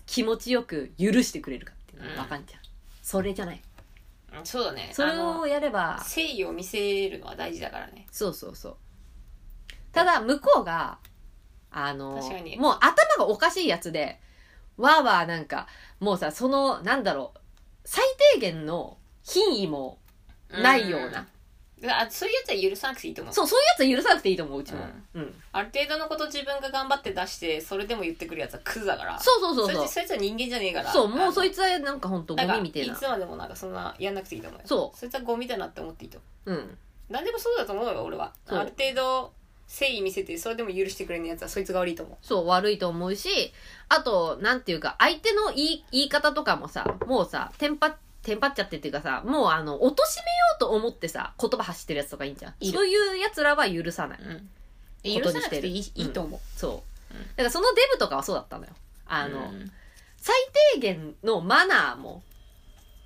B: 気持ちよく許してくれるかっていうのがわかんじゃん。それじゃない。
A: うんそうだね
B: それ
A: あの
B: をやれば、
A: 誠意を見せるのは大事だからね
B: そうそうそう。ただ、向こうが、あの、
A: 確かに
B: もう頭がおかしいやつで、わーわーなんか、もうさ、その、なんだろう、最低限の品位もないような。
A: うんあそういうやつは許さなくていいと思う
B: そう、そういうやつは許さなくていいと思う、うちも。うん。
A: ある程度のこと自分が頑張って出してそれでも言ってくるやつはクズだから
B: そうそうそう
A: そ
B: そう
A: いつ。そいつは人間じゃねえから
B: そう、もうそ
A: いつ
B: いつはなんかほんとゴ
A: なんか
B: ミみたいな。
A: つまでもなんかそんなやんなくていいと思うよ
B: そう
A: そいつはゴミだなって思っていいと思
B: うん。
A: う何でもそうだと思うよ俺は
B: そう
A: ある程度誠意見せてそれでも許してくれるやつはそいつが悪いと思
B: そう、悪いと思うし、あと、なんていうか、相手の言い言い方とかもさ、もうさ、テンパ、テンパっちゃってっていうかさ、もうあの、貶めようと思ってさ、言葉発してるやつとかいいんじゃん。
A: いる、。
B: そういうやつらは許さないう
A: うん、
B: ことにしてる
A: 許さなくていい,、いいと思う
B: そう。
A: うん
B: だからそのデブとかはそうだったのよ。あの、
A: うん
B: 最低限のマナーも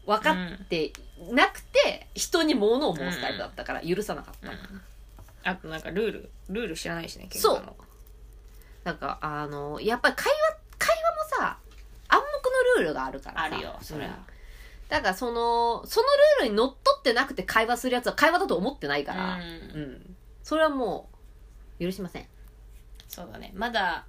B: 分かってなくて、人に物を申すタイプだったから許さなかったの。
A: うんあとなんかルール、ルール知らないしね、喧嘩
B: そう
A: の。
B: なんか、あの、やっぱり会話、会話もさ、暗黙のルールがあるから
A: あ
B: さ
A: るよ、そりゃ。
B: だからその、そのルールにのっとってなくて会話するやつは会話だと思ってないから、
A: うん
B: うん。それはもう、許しません。
A: そうだね。まだ、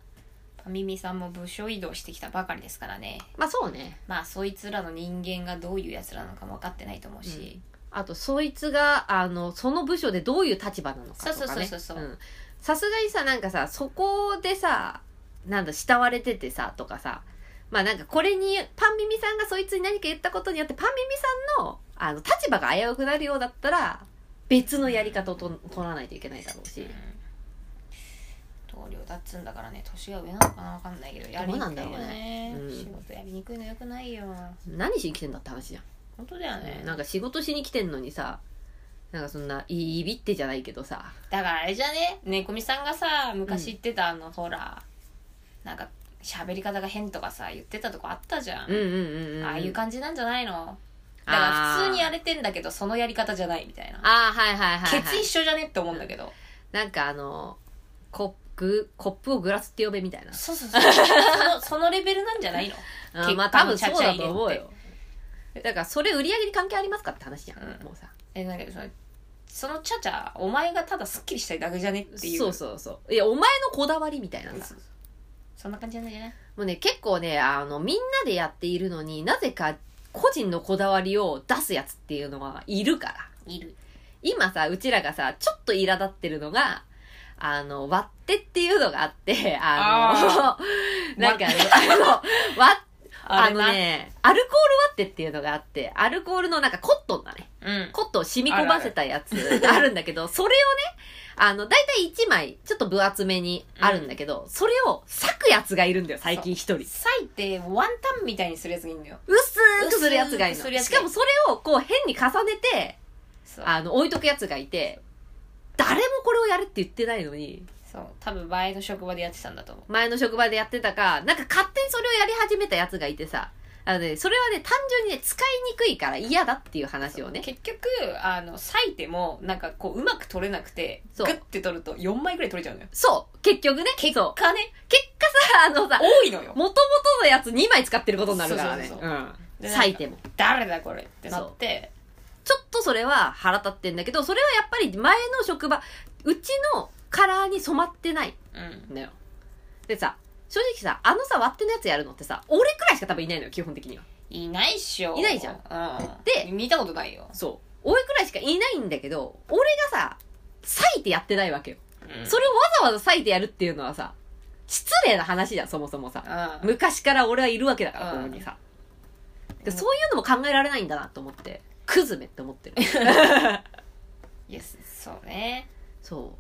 A: パミミさんも部署移動してきたばかりですからね。
B: まあそうね。
A: まあ、そいつらの人間がどういう奴らなのかも分かってないと思うし。
B: あと、そいつが、あの、その部署でどういう立場なのかとか、ね。
A: そうそうそうそうそうん
B: さすがにさ、なんかさ、そこでさ、なんだ、慕われててさ、とかさ、まあなんかこれに、パンミミさんがそいつに何か言ったことによって、パンミミさんの、あの、立場が危うくなるようだったら、別のやり方をと取らないといけないだろうし。
A: 同僚だっつんだからね、年が上なのかな分かんないけど、や
B: ど
A: りにくいよ
B: うなんだろう
A: ね。
B: うん
A: 仕事やりにくいのよくないよ。
B: 何しに来てんだって話じゃん。
A: 本当だよね。
B: なんか仕事しに来てんのにさ、なんかそんな、いいびってじゃないけどさ、
A: だからあれじゃねねこみさんがさ昔言ってたあの、ほらなんか喋り方が変とかさ言ってたとこあったじゃん、
B: うんうんうんうん。
A: ああいう感じなんじゃないのだ
B: あ
A: か
B: ー
A: ら普通にやれてんだけどそのやり方じゃないみたいな
B: ああ、はいはいはい、はい。
A: ケツ一緒じゃねって思うんだけど、
B: なんかあの、コップ、コップをグラスって呼べみたいな。
A: そうそうそうそのそのレベルなんじゃないの
B: あ
A: 結
B: ー
A: 構
B: まあ多分そう
A: ちゃ
B: だ
A: ちゃ入れ
B: と
A: て
B: 思うよ。だからそれ売り上げに関係ありますかって話じゃん。
A: うん
B: もうさ。
A: えなんかそのそのチャチャお前がただすっきりしたいだけじゃねっていう
B: そうそうそう。いや、お前のこだわりみたいなさ。
A: そんな感じなんじゃない
B: もうね、結構ね、あの、みんなでやっているのになぜか個人のこだわりを出すやつっていうのはいるから。
A: いる
B: 今さ、うちらがさ、ちょっと苛立ってるのが、あの、割ってっていうのがあ って、あ の、なんかね、あの、割っあ
A: れ
B: の
A: な
B: ね、アルコール割ってっていうのがあって、アルコールのなんかコットンだね。
A: うん
B: コットンを染み込ませたやつがあるんだけど、 それをね、あの、だいたい1枚、ちょっと分厚めにあるんだけど、それを裂くやつがいるんだよ、最近一人。薄
A: 裂いてワンタンみたいにするやつがいいんだよ
B: ーくするやつがいる
A: 薄くする
B: の。
A: やつ
B: しかもそれをこう変に重ねて、
A: そう
B: あの、置いとくやつがいて、誰もこれをやるって言ってないのに、
A: そう多分前の職場でやってたんだと思う
B: 前の職場でやってたか、なんか勝手にそれをやり始めたやつがいてさ、あのね、それはね、単純にね、使いにくいから嫌だっていう話をね。
A: 結局あの裂いてもなんかこううまく取れなくて
B: そう
A: グッて取ると4枚ぐらい取れちゃうのよ
B: そう結局ね。結果
A: かね
B: 結果さ、あのさ、
A: 多いのよ
B: 元々のやつ2枚使ってることになるからね。
A: そううそうそ
B: ん
A: で
B: 割いても。
A: 誰だこれってなって
B: ちょっとそれは腹立ってんだけど、それはやっぱり前の職場、うちのカラーに染まってない
A: うん
B: んだよ。でさ、正直さ、あのさ、割ってのやつやるのってさ、俺くらいしか多分いないのよ、基本的には。
A: いないっしょ
B: いないじゃん
A: うん、
B: で
A: 見たことないよ、
B: そう。俺くらいしかいないんだけど、俺がさ、割いてやってないわけよ。
A: うん
B: それをわざわざ割いてやるっていうのはさ、失礼な話じゃん、そもそもさ。
A: うん
B: 昔から俺はいるわけだから、
A: う
B: こ
A: ん
B: こにさ。でそういうのも考えられないんだなと思って、クズめって思 ってる。
A: いやそうね
B: そ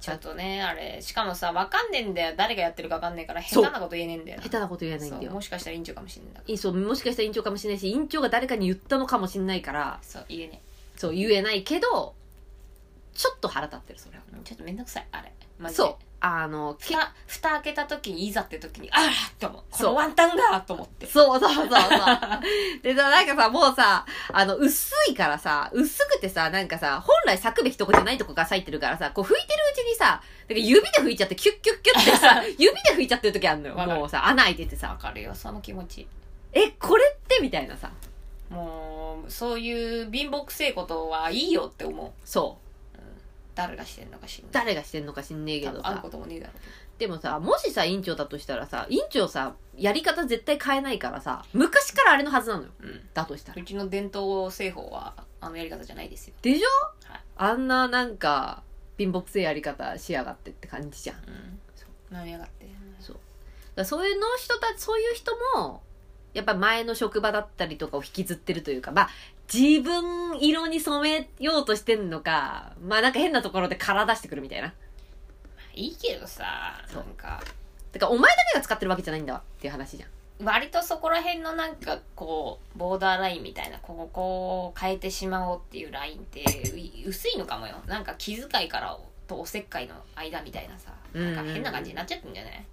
A: ちょっとねあれしかもさわかんねえんだよ誰がやってるかわかんねえから下手なこと言えねえんだよ
B: う。
A: な
B: 下手なこと言えないんだ
A: そう
B: よ
A: も。しかしたら院長かもしれないんだから
B: いそう、もしかしたら院長かもしれないし、院長が誰かに言ったのかもしれないから、
A: そう言えね
B: そう、言えないけど、ちょっと腹立ってる、それは。
A: えちょっとめんどくさいあれマジで
B: そう。あの、け
A: 蓋蓋開けた時にいざって時にあらって思うこ
B: そう
A: のワンタンがと思って
B: そうそうそうそう。でさ、なんかさ、もうさ、あの、薄いからさ、薄くてさ、なんかさ、本来咲くべきとこじゃないとこが咲いてるからさ、こう拭いてるうちにさ、なんか指で拭いちゃって、キュッキュッキュッって さ、指で拭いちゃってる時あるのよ。
A: わかる
B: もうさ、穴開いててさ
A: わ、かるよその気持ち
B: え、これってみたいなさ、
A: もうそういう貧乏くせえことはいいよって思う
B: そう。
A: 誰がしてんのか知んない
B: 誰がしてんのか知んねえけ
A: 多
B: ど
A: 分会う
B: さ
A: こ。ともねえだろう
B: でもさ、もしさ、院長だとしたらさ、院長さ、やり方絶対変えないからさ、昔からあれのはずなのよ。
A: けど、うん
B: だとしたら。
A: うちの伝統製法はあのやり方じゃないですよ、
B: でしょ
A: はい
B: あんななんか、貧乏くせえやり方しやがってって感じじゃん。
A: うん、そう飲みやがって
B: だからそういうの人たちそういう人もやっぱ前の職場だったりとかを引きずってるというかまあ自分色に染めようとしてんのかまあなんか変なところで殻出してくるみたいな
A: まあいいけどさ
B: そ
A: な
B: うん
A: か
B: だからお前だけが使ってるわけじゃないんだわっていう話じゃん
A: 割とそこら辺のなんかこうボーダーラインみたいなここを変えてしまおうっていうラインってう薄いのかもよなんか気遣いからとおせっかいの間みたいなさなんか変な感じになっちゃってんじゃない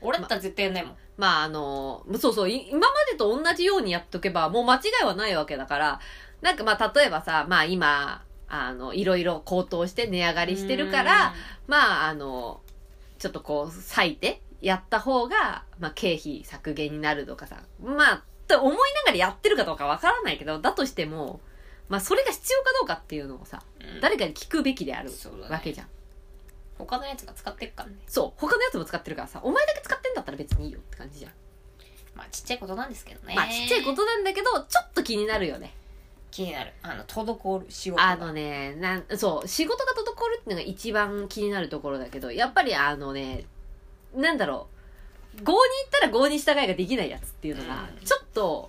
A: 俺だったら絶対やんないもん、
B: まああのそうそうい今までと同じようにやっとけばもう間違いはないわけだからなんかまあ例えばさまあ今あの、いろいろ高騰して値上がりしてるから、まあ、あの、ちょっとこう、割いてやった方が、まあ、経費削減になるとかさ、まあ、と思いながらやってるかどうかわからないけど、だとしても、まあ、それが必要かどうかっていうのをさ、
A: うん、
B: 誰かに聞くべきである
A: そうだね
B: わけじゃん。
A: 他のやつが使ってっからね
B: そう、他のやつも使ってるからさ、お前だけ使ってんだったら別にいいよって感じじゃん。
A: まあちっちゃいことなんですけどね
B: まあ、ちっちゃいことなんだけど、ちょっと気になるよね。
A: 気になるあの滞る仕事が
B: あのね、なん、そう、仕事が滞るっていうのが一番気になるところだけど、やっぱりあのね、なんだろう、合に行ったら合に従いができないやつっていうのが、
A: うん
B: ちょっと、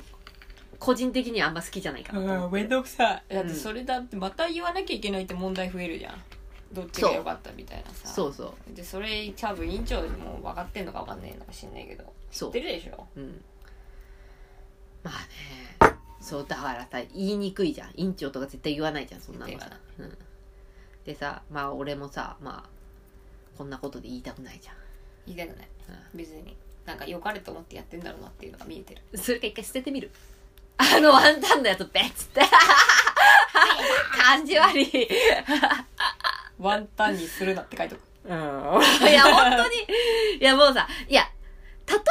B: 個人的にはあんま好きじゃないかなと思って。
C: めんどくさいだっ
B: う
C: て
B: ん
C: それだってまた言わなきゃいけないって問題増えるじゃんどっちが良かったみたいなさ
B: そうそう、
C: でそれ多分委員長も分かってんのか分かんねえのかしんないけど
B: そう
C: 出。るでしょ
B: うん。まあね、そう、だからさ、言いにくいじゃん。院長とか絶対言わないじゃん、そんなの
C: 絶
B: さ
C: 対。
B: うん。でさ、まあ俺もさ、まあ、こんなことで言いたくないじゃん。
A: 言いたくない別になんか良かれと思ってやってんだろうなっていうのが見えてる
B: それか一回捨ててみる。あのワンタンのやつ、べっつって。感じ悪い。
C: ワンタンにするなって書いとく
B: うん。いや、本当に。いや、もうさ、いや、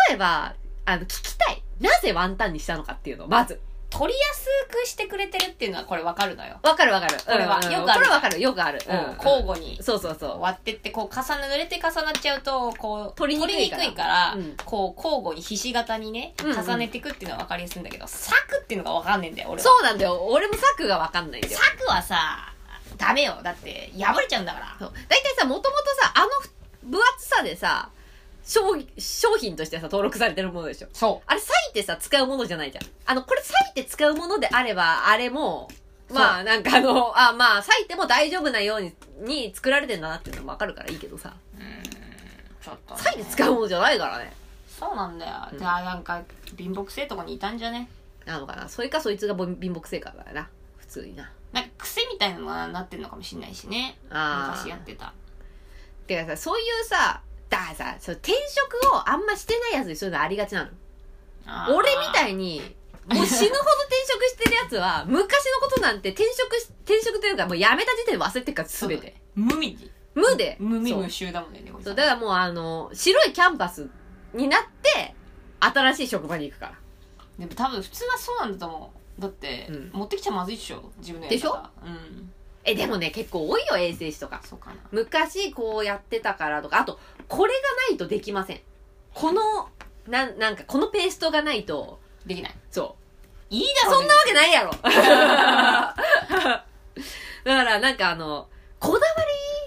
B: 例えば、あの、聞きたい。なぜワンタンにしたのかっていうの、まず。
A: 取りやすくしてくれてるっていうのはこれわかるのよ、
B: わかるわかる。
A: これは
B: うんうん
A: よくある
B: これわかる。よくある。
A: うん交互に
B: そうそうそう。
A: 割ってってこう重な濡れて重なっちゃうとこう
B: 取りにくいから
A: 取りから
B: うん
A: こう交互にひし形にね
B: うんうん
A: 重ねていくっていうのは分かりやすいんだけどサクっていうのが分かんねえんだよ俺は
B: そうなんだよ。俺も策がわかんないんだよ
A: サ。クはさダメよだって破れちゃうんだから
B: そう。大体さ、もともとさ、あの分厚さでさ、商商品としてさ、登録されてるものでしょ。
A: そ
B: あれ、裂いてさ、使うものじゃないじゃん。あの、これ裂いて使うものであれば、あれも、まあ、なんかあの、あ、まあ、裂いても大丈夫なように、に作られてんだなっていうのもわかるからいいけどさ、
A: ううーんちょっとね
B: 裂いて使うものじゃないからね。
A: そうなんだよ、
B: うん
A: じゃあなんか貧乏くせえとこにいたんじゃね
B: なのかな。それかそいつがぼん貧乏くせえからだよな。普通にな。
A: なんか癖みたいなのがなってんのかもしんないしね
B: あ
A: 昔やっ
B: あ。
A: てた
B: てかさ、そういうさ、だからさ、そう転職をあんましてないやつにそういうのありがちなの。俺み
A: い
B: たいに、もう死ぬほど転職してるや つは、昔のことなんて転職し、転職というかもう辞めた時点で忘れてるから全て。
C: 無味に
B: 無で。
C: 無味
B: そう
C: 無臭だもんね猫ちゃ
B: そうんだからもうあの白いキャンパスになって新しい職場に行くから
A: でも多分普通はそうなんだと思うだって、
B: うん
A: 持ってきちゃまずいっしょ自分のや
B: でしょ
A: うん
B: えでもね結構多いよ衛生士とか
A: そうかな
B: 昔こうやってたからとかあとこれがないとできませんこのなんなんかこのペーストがないと
A: できない
B: そう
A: いいだ
B: そん
A: ろ
B: なわけないやろ だからなんかあのこだわ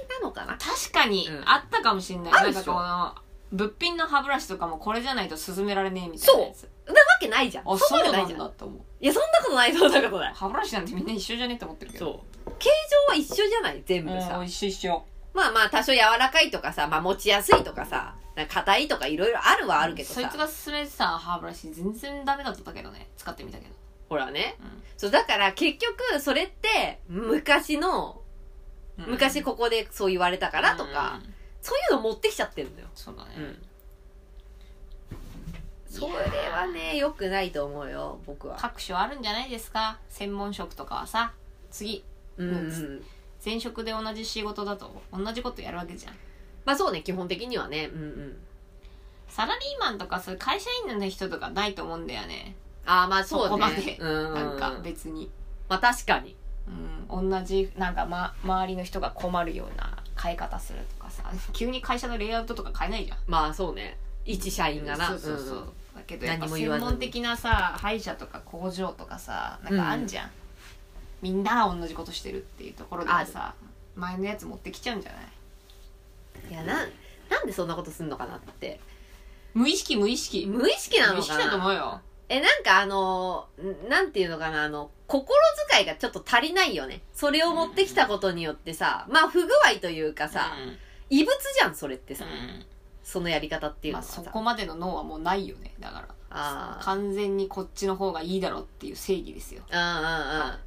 B: りなのかな
A: 確かに
B: うん
A: あったかもしんない、
B: あ
A: な
B: る
A: ん
B: で
A: か
B: しょ
A: この物品の歯ブラシとかもこれじゃないと進められねえみたいなやつ
B: なわけないじゃん
A: あ
B: そ
A: そ
B: んなわ
A: う
B: けな
A: ない
B: じ
A: ん
B: ゃん
A: だと思う
B: いやそんなことないそんなことない
A: 歯ブラシなんてみんな一緒じゃねえと思ってるけど
B: そう形状は一緒じゃない全部さ
C: うん一緒一緒
B: まあまあ多少柔らかいとかさ、まあ持ちやすいとかさ、なんか硬いとかいろいろあるはあるけどさ。
A: そいつが勧めてた歯ブラシ全然ダメだったけどね使ってみたけど
B: ほらね。
A: うん
B: そう、だから結局それって昔の、
A: うん
B: 昔ここでそう言われたからとか、
A: うん
B: そういうの持ってきちゃってるんだよ。
A: そうだね、
B: ん。それはね、良くないと思うよ、僕は。
A: 各種あるんじゃないですか専門職とかはさ次
B: うん、う。
A: うん前職で同じ仕事だと同じことやるわけじゃん
B: まあそうね、基本的にはね。うんうん。
A: サラリーマンとかそういう会社員の人とかないと思うんだよね
B: ああ、まあそうね。
A: そこまで
B: うん。
A: なんか別に、
B: まあ確かに。
A: うん、同じなんか、ま、周りの人が困るような変え方するとかさ 急に会社のレイアウトとか変えないじゃん
B: まあそうね。一社員がな。
A: そうそうそう、
B: んん
A: だけどやっぱ
B: 何も言わず
A: 専
B: に
A: 門的なさ歯医者とか工場とかさなんかあんじゃん、みんな同じことしてるっていうところではさ前のやつ持ってきちゃうんじゃない
B: いやなんなんでそんなことすんのかなって
A: 無意識無意識
B: 無意識な
A: 無
B: の
A: 意
B: か
A: 識
B: な
A: だと思うよ
B: えなんかあのんなんていうのかなあの心遣いがちょっと足りないよねそれを持ってきたことによってさまあ不具合というかさ、
A: うん
B: 異物じゃんそれってさ、
A: う
B: そのやり方ってい
A: ん
B: うの
A: まあ、
B: はさ、
A: そこまでの脳はもうないよねだから
B: あ
A: 完全にこっちの方がいいだろうっていう正義ですよ
B: あ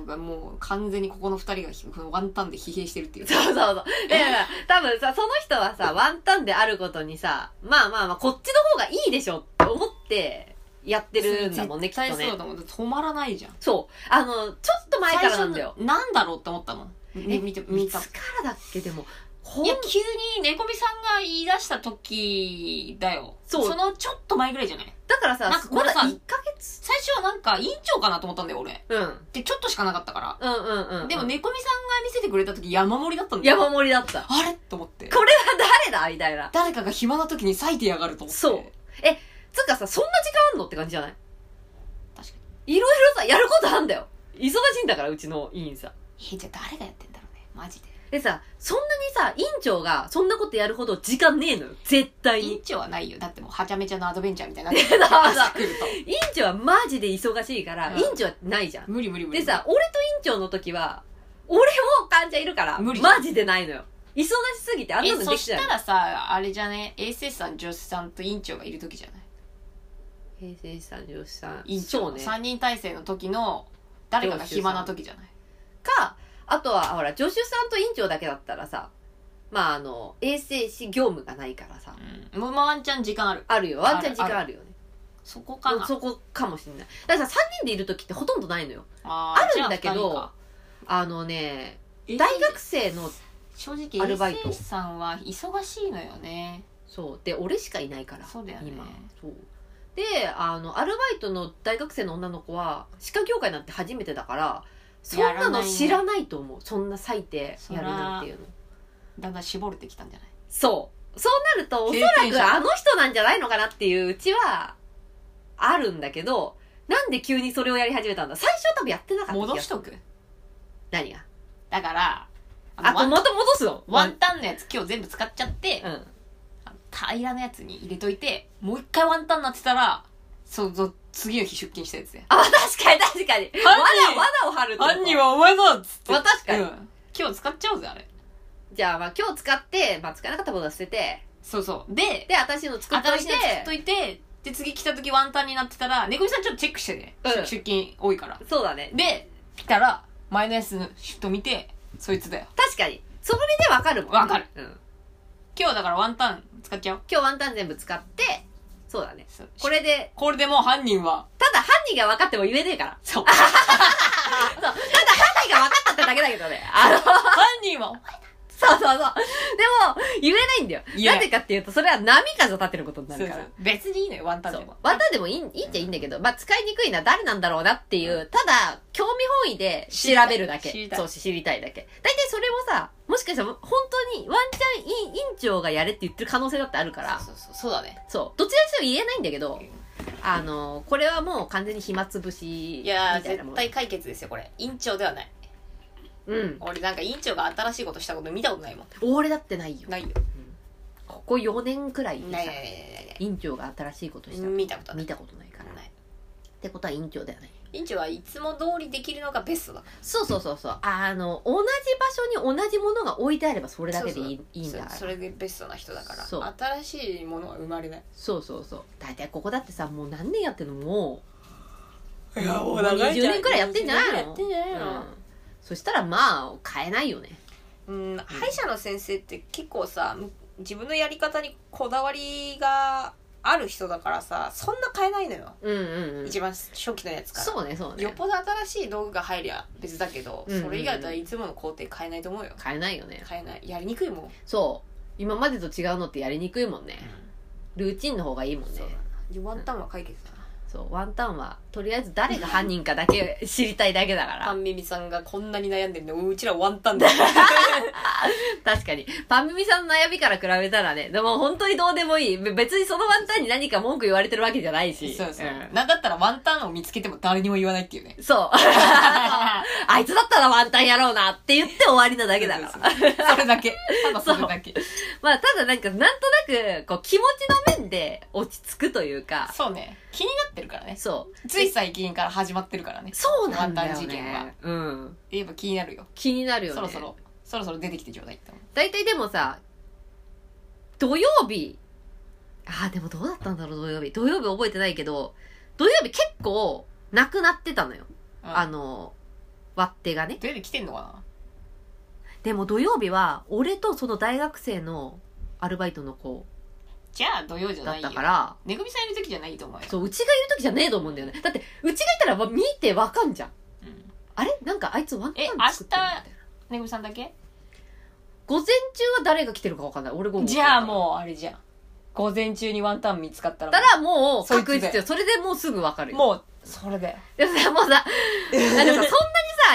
A: 僕はもう完全にここの二人がひワンタンで疲弊してるっていう
B: うんうんうんそうそうそう。だ から、多分さ、その人はさ、ワンタンであることにさ、まあまあまあ、こっちの方がいいでしょって思って、やってるんだもんね、きっ
A: 絶対
B: とね
A: そう。だもん。止まらないじゃん。
B: そう。あの、ちょっと前からなんだよ。
A: 最初なんだろうって思ったもん。ね、見て、見
B: いつ
A: た。い
B: からだっけ、でも。ほん
A: や、急に猫みさんが言い出した時だよ。
B: そう
A: そのちょっと前ぐらいじゃない
B: だからさ
A: なんか、こ
B: ま
A: れ
B: だ
A: さ
B: 1ヶ月
A: 最初はなんか委員長かなと思ったんだよ、俺。
B: うん。
A: で、ちょっとしかなかったから。
B: うんうんうんうん。
A: でも、猫みさんが見せてくれた時山盛りだったんだよ。
B: 山盛りだった。
A: あれと思って。
B: これは誰だみたいな。
A: 誰かが暇な時に割いてやがると思って。
B: そう。え、つうかさ、そんな時間あんのって感じじゃない
A: 確か
B: いろいろさ、やることあんだよ。忙しいんだから、うちの委員さ。
A: に。え、じゃあ誰がやってんだろうね。マジで。
B: でさ、そんなにさ、委員長がそんなことやるほど時間ねえのよ。絶対
A: 委員
B: に。
A: 長はないよ。だってもうはちゃめちゃのアドベンチャーみたいになっ て
B: だからさ
A: 朝来ると。
B: 委員長はマジで忙しいから、
A: うん
B: 委員長はないじゃん。
A: 無理無理無理。
B: でさ、俺と委員長の時は、俺も患者いるから、
A: 無理
B: マジでないのよ。忙しすぎてあんな
A: え、
B: の
A: そ
B: でき
A: して
B: ない
A: た。らさ、あれじゃね、衛生士さん、助手さんと院長がいる時じゃない
B: 平成士さん、上司さん。
A: 院
B: そ
A: 長
B: う
A: の、
B: ね。
A: 三人体制の時の、誰かが暇な時じゃない
B: か、あとは、ほら、助手さんと委員長だけだったらさ、まあ、あの、衛生士業務がないからさ、
A: うん。もうまあワンチャン時間ある。
B: あるよ。ワンチャン時
A: ある
B: 間あるよね。
A: そこかな。
B: そこかもしれない。だからさ、3人でいる時ってほとんどないのよ。
A: あ
B: あ
A: ー
B: るんだけど、、あのね、大学生の、
A: 正直
B: ア
A: ア
B: ル
A: ル
B: バ
A: バ
B: イ
A: イ
B: ト
A: トさんは忙しいのよね
B: そう、で、俺しかいないから、
A: そうだよね
B: 今。そう。で、あの、アルバイトの大学生の女の子は、歯科業界なんて初めてだから、そんな
A: やらな
B: の
A: いね
B: 知らないと思う。そんな割いてやるなんていうの。
A: だんだん絞れてきたんじゃない
B: そう。そうなると、おそ
A: 経
B: ら
A: 験者
B: くあの人なんじゃないのかなっていううちは、あるんだけど、なんで急にそれをやり始めたんだ最初は多分やってなかった気が
A: 戻しとく
B: 何が
A: だから
B: あ、
A: あのワン
B: また戻すの
A: ワンタンのやつ今日全部使っちゃって、
B: うん。
A: あの平らなやつに入れといてもう一回ワンタンになってたらそうそう次の日出勤したやつや
B: あ、確かに確かに。わ
A: 犯人
B: だを張るってこと
A: 犯人はお前だっつって、
B: まあ確かに
A: うん今日使っちゃおうぜあれ
B: じゃあ、まあ今日使って、まあ使わなかったことは捨てて、
A: そうそうで
B: で、私の作っと
A: 新
B: い
A: していの、作っといてで次来た時ワンタンになってたら猫みさんちょっとチェックしてね、
B: うん
A: 出勤多いから
B: そうだね。
A: で来たら前のやつのシフト見てそいつだよ
B: 確かに。それでわかるもんね。
A: わかる
B: うん。
A: 今日だからワンタン使っちゃおう
B: 今日ワンタン全部使って、そうだね。こ
A: これ
B: れで、
A: これでもう犯人は
B: ただ犯人が分かっても言えねえから。
A: そう
B: そう。ただ犯人が分かったってだけだけどね。あの、
A: 犯人は
B: そうそうそう。でも、言えないんだよ。
A: 言えな
B: ないぜかっていうと、それは波風を立てることにな
A: そ
B: る
A: う
B: か
A: そう
B: ら。
A: 別にいいのよワンタン
B: そ
A: で
B: う
A: も。
B: ワンタンでもいい、いいっちゃいいんだけど、まあ、使いにくいな、誰なんだろうなっていう、ただ、興味本位で調べるだけ。
A: 知りたい
B: そう、知りたいだけ。大体それもさ、もしかしたら、本当に、ワンチャン委員委員長がやれって言ってる可能性だってあるから、
A: そうそうそうだね
B: そう、どちらにしても言えないんだけど、あの、これはもう完全に暇つぶし、
A: いやー
B: みたいなも
A: 絶
B: ん
A: 対解決ですよこれ院長ではない
B: うん。
A: 俺なんか院長が新しいことしたこと見たことないもん
B: 俺だってないよ。
A: ないよ
B: ここ4年くらいで
A: ない
B: さ
A: ないないないない
B: 院長が新しいことした
A: 見たことない
B: 見たことないから。
A: ない
B: ってことは院長だよね。
A: 院長はいつも通りできるのがベストだ
B: そうそうそうそう。あの、同じ場所に同じものが置いてあればそれだけでいいいいんだから。
A: そそれでベストな人だから
B: そう
A: 新しいものは生まれない
B: そうそうそう。大体ここだってさ、もう何年やってんのも
A: いやも
B: う20年くらいやってんじゃないの
A: やってんじゃないの、
B: うんそしたらまあ、変えないよね。
A: うん、歯医者の先生って結構さむ自分のやり方にこだわりがある人だからさそんな変えないのよ、
B: うんうんうん。
A: 一番初期のやつから
B: そうね、そう
A: よっ
B: ね。
A: ぽど新しい道具が入りゃ別だけど、
B: うんうん
A: それ以外だといつもの工程変えないと思うよ
B: 変えないよね。
A: 変えないやりにくいもん、
B: そう。今までと違うのってやりにくいもんね。ルーチンの方がいいもんね
A: そう。だなワンタンは解決だな
B: そう、ワンタンは、とりあえず誰が犯人かだけ知りたいだけだ から。
A: パンミミさんがこんなに悩んでるのうちらワン タンだ
B: 確かに。パンミミさんの悩みから比べたらね、でも本当にどうでもいい。べ別にそのワンタンに何か文句言われてるわけじゃないし。
A: そうそう、
B: ん
A: なんだったらワンタンを見つけても誰にも言わないっていう ね
B: そう。 あいつだったらワンタンやろうなって言って終わりなだけだから。
A: そうそうそうそれだけただそれだけ
B: まあ、ただなんか、なんとなく、こう、気持ちの面で落ち着くというか、
A: そうね気になってるからね
B: そう。
A: つい最近から始まってるからね
B: そうなんだよ、ね。
A: ワンタン事件は。
B: うん。
A: 言えば気になるよ
B: 気になるよね。
A: そろそろそろそろ出てきてちょうだいって思う
B: 大体でもさ、土曜日、ああ、でもどうだったんだろう、土曜日。土曜日覚えてないけど、土曜日結構、なくなってたのよ。
A: うん
B: あの、割っ手がね。
A: 土曜日来てんのか
B: でも土曜日は、俺とその大学生のアルバイトの子
A: じゃあ土曜じゃ
B: だ
A: な
B: っ
A: いよ
B: たから、
A: めぐみさんいる時じゃないと思うよ
B: そう、うちがいる時じゃねえと思うんだよね。だって、うちがいたらわ見てわかんじゃん。
A: うん
B: あれなんかあいつワンタン
A: え
B: 作ってる
A: 明
B: み
A: 日
B: たいな
A: めぐみさんだけ
B: 午前中は誰が来てるかわかんない。俺午後
A: じゃあもうあれじゃん午前中にワンタン見つかった
B: う
A: ら
B: た
A: も
B: らもう
A: そいつで
B: 確実よ。それでもうすぐわかる
A: う
B: よ。
A: もうそれ で
B: でもさ、もうさ、あでもさ、そんなにさ、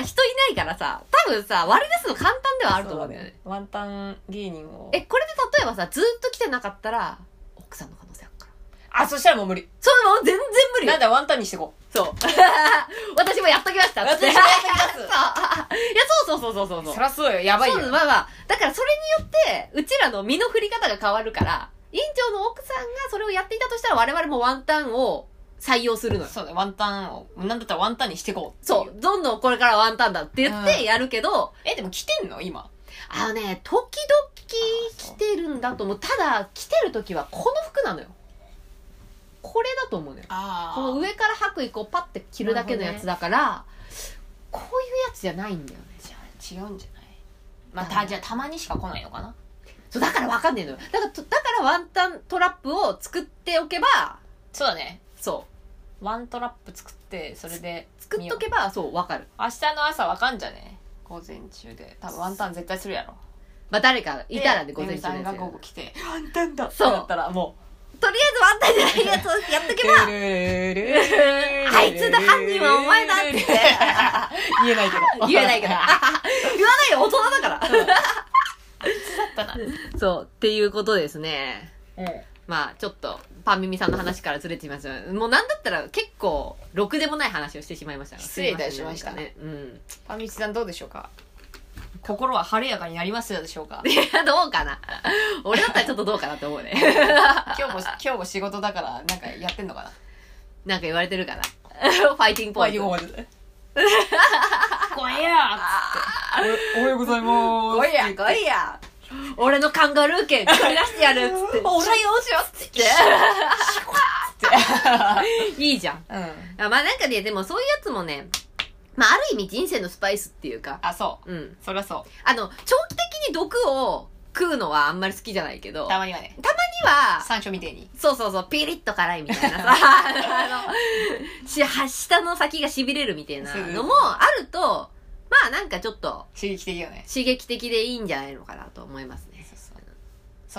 B: 人いないからさ、多分さ、割り出すの簡単ではあると思うんだよね。
A: ワンタン芸人を
B: え、これで例えばさ、ずーっと来てなかったら、奥さんの可能性あるから。
A: あそしたらもう無理
B: それもう全然無理よ
A: なんだワンタンにしてこう
B: そう 私もやっときましたっつって
A: 私もやっときます
B: そういや、そうそうそうそうそう。
A: そらそうよやばいよ
B: そうまあまあ。だからそれによって、うちらの身の振り方が変わるから、院長の奥さんがそれをやっていたとしたら我々もワンタンを採用するのよ。
A: そうだよワンタンをなんだったらワンタンにしてこうってい
B: そう。どんどんこれからワンタンだって言っ
A: うん
B: てやるけど、
A: えでも来てんの今
B: あのね、時々来てるんだと思う。ただ、来てる時はこの服なのよ。これだと思うのよ。
A: あ
B: この上から白衣こうパッて着るだけのやつだから、こういうやつじゃないんだよね。
A: 違うんじゃないまあたじゃあたまにしか来ないのかな
B: そう、だからわかんねえのよ。だからと、だからワンタントラップを作っておけば、
A: そうだね
B: そ
A: ワントラップ作ってそれで
B: う。作っとけば、そう、わかる。
A: 明日の朝わかんじゃね午前中で多分ワンタン絶対するやろ
B: まあ、誰かいたらね、
A: で
B: 午前中
A: さ
B: の
A: ん
B: や
A: が
B: つよ
A: 午後来て「ワンタンだ!」
B: そう
A: だったらも
B: とりあえずワンタンじゃないやつをやっと
A: う
B: け
A: 「
B: ば、
A: あ
B: あいつだ犯人はお前だっつって
A: 言えないけど
B: 言え ないけど。言わないよ、大人だから。
A: だったな
B: そう、っていうことですね。
A: う
B: まあ、ちょっと、パンミミさんの話からずれていますがもうなんだったら結構、ろくでもない話をしてしまいましたが
A: 失礼いたしました
B: すいせんなんかね。
A: んみちさんどうでしょうか心は晴れやかになりますでしょうか
B: うん。いや、どうかな。俺だったらちょっとどうかなって思うね。
A: 今日も今日も仕事だからなんかやってんのかな
B: なんか言われてるかな。ファイティングポイント。
A: で怖えや
C: おはようございます
B: 来いや、来いや。俺のカンガルー券取り出してやるっつって。 おしようしようっつ って。 いいじゃん。
A: うん
B: あまあなんかね、でもそういうやつもね、まあある意味人生のスパイスっていうか、
A: あそう
B: うん。
A: そりゃそ
B: あの、長期的に毒を食うのはあんまり好きじゃないけど、
A: う
B: た
A: た
B: ま
A: まにはね
B: には、
A: 山椒みてえに
B: そうそうそう、ピリッと辛いみたいな さ、あの、し、は、下の先が痺れるみたいなのもあると、まあなんかちょっと
A: 刺激的よね
B: 刺激的でいいんじゃないのかなと思いますね。
A: そうそう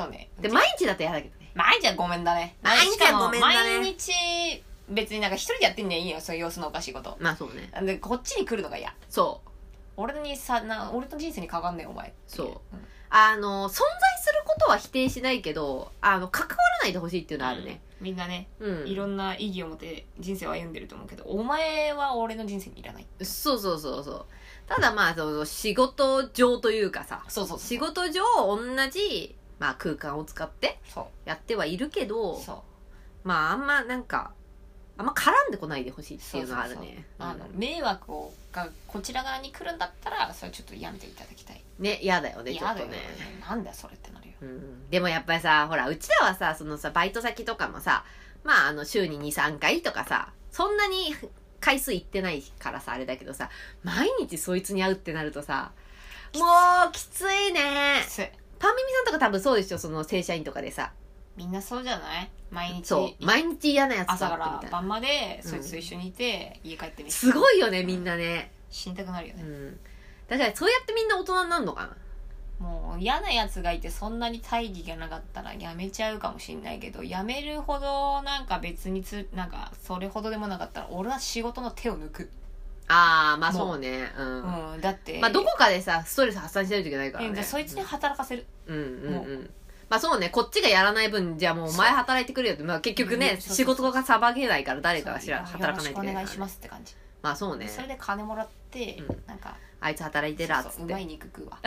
A: そうね
B: で、毎日だと嫌だけどね。
A: 毎日はごめんだね
B: 毎日はごめんだね
A: 毎日別になんか一人でやってんねいいよそういう様子のおかしいこと
B: まあそうね。
A: でこっちに来るのが嫌
B: そう。
A: 俺にさな俺の人生にかかんねえお前ってい
B: そうあの、存在することは否定しないけど、あの、関わらないでほしいっていうのはあるね。
A: うんみんなね
B: うん。
A: いろんな意義を持って人生を歩んでると思うけどお前は俺の人生にいらない
B: そうそうそうそう。ただまあ、その、仕事上というかさ、
A: そうそうそう
B: 仕事上同じ、まあ空間を使って
A: そ
B: やってはいるけ
A: う
B: ど、
A: そう
B: まああんまなんか、あんま絡んでこないでほしいっていうのはある
A: そうそう
B: ね。
A: あの
B: うん
A: 迷惑をがこちら側に来るんだったらそれはちょっとやめていただきたい
B: ね、嫌だよね、ちょ
A: 嫌
B: っ
A: だ
B: と
A: よね
B: ね。
A: なんだよそれってなるよ
B: うんでもやっぱりさ、ほら、うちらはさ、そのさ、バイト先とかもさ、まあ、あの、週に2、3回とかさ、そんなに回数行ってないからさ、あれだけどさ、毎日そいつに会うってなるとさ、もう、きついね。
A: きつい
B: パンミミさんとか多分そうでしょ、その正社員とかでさ。
A: みんなそうじゃない毎日
B: そう。毎日嫌なやつと
A: 朝か
B: 会って
A: ら
B: みたいな。
A: 晩まで
B: うん
A: そいつと一緒にいて、家帰ってみて
B: すごいよね、みんなね。
A: 死にたくなるよ
B: う
A: ね、
B: ん。だから、そうやってみんな大人になるのかな。
A: もう嫌なやつがいてそんなに大義がなかったらやめちゃうかもしんないけどやめるほどなんか別につなんかそれほどでもなかったら俺は仕事の手を抜く、
B: あー、まあ
A: もう
B: そうね。うん。
A: うん、だって
B: まあ、どこかでさ、ストレス発散しないといけないから
A: え
B: ね。
A: じゃあそいつに働かせる、
B: うんうん
A: も
B: うん。まあそうね、こっちがやらない分、じゃあもうお前働いてくれよって、まあ結局
A: うん
B: ね
A: そ、うそうそう
B: 仕事がさばけないから誰かがしら
A: そう
B: 働かないといけ
A: よろしくお
B: な
A: 願
B: い
A: い
B: か
A: し
B: ら
A: ま
B: ね。
A: すって感じ、
B: まあそうね
A: そ、れで金もらって、
B: うん
A: なんか
B: あいつ働いてらっ
A: そう
B: つ
A: そう
B: っ
A: うまい
B: て。
A: 肉食うわ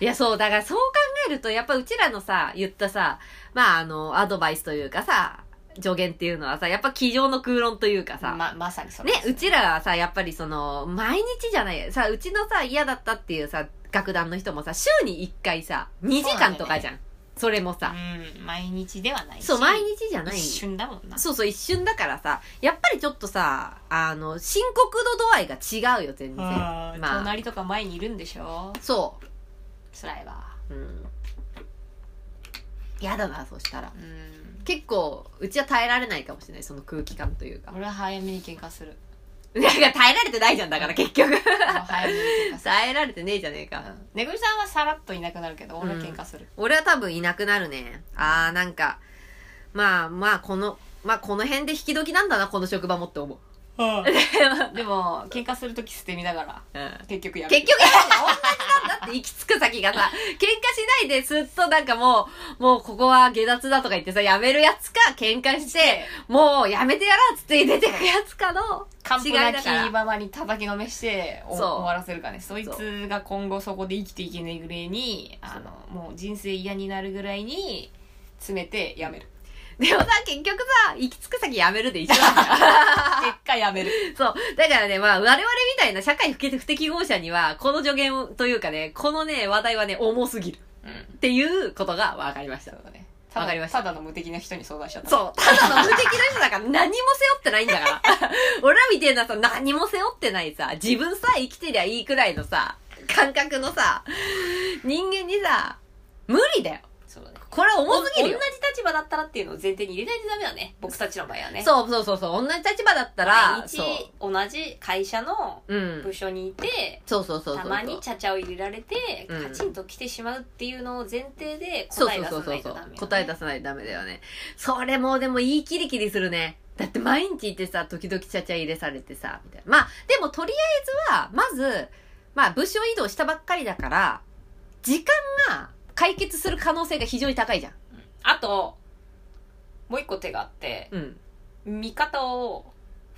B: いやそう、だからそう考えると、やっぱうちらのさ、言ったさ、まああの、アドバイスというかさ、助言っていうのはさ、やっぱ机上の空論という かさ、
A: ままさにそれ
B: ね
A: です、
B: うちらはさ、やっぱりその、毎日じゃない、さ、うちのさ、嫌だったっていうさ、楽団の人もさ、週に1回さ、2時間とかじゃん。それもさ、
A: うん毎日ではないし
B: そう、毎日じゃない
A: 一瞬だもんな
B: そうそう、一瞬だからさ、やっぱりちょっとさ、あの、深刻度度合いが違うよ、全然。
A: あー
B: まあ、
A: 隣とか前にいるんでしょ
B: そ
A: 辛いわ
B: う。うん。嫌だなそうしたら
A: うん
B: 結構うちは耐えられないかもしれないその空気感というか
A: 俺は早めに喧嘩する
B: なんか耐えられてないじゃんだから結局
A: 俺は早めに喧 嘩する
B: 耐えられてねえじゃねえか、
A: ねぐりさんはさらっといなくなるけど俺は喧嘩する、
B: 俺は多分いなくなるねあーなんかまあまあこのまあこの辺で引き時なんだなこの職場もって思う、
A: でも喧嘩する時捨て身だから
B: うん、
A: 結局やる
B: 結局やるの同じなんだって行き着く先がさ喧嘩しないですっとなんかもうもうここは下脱だとか言ってさやめるやつか喧嘩してもうやめてやろうっつって出てくやつかの
A: 完璧
B: 違い
A: な
B: だ
A: き
B: から
A: ばばに叩きのめしてお
B: そう
A: 終わらせるかねそい
B: そう
A: つが今後そこで生きていけないぐらいにあのもう人生嫌になるぐらいに詰めてやめる
B: でもさ結局さ行き着く先やめるで一緒なんだよ
A: 結果やめる
B: そう。だからね、まあ、我々みたいな社会不適合者には、この助言をというかね、このね、話題はね、重すぎる。
A: うん
B: っていうことが分かりました
A: そう。だね
B: わかりました
A: ただの無敵な人に相談しちゃった
B: そう。ただの無敵な人だから何も背負ってないんだ から。俺らみてえなさ、何も背負ってないさ、自分さ、生きてりゃいいくらいのさ、感覚のさ、人間にさ、無理だよ。
A: そうだね
B: これは重
A: 同
B: す
A: じ
B: ぎるよ。
A: 立場だったらっていうのを前提に入れないとダメだね僕たちの場合はね
B: そうそうそうそう。同じ立場だったら、
A: 毎
B: そう。
A: 日同じ会社の
B: うん。
A: 部署にいて、
B: そうそうそうそうそう。
A: たまにちゃちゃを入れられて、
B: うん
A: カチンと来てしまうっていうのを前提で
B: そう
A: 答え
B: そう
A: 出
B: そう
A: さ
B: そう
A: ない
B: そ
A: と
B: う
A: ダメ、ね、
B: 答え出さないとダメだよねそれもうでも言いキリキリするねだって毎日言ってさ時々ちゃちゃ入れされてさみたいなまあでもとりあえずはまずまあ部署移動したばっかりだから時間が解決する可能性が非常に高いじゃん
A: あともう一個手があって
B: うん
A: 味方を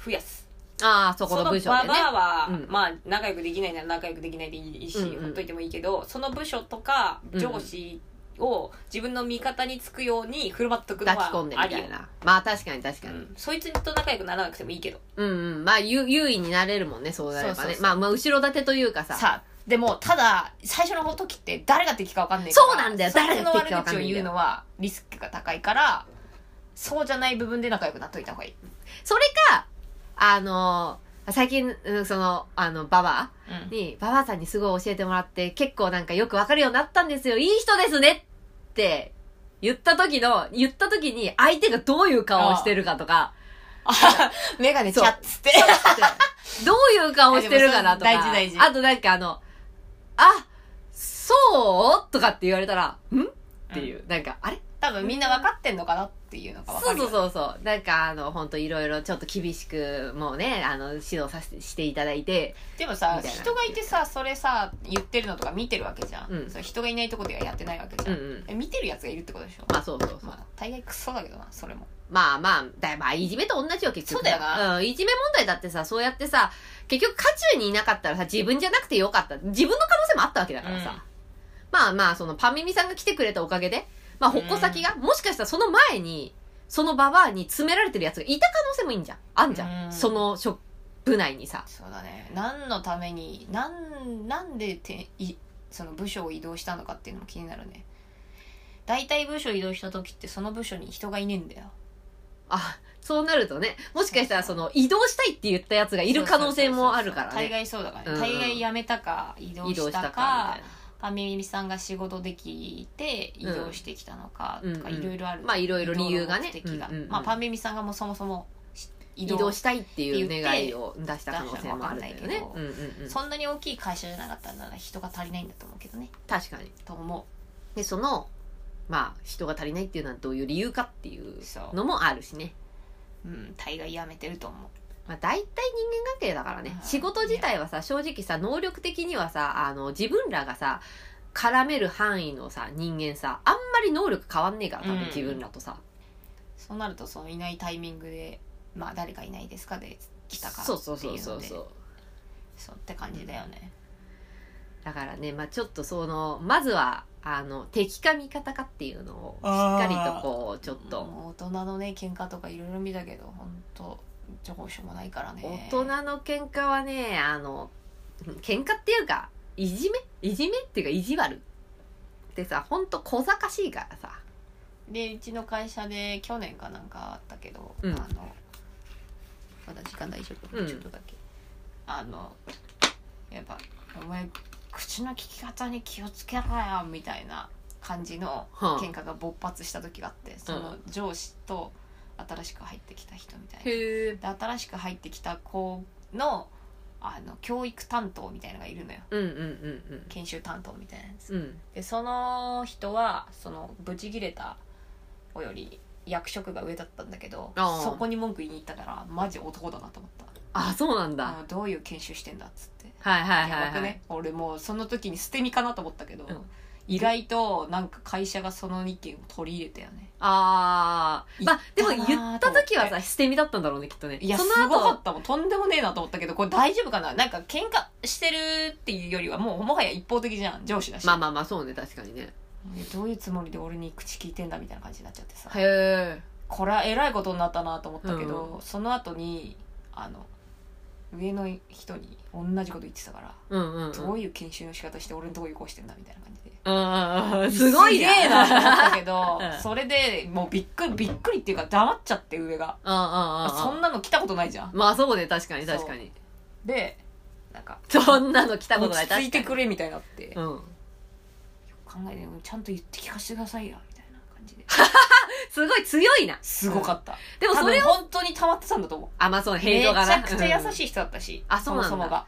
A: 増やす
B: ああそこの部署で
A: そ
B: ね
A: のババアは、
B: うん
A: まあ仲良くできないなら仲良くできないでいいし、
B: うんうん
A: ほっといてもいいけどその部署とか上司を自分の味方につくように振る舞っとくの
B: 抱き込んで
A: はあ
B: み
A: り
B: た
A: よ
B: いなまあ確かに確か
A: う
B: に、
A: ん、そいつと仲良くならなくてもいいけど
B: うん、うんまあ優優位になれるもんねそうなればね
A: そうそうそう
B: まあまあ後ろ盾というかさ
A: さあでもただ最初の時って誰が敵か分かんない
B: そうなんだよ
A: そいつ
B: 誰が
A: の
B: 敵か分
A: 悪
B: かん
A: 口
B: な
A: を
B: いんだよ
A: 言うのはリスクが高いからそうじゃない部分で仲良くなっといた方がいい、
B: それかあの最近、うんその、あの、ババアに、ババアさんにすごい教えてもらって、結構なんかよくわかるようになったんですよ。いい人ですねって言った時の、言った時に相手がどういう顔をしてるかと か、
A: メガネキャッツって
B: どういう顔をしてるかなとか、
A: いやでもそれ大事大事
B: あとなんかあの、あ、そうとかって言われたら、んっていう、なんか、あれ
A: 多分みんな分かってんのかなっていうのが分か
B: そう
A: る
B: そう
A: う
B: そうそう。なんかあの、本当いろいろちょっと厳しく、もうね、あの、指導させて、していただいて、
A: でもさ
B: みたいな
A: 人がいてさそれさ言ってるのとか見てるわけじゃん、
B: うん
A: それ人がいないとこではやってないわけじ
B: う
A: ゃ
B: ん
A: ん
B: う、ん。
A: え見てるやつがいるってことでしょ
B: まあそうそうそう
A: ま。あ大概クソだけどなそれも
B: まあまあ、だまあ、いじめと同じよ、結局。
A: そうだよな。
B: うん、いじめ問題だってさ、そうやってさ、結局、渦中にいなかったらさ、自分じゃなくてよかった。自分の可能性もあったわけだからさ。
A: うん
B: まあまあ、その、パンミミさんが来てくれたおかげで、まあ、矛先が、もしかしたらその前に、そのババアに詰められてるやつがいた可能性もいいんじゃん。あんじゃん。
A: うん
B: その、ショップ内にさ。
A: そうだね何のためになんなんでていその部署を移動したのかっていうのも気になるね大体部署移動した時ってその部署に人がいねえんだよ
B: あ、そうなるとね、もしかしたらその、移動したいって言ったやつがいる可能性もあるから
A: 大
B: ね。
A: 概そうだからね、
B: うん
A: 大概辞めたか移動
B: 移動し
A: し
B: たた
A: か
B: か、み
A: パミミミさんが仕事できて移動してきたのかとか、
B: うんうん
A: いろいろある
B: まあいろいろ理由がね
A: 移動の目的が
B: うんうんうん
A: まあ、パミミさんがもうそもそもし
B: た
A: 移
B: いな。移動
A: 動
B: したいっていう願いを出した可能性もあるんだよね
A: 言っ。て
B: うんうんうん。
A: そんなに大きい会社じゃなかったら人が足りないんだと思うけどね
B: 確かに
A: と思
B: でそのまあ人が足りないっていうのはどういう理由かっていう
A: うそう
B: のもあるしね、
A: うん、大概やめてると思
B: まあ、大体人間関係だからね
A: うん
B: 仕事自体はさ正直さ能力的にはさあの自分らがさ絡める範囲のさ人間さあんまり能力変わんねえから多
A: うん
B: 分自分らとさ、
A: うそうなるとそのいないタイミングでまあ誰かいないですかで来たからってい
B: そうう
A: ので
B: そうそうそうそう
A: そうって感じだよね、
B: だからね、まあ、ちょっとそのまずはあの敵か味方かっていうのをしっかりとこうちょっと
A: もう大人のね喧嘩とかいろいろ見たけど本当どうしようもないから
B: 大
A: ね
B: 人の喧嘩はねあの喧嘩っていうかいじめいじめっていうか意地悪ってさほんと小賢しいからさ
A: でうちの会社で去年かなんかあったけど、
B: うん
A: あのまだ時間大丈夫、
B: うん
A: ちょっとだけあのやっぱ「お前口の利き方に気をつけろよ」みたいな感じの
B: はあ
A: 喧嘩が勃発した時があってその上司と新しく入ってきた人みたいな
B: へえ。
A: で新しく入ってきた子のあの教育担当みたいのがいるのよ
B: うんうんうん
A: 研修担当みたいなやつ
B: うん。うん。
A: でその人はそのブチギレた子より役職が上だったんだけど
B: ああ
A: そこに文句言いに行ったからマジ男だなと思った
B: あ、そうなんだ。
A: あのどういう研修してんだっつって
B: はいはいはい、
A: やば
B: はい。
A: くね俺もうその時に捨て身かなと思ったけど、
B: うん
A: 意外となんか会社がその意見を取り入れたよね
B: ああ。まあ、でも
A: 言った
B: 言
A: な
B: っ
A: ーと
B: た
A: 思って
B: 時はさ、捨て身だったんだろうね、きっとね。
A: いや
B: そ
A: す
B: の
A: ごか
B: 後、
A: ったもんとんでもねえなと思ったけどこれ大丈夫かななんか喧嘩してるっていうよりはもうもはや一方的じゃん上司だし、
B: まあまあまあ、そうね、確かにね。
A: でどういうつもりで俺に口聞いてんだみたいな感じになっちゃってさ、
B: へえ。
A: これはえらいことになったなと思ったけど、その後にあの上の人に同じこと言ってたから、
B: うんうんうん。
A: どういう研修の仕方して俺のとこ行こうしてんだみたいな感じで
B: うんうんうん。すごい
A: す
B: ね、
A: げえなと思ったけど
B: うん
A: それでもうびっくりびっくりっていうか黙っちゃって上が、
B: うんうんうんうん。
A: そんなの来たことないじゃん
B: まあそうね、確かに確かに。
A: でなんか
B: そんなの来たことない、確
A: 落
B: か
A: ち着
B: に。
A: いてくれみたいになって、
B: う
A: 考
B: ん。
A: えてちゃんと言って聞かせてくださいよみたいな感じで
B: すごい強いな。
A: すごか った、
B: でもそれ
A: 多分本当に溜まってたんだと思う
B: あ、まあそうね、
A: め
B: 平常
A: ち
B: がな。
A: ゃくちゃ優
B: い。
A: しい人だったし、
B: あそうなんだ
A: そもそもが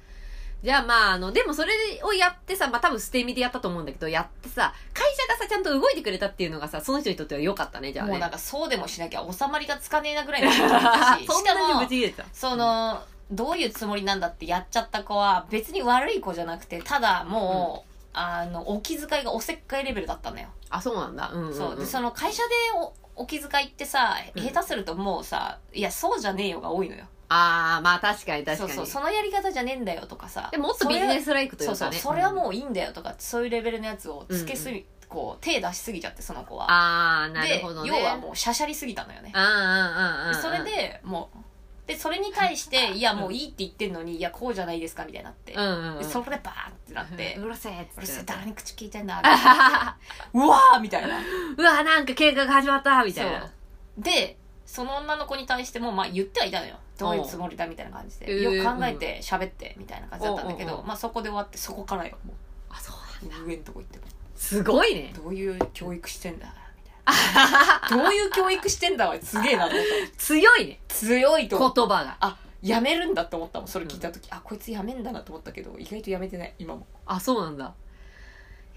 B: じゃあまあ、あの、でもそれをやってさ、まあ多分捨て身でやったと思うんだけど、やってさ、会社がさ、ちゃんと動いてくれたっていうのがさ、その人にとっては良かったね、じゃあね。
A: もうな んかそうでもしなきゃ収まりがつかねえなぐらいの人だった しし
B: そんなに
A: か
B: ぶ
A: も
B: ち切れてた。
A: そのどういうつもりなんだってやっちゃった子は別に悪い子じゃなくてただもう、あのお気遣いがおせっかいレベルだったんだよ、
B: あ、そうなんだ。うんうん、うん。
A: そうでその会社でおお気遣いってさ
B: うん
A: 下手するともうさ「いやそうじゃねえよ」が多いのよ
B: ああ、まあ確かに確か
A: そう
B: に。
A: そうそのやり方じゃねえんだよとかさ
B: でももっとビジネスライクという
A: そ
B: か
A: う
B: ね。
A: そうそれは
B: う
A: もういいんだよとかそういうレベルのやつをつけすぎ、こう手出しすぎちゃってその子
B: ん。
A: は
B: ああ、なるほどね。
A: で要はもうしゃしゃりすぎたのよね
B: うんうんうんうん。
A: でそれ、でもうでそれに 対して「いやもういいって言ってんのにいやこうじゃないですか」みたいになって、
B: うんうん、うん。
A: でそれでバーンってなって「
B: うるせえっつって。
A: うるせえ誰に口聞いてんだ」みた いなうわーみたいな
B: うわ、なんか計画が始まったみたい
A: そ
B: な
A: う。でその女の子に対してもまあ言ってはいたのよどういうつもりだみたいな感じ
B: おう
A: でよく考えて喋ってみたいな感じだったんだけ
B: おうおう
A: ど
B: おう
A: まあそこで終わってそこからよも
B: あ、そう
A: う上のとこ行っても
B: すごいね。
A: どういう教育してんだみたいなどういう教育してんだおいすげえなと思った
B: 強いね。
A: 強いと
B: 言
A: 思っ
B: 葉
A: た
B: が。
A: あやめるんだって思ったもんそれ聞いた時、あこいつやめんだなと思ったけど意外とやめてない今も
B: あ、そうなんだ。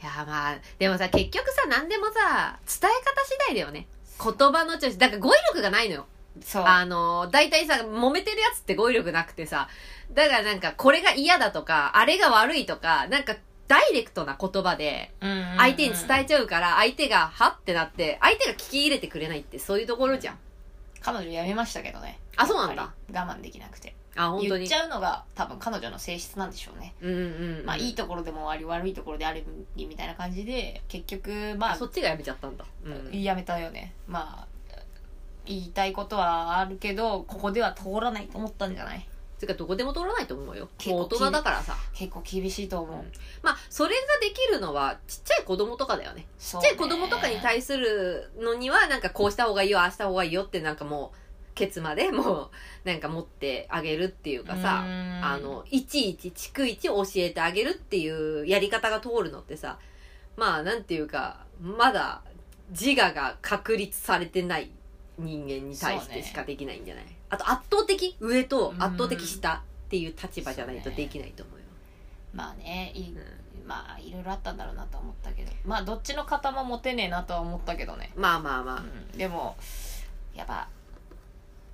B: いや、まあ、でもさ、結局さ、何でもさ、伝え方次第だよね。言葉の調子。だから語彙力がないのよ。
A: そう
B: あの、大体さ、揉めてるやつって語彙力なくてさ、だからなんか、これが嫌だとか、あれが悪いとか、なんか、ダイレクトな言葉で、相手に伝
A: え
B: えちゃうから、相手が、はってなって、相手が聞き入れてくれないって、そういうところじゃん。
A: 彼女やめましたけどね
B: あ、そうなん
A: やっ
B: だ。
A: ぱり我慢できなくて
B: あ、本当
A: 言っ
B: に
A: ち。ゃうのが多分彼女の性質なんでしょうね
B: うんうんうん。
A: まあ、いいところでもあり悪いところであるみたいな感じで結局ま
B: あ
A: あ
B: そっちがやめちゃったんだ。うん。
A: やめたよねまあ言いたいことはあるけどここでは通らないと思ったんじゃない
B: てか、どこでも通らないと思うよ。
A: 結
B: もう
A: 構
B: 大人だからさ。
A: 結構厳しいと思う、
B: うんまあ、それができるのは、ちっちゃい子供とかだよね。
A: ち
B: ちっちゃい子供とかに対するのには、なんかこうした方がいいよ、ああした方がいいよって、なんかもう、ケツまで もう、なんか持ってあげるっていうかさ、あの、いちいち、逐一教えてあげるっていうやり方が通るのってさ、まあ、なんていうか、まだ自我が確立されてない人間に対してしかできないんじゃない、あと、圧倒的上と圧倒的下っていう立場じゃないとできないと思うよ。
A: まあねい
B: うん
A: まあいろいろあったんだろうなとは思ったけどまあどっちの方もモテねえなとは思ったけどね、
B: まあまあまあ。
A: うん、でもやっぱ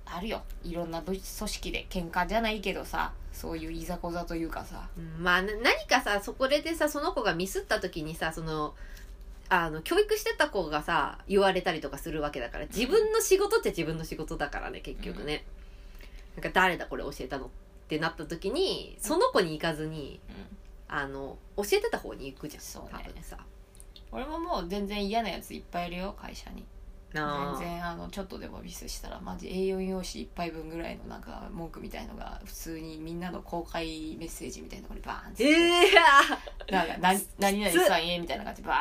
A: あるよいろんな部組織で喧嘩じゃないけどさそういういざこざというかさ
B: うんまあ、な何かさそこでさその子がミスった時にさそのあの教育してた子がさ言われたりとかするわけだから自分の仕事って自分の仕事だからね結局ね、なんか誰だこれ教えたのってなった時にその子に行かずに、
A: うん
B: あの教えてた方に行くじゃん
A: そうね
B: 多分さ
A: 俺ももう全然嫌なやついっぱいいるよ会社に
B: あ
A: 全
B: ー
A: 然あのちょっとでもミスしたらマジ A4 用紙1杯分ぐらいのなんか文句みたいのが普通にみんなの公開メッセージみたいなところにバーンって、
B: えー、
A: なんか何何々さんへみたいな感じでバ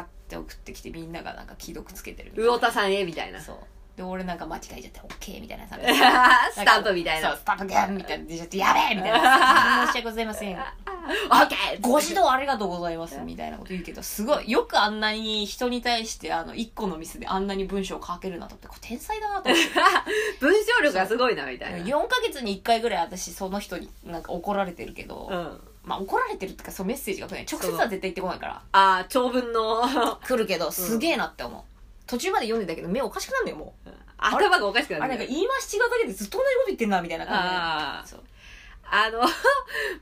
A: ーって送ってきてみんながなんか既読つけてるみたいな
B: 魚田さんへみたいな
A: そうで俺なんか間違えちゃって「オッケーみ たい なさ
B: スタンプみたい
A: そう
B: な。
A: スタンプゲームみたいなでちょっとやべえみた いな申し訳ございませ
B: オ
A: ん
B: ッケー
A: ご指導ありがとうございますみたいなこと言うけどすごいよくあんなに人に対してあの一個のミスであんなに文章を書けるなと思ってこれ天才だなと 思って
B: 文章力がすごいな、みたいな。
A: 4ヶ月に1回ぐらい私その人になんか怒られてるけど、
B: うん。
A: まあ怒られてるっていうかそうメッセージが来ない直接は絶対言ってこないから
B: ああ、長文の
A: 来るけどすげえなって思う、途中まで読んでたけど目おかしくなんだよもう
B: 頭がおかしく
A: あ
B: な
A: れ
B: る
A: なんか。言い回し違うだけでずっと同じこと言ってんなみたいな感
B: ああ
A: じでそう
B: あの、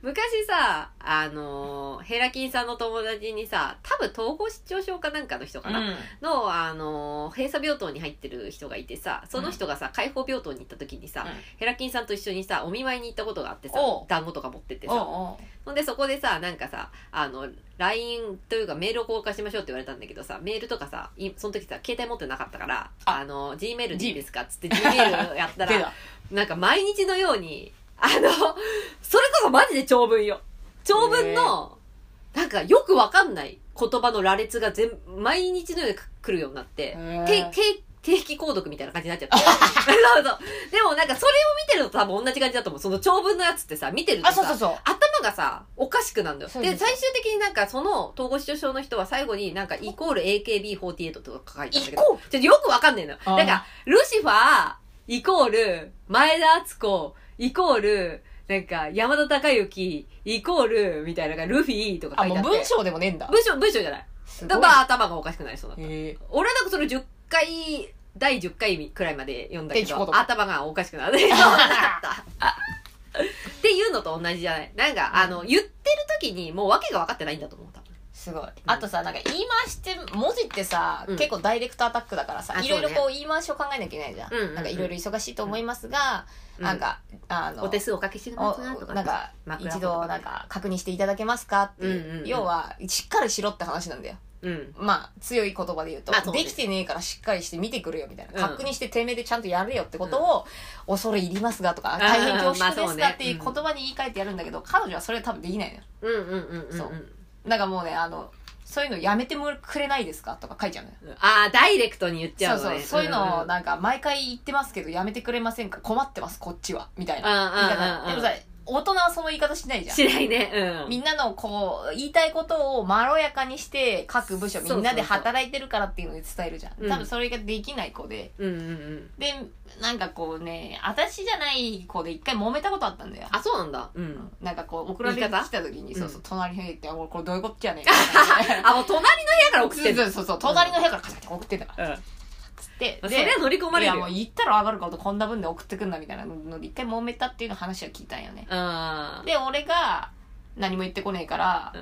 B: 昔さ、あの、ヘラキンさんの友達にさ、多分統合失調症かなんかの人かな、の、あの、閉鎖病棟に入ってる人がいてさ、その人がさ、解放病棟に行った時にさ、
A: うん
B: ヘラキンさんと一緒にさ、お見舞いに行ったことがあってさ
A: おう、
B: 団子とか持ってって
A: おう
B: さ、
A: おう
B: ほんでそこでさ、なんかさ、あの、LINE というかメールを交換しましょうって言われたんだけどさ、メールとかさ、いその時さ、携帯持ってなかったから、
A: あ
B: あの、Gmail でいいですかっつって Gmail や った
A: 出
B: ら
A: た、
B: なんか毎日のように、あの、それこそマジで長文よ。長文の、なんかよくわかんない言葉の羅列が全、毎日のように来るようになって、て
A: へ
B: て定期購読みたいな感じになっ ちゃった。そうそう。でもなんかそれを見てると多分同じ感じだと思う。その長文のやつってさ、見てると
A: あ
B: さ、
A: そうそうそう
B: 頭がさ、おかしくなるんだよ。
A: そう
B: で
A: です
B: 最終的になんかその統合失調症の人は最後になんかイコール AKB48 とか書いてあるんだけど、
A: イコ
B: ちょっとよくわかんないのよ。
A: あー
B: なんか、ルシファー、イコール、前田敦子、イコール、なんか、山田孝之、イコール、みたいな、なんかルフィとか書
A: あ
B: い
A: も
B: てあ
A: う
B: って。
A: 文章でもねえんだ
B: 文章、文章じゃない。
A: すご
B: だ
A: い
B: から頭がおかしくなりそうだった。
A: へえ
B: 俺なんかそれ10回、第10回くらいまで読んだけ
A: 天気子
B: ど、
A: 供
B: 頭がおかしくな る。そうなかった。っていうのと同じじゃないなんか、あの、言ってる時にもう訳が分かってないんだと思う、多分。
A: すごいあとさなんか言い回しって文字ってさ、
B: うん
A: 結構ダイレクトアタックだからさ
B: あ
A: いろいろ
B: そう
A: こう言い回しを考えなきゃいけないじゃん,、
B: うんうんうん
A: なんかいろいろ忙しいと思いますが、なんかあの
B: お手数おかけしてくださいと
A: お
B: か。
A: なんか
B: 枕
A: 一
B: 言葉
A: 度なんか確認していただけますかっていう,、
B: うんうんうん
A: 要はしっかりしろって話なんだよ
B: うん。
A: まあ強い言葉で言うと、
B: まあそうね
A: できてねえからしっかりして見てくるよみたいな、
B: うん
A: 確認しててめえでちゃんとやるよってことを、恐れ入りますがとか大変恐
B: まあ
A: 縮で
B: そう
A: す
B: ね
A: がっていう言葉に言い換えてやるんだけど、彼女はそれ多分できないのよ
B: うんうんうんうん。
A: そ
B: そううん。
A: なんかもうねあのそういうのやめてもくれないですかとか書いちゃうのよ
B: ああ、ダイレクトに言っちゃ
A: そう
B: うの
A: そう
B: ね。
A: そういうのを
B: んん
A: なんか毎回言ってますけどやめてくれませんか困ってますこっちはみたいな言い
B: うんうんうん
A: 方でもさ大人はその言い方しないじゃん
B: しないね。うん。
A: みんなのこう言いたいことをまろやかにして各部署みんなで働いてるからっていうので伝えるじゃん
B: そうそう
A: 多分それができない子で
B: うんうんうん。
A: でなんかこうね私じゃない子で一回揉めたことあったんだよ
B: あ、そうなんだ。うん。
A: なんかこう送られてきた時
B: 言
A: に
B: い方
A: そうそううん隣の部屋行って「俺これどういうことじゃ ねえ」みたいな
B: あ、もう隣の部屋から送ってん
A: そ
B: の。
A: うそうそう隣の部屋からカチャカチャ送ってんだから
B: うん。
A: つって
B: それは乗り込ま
A: い
B: れ
A: や
B: る
A: も
B: よ
A: う。言ったら上がることこんな分で送ってくんなみたいなので一回揉めたっていうの話は聞いたんよね
B: うん。
A: で俺が何も言ってこねえから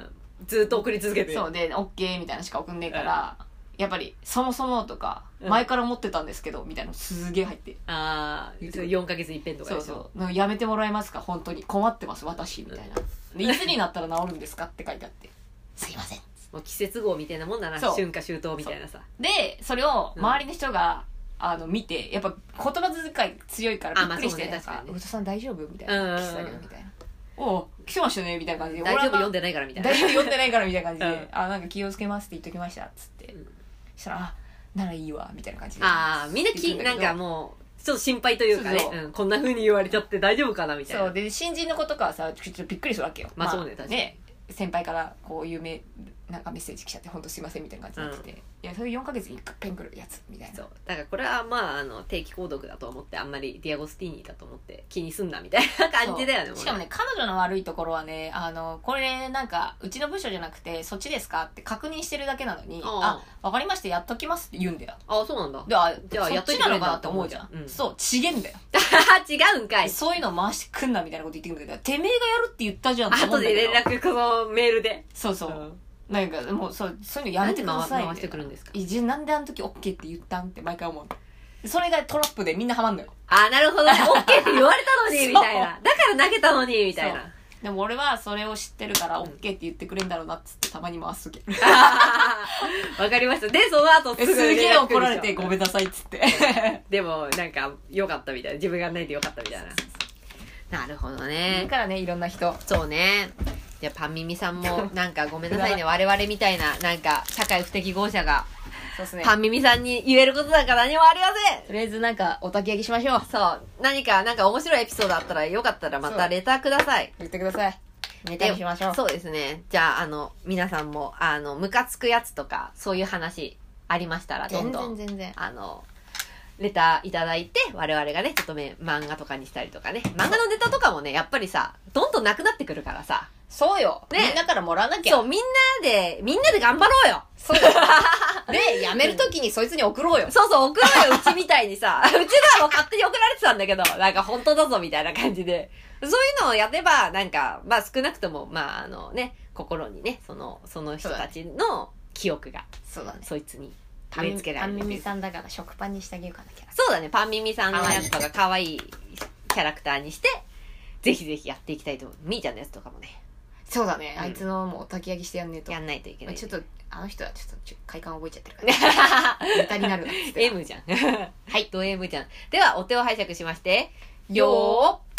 B: ずっと送り続けてる。
A: そうでオッケーみたいなのしか送んねえからやっぱり「そもそも」とか「
B: うん
A: 前から思ってたんですけど」みたいなのすげえ入って
B: ああ、4ヶ月一遍とか
A: そ
B: で
A: う
B: しょ。
A: そう「やめてもらえますか本当に困ってます私」みたいな「でいつになったら治るんですか?」って書いてあって「すいません」
B: もう季節号みたいなもんだな。
A: そう
B: 春夏秋冬みたいなさ。
A: でそれを周りの人が、あの見てやっぱ言葉遣い強いから
B: あ
A: び
B: ま
A: っ
B: あ
A: くりして、
B: そうね
A: なんか
B: 確かにね
A: 「ウトさん大丈夫?」みたい
B: うんうん
A: な
B: うん
A: 聞いてたけどみたいな「おう来てましたね」みたいな感じで
B: 大丈夫
A: 俺は
B: 読んでないからみたいな。
A: 大丈夫読んでないからみたいな感じで「
B: うん
A: あなんか気をつけます」って言っときましたっつって、
B: うん
A: そしたら「あならいいわ」みたいな感じで
B: ああ、みんなき、
A: 言ってく
B: なん
A: るだけど
B: かもう、ちょっと心配というかね。
A: そうそう
B: うんこんな風に言われちゃって大丈夫かなみたいな。
A: そうで新人の子とかはさちょっとびっくりするわけよ
B: まあそうね確かに
A: 先輩からこういうメなんかメッセージ来ちゃって「本当すいません」みたいな感じになってて「いやそれ4ヶ月に1回ペンくるやつ」みたいな
B: そうだからこれはまああの定期購読だと思ってあんまりディアゴスティーニだと思って気にすんなみたいな感じだよね
A: そう
B: う
A: しかもね彼女の悪いところはねあのこれなんかうちの部署じゃなくてそっちですかって確認してるだけなのに「あ
B: あ
A: わかりましたやっときます」って言うんだよ
B: あそうなんだ
A: であ
B: じゃあ
A: そ
B: や
A: っ
B: っとい
A: ち
B: てく
A: な
B: れ
A: の
B: ん
A: かなっ
B: だ
A: て
B: と
A: 思
B: 思
A: う
B: う
A: じ
B: じ
A: ゃ
B: ゃ
A: ん
B: ん、うん
A: そうちげんだよ
B: 違うんかい
A: そういうの回してくんなみたいなこと言ってくるんだけどてめえがやるって言ったじゃんって思
B: 後
A: うんだ
B: で
A: けど
B: 連絡このメールで
A: そうそう、なんかもうそうそういうのやめてください
B: なんで回
A: み
B: して
A: たいな
B: くるんですか
A: いやじゃあなんであの時 OK って言ったんって毎回思うそれがトラップでみんなハマんのよ
B: あなるほど OK って言われたの
A: そう
B: にみたいなだから投げたのにみたいな
A: でも俺はそれを知ってるからオッケーって言ってくれんだろうなっつってたまに回す時
B: あ ーわかりましたでその後
A: え
B: す ぐ連絡
A: すげえ怒られ
B: 来るで
A: て
B: しょ
A: ごめんなさいっつって
B: でもなんか良かったみたいな自分がやんないで良かったみたいななるほどね
A: だからねいろんな人
B: そうね。じゃ あ、パンミミさんも、なんかごめんなさいね。我々みたいな、なんか、社会不適合者が、
A: そうですね
B: 半耳さんに言えることなんか何もありません
A: とりあえずなんかお焚き上げしましょう
B: そう。何か、なんか面白いエピソードあったら、よかったらまたレターください。
A: 言ってくださいネタにしましょう
B: そうですね。じゃあ、あの、皆さんも、あの、ムカつくやつとか、そういう話ありましたら、どん
A: 全
B: ど
A: 然
B: ん、
A: 全然
B: あの、レターいただいて、我々がね、ちょっとね、漫画とかにしたりとかね。漫画のネタとかもね、やっぱりさ、どんどんなくなってくるからさ。
A: そうよ、
B: ね
A: みんなからもらわなきゃ
B: そう、みんなで、みんなで頑張ろうよ
A: そう で、やめるときにそいつに送ろうよ。
B: そうそう、送ろうよ、うちみたいにさ。う ちのはもう勝手に送られてたんだけど、なんか本当だぞ、みたいな感じで。そういうのをやれば、なんか、まあ少なくとも、まああのね、心にね、その、その人たちの記憶が、
A: そうだね。
B: そいつに植え付けられる
A: パン
B: ってい
A: ミ
B: う。
A: さんだから食パンにしてあげようかな、キャラ。
B: そうだね、パンミミさんのやつとか可愛いキャラクターにして、ぜひぜひやっていきたいと思う。みーちゃんのやつとかもね、
A: そうだね。
B: うん
A: あいつのもう焚き上げしてやんねえと。
B: やんないといけない。
A: ちょっと、あの人はちょっとちょ快感覚えちゃってるから、ね、ネタ になるなっつって。
B: M じゃん。はい、ド M じゃん。では、お手を拝借しまして、
A: よ
B: よー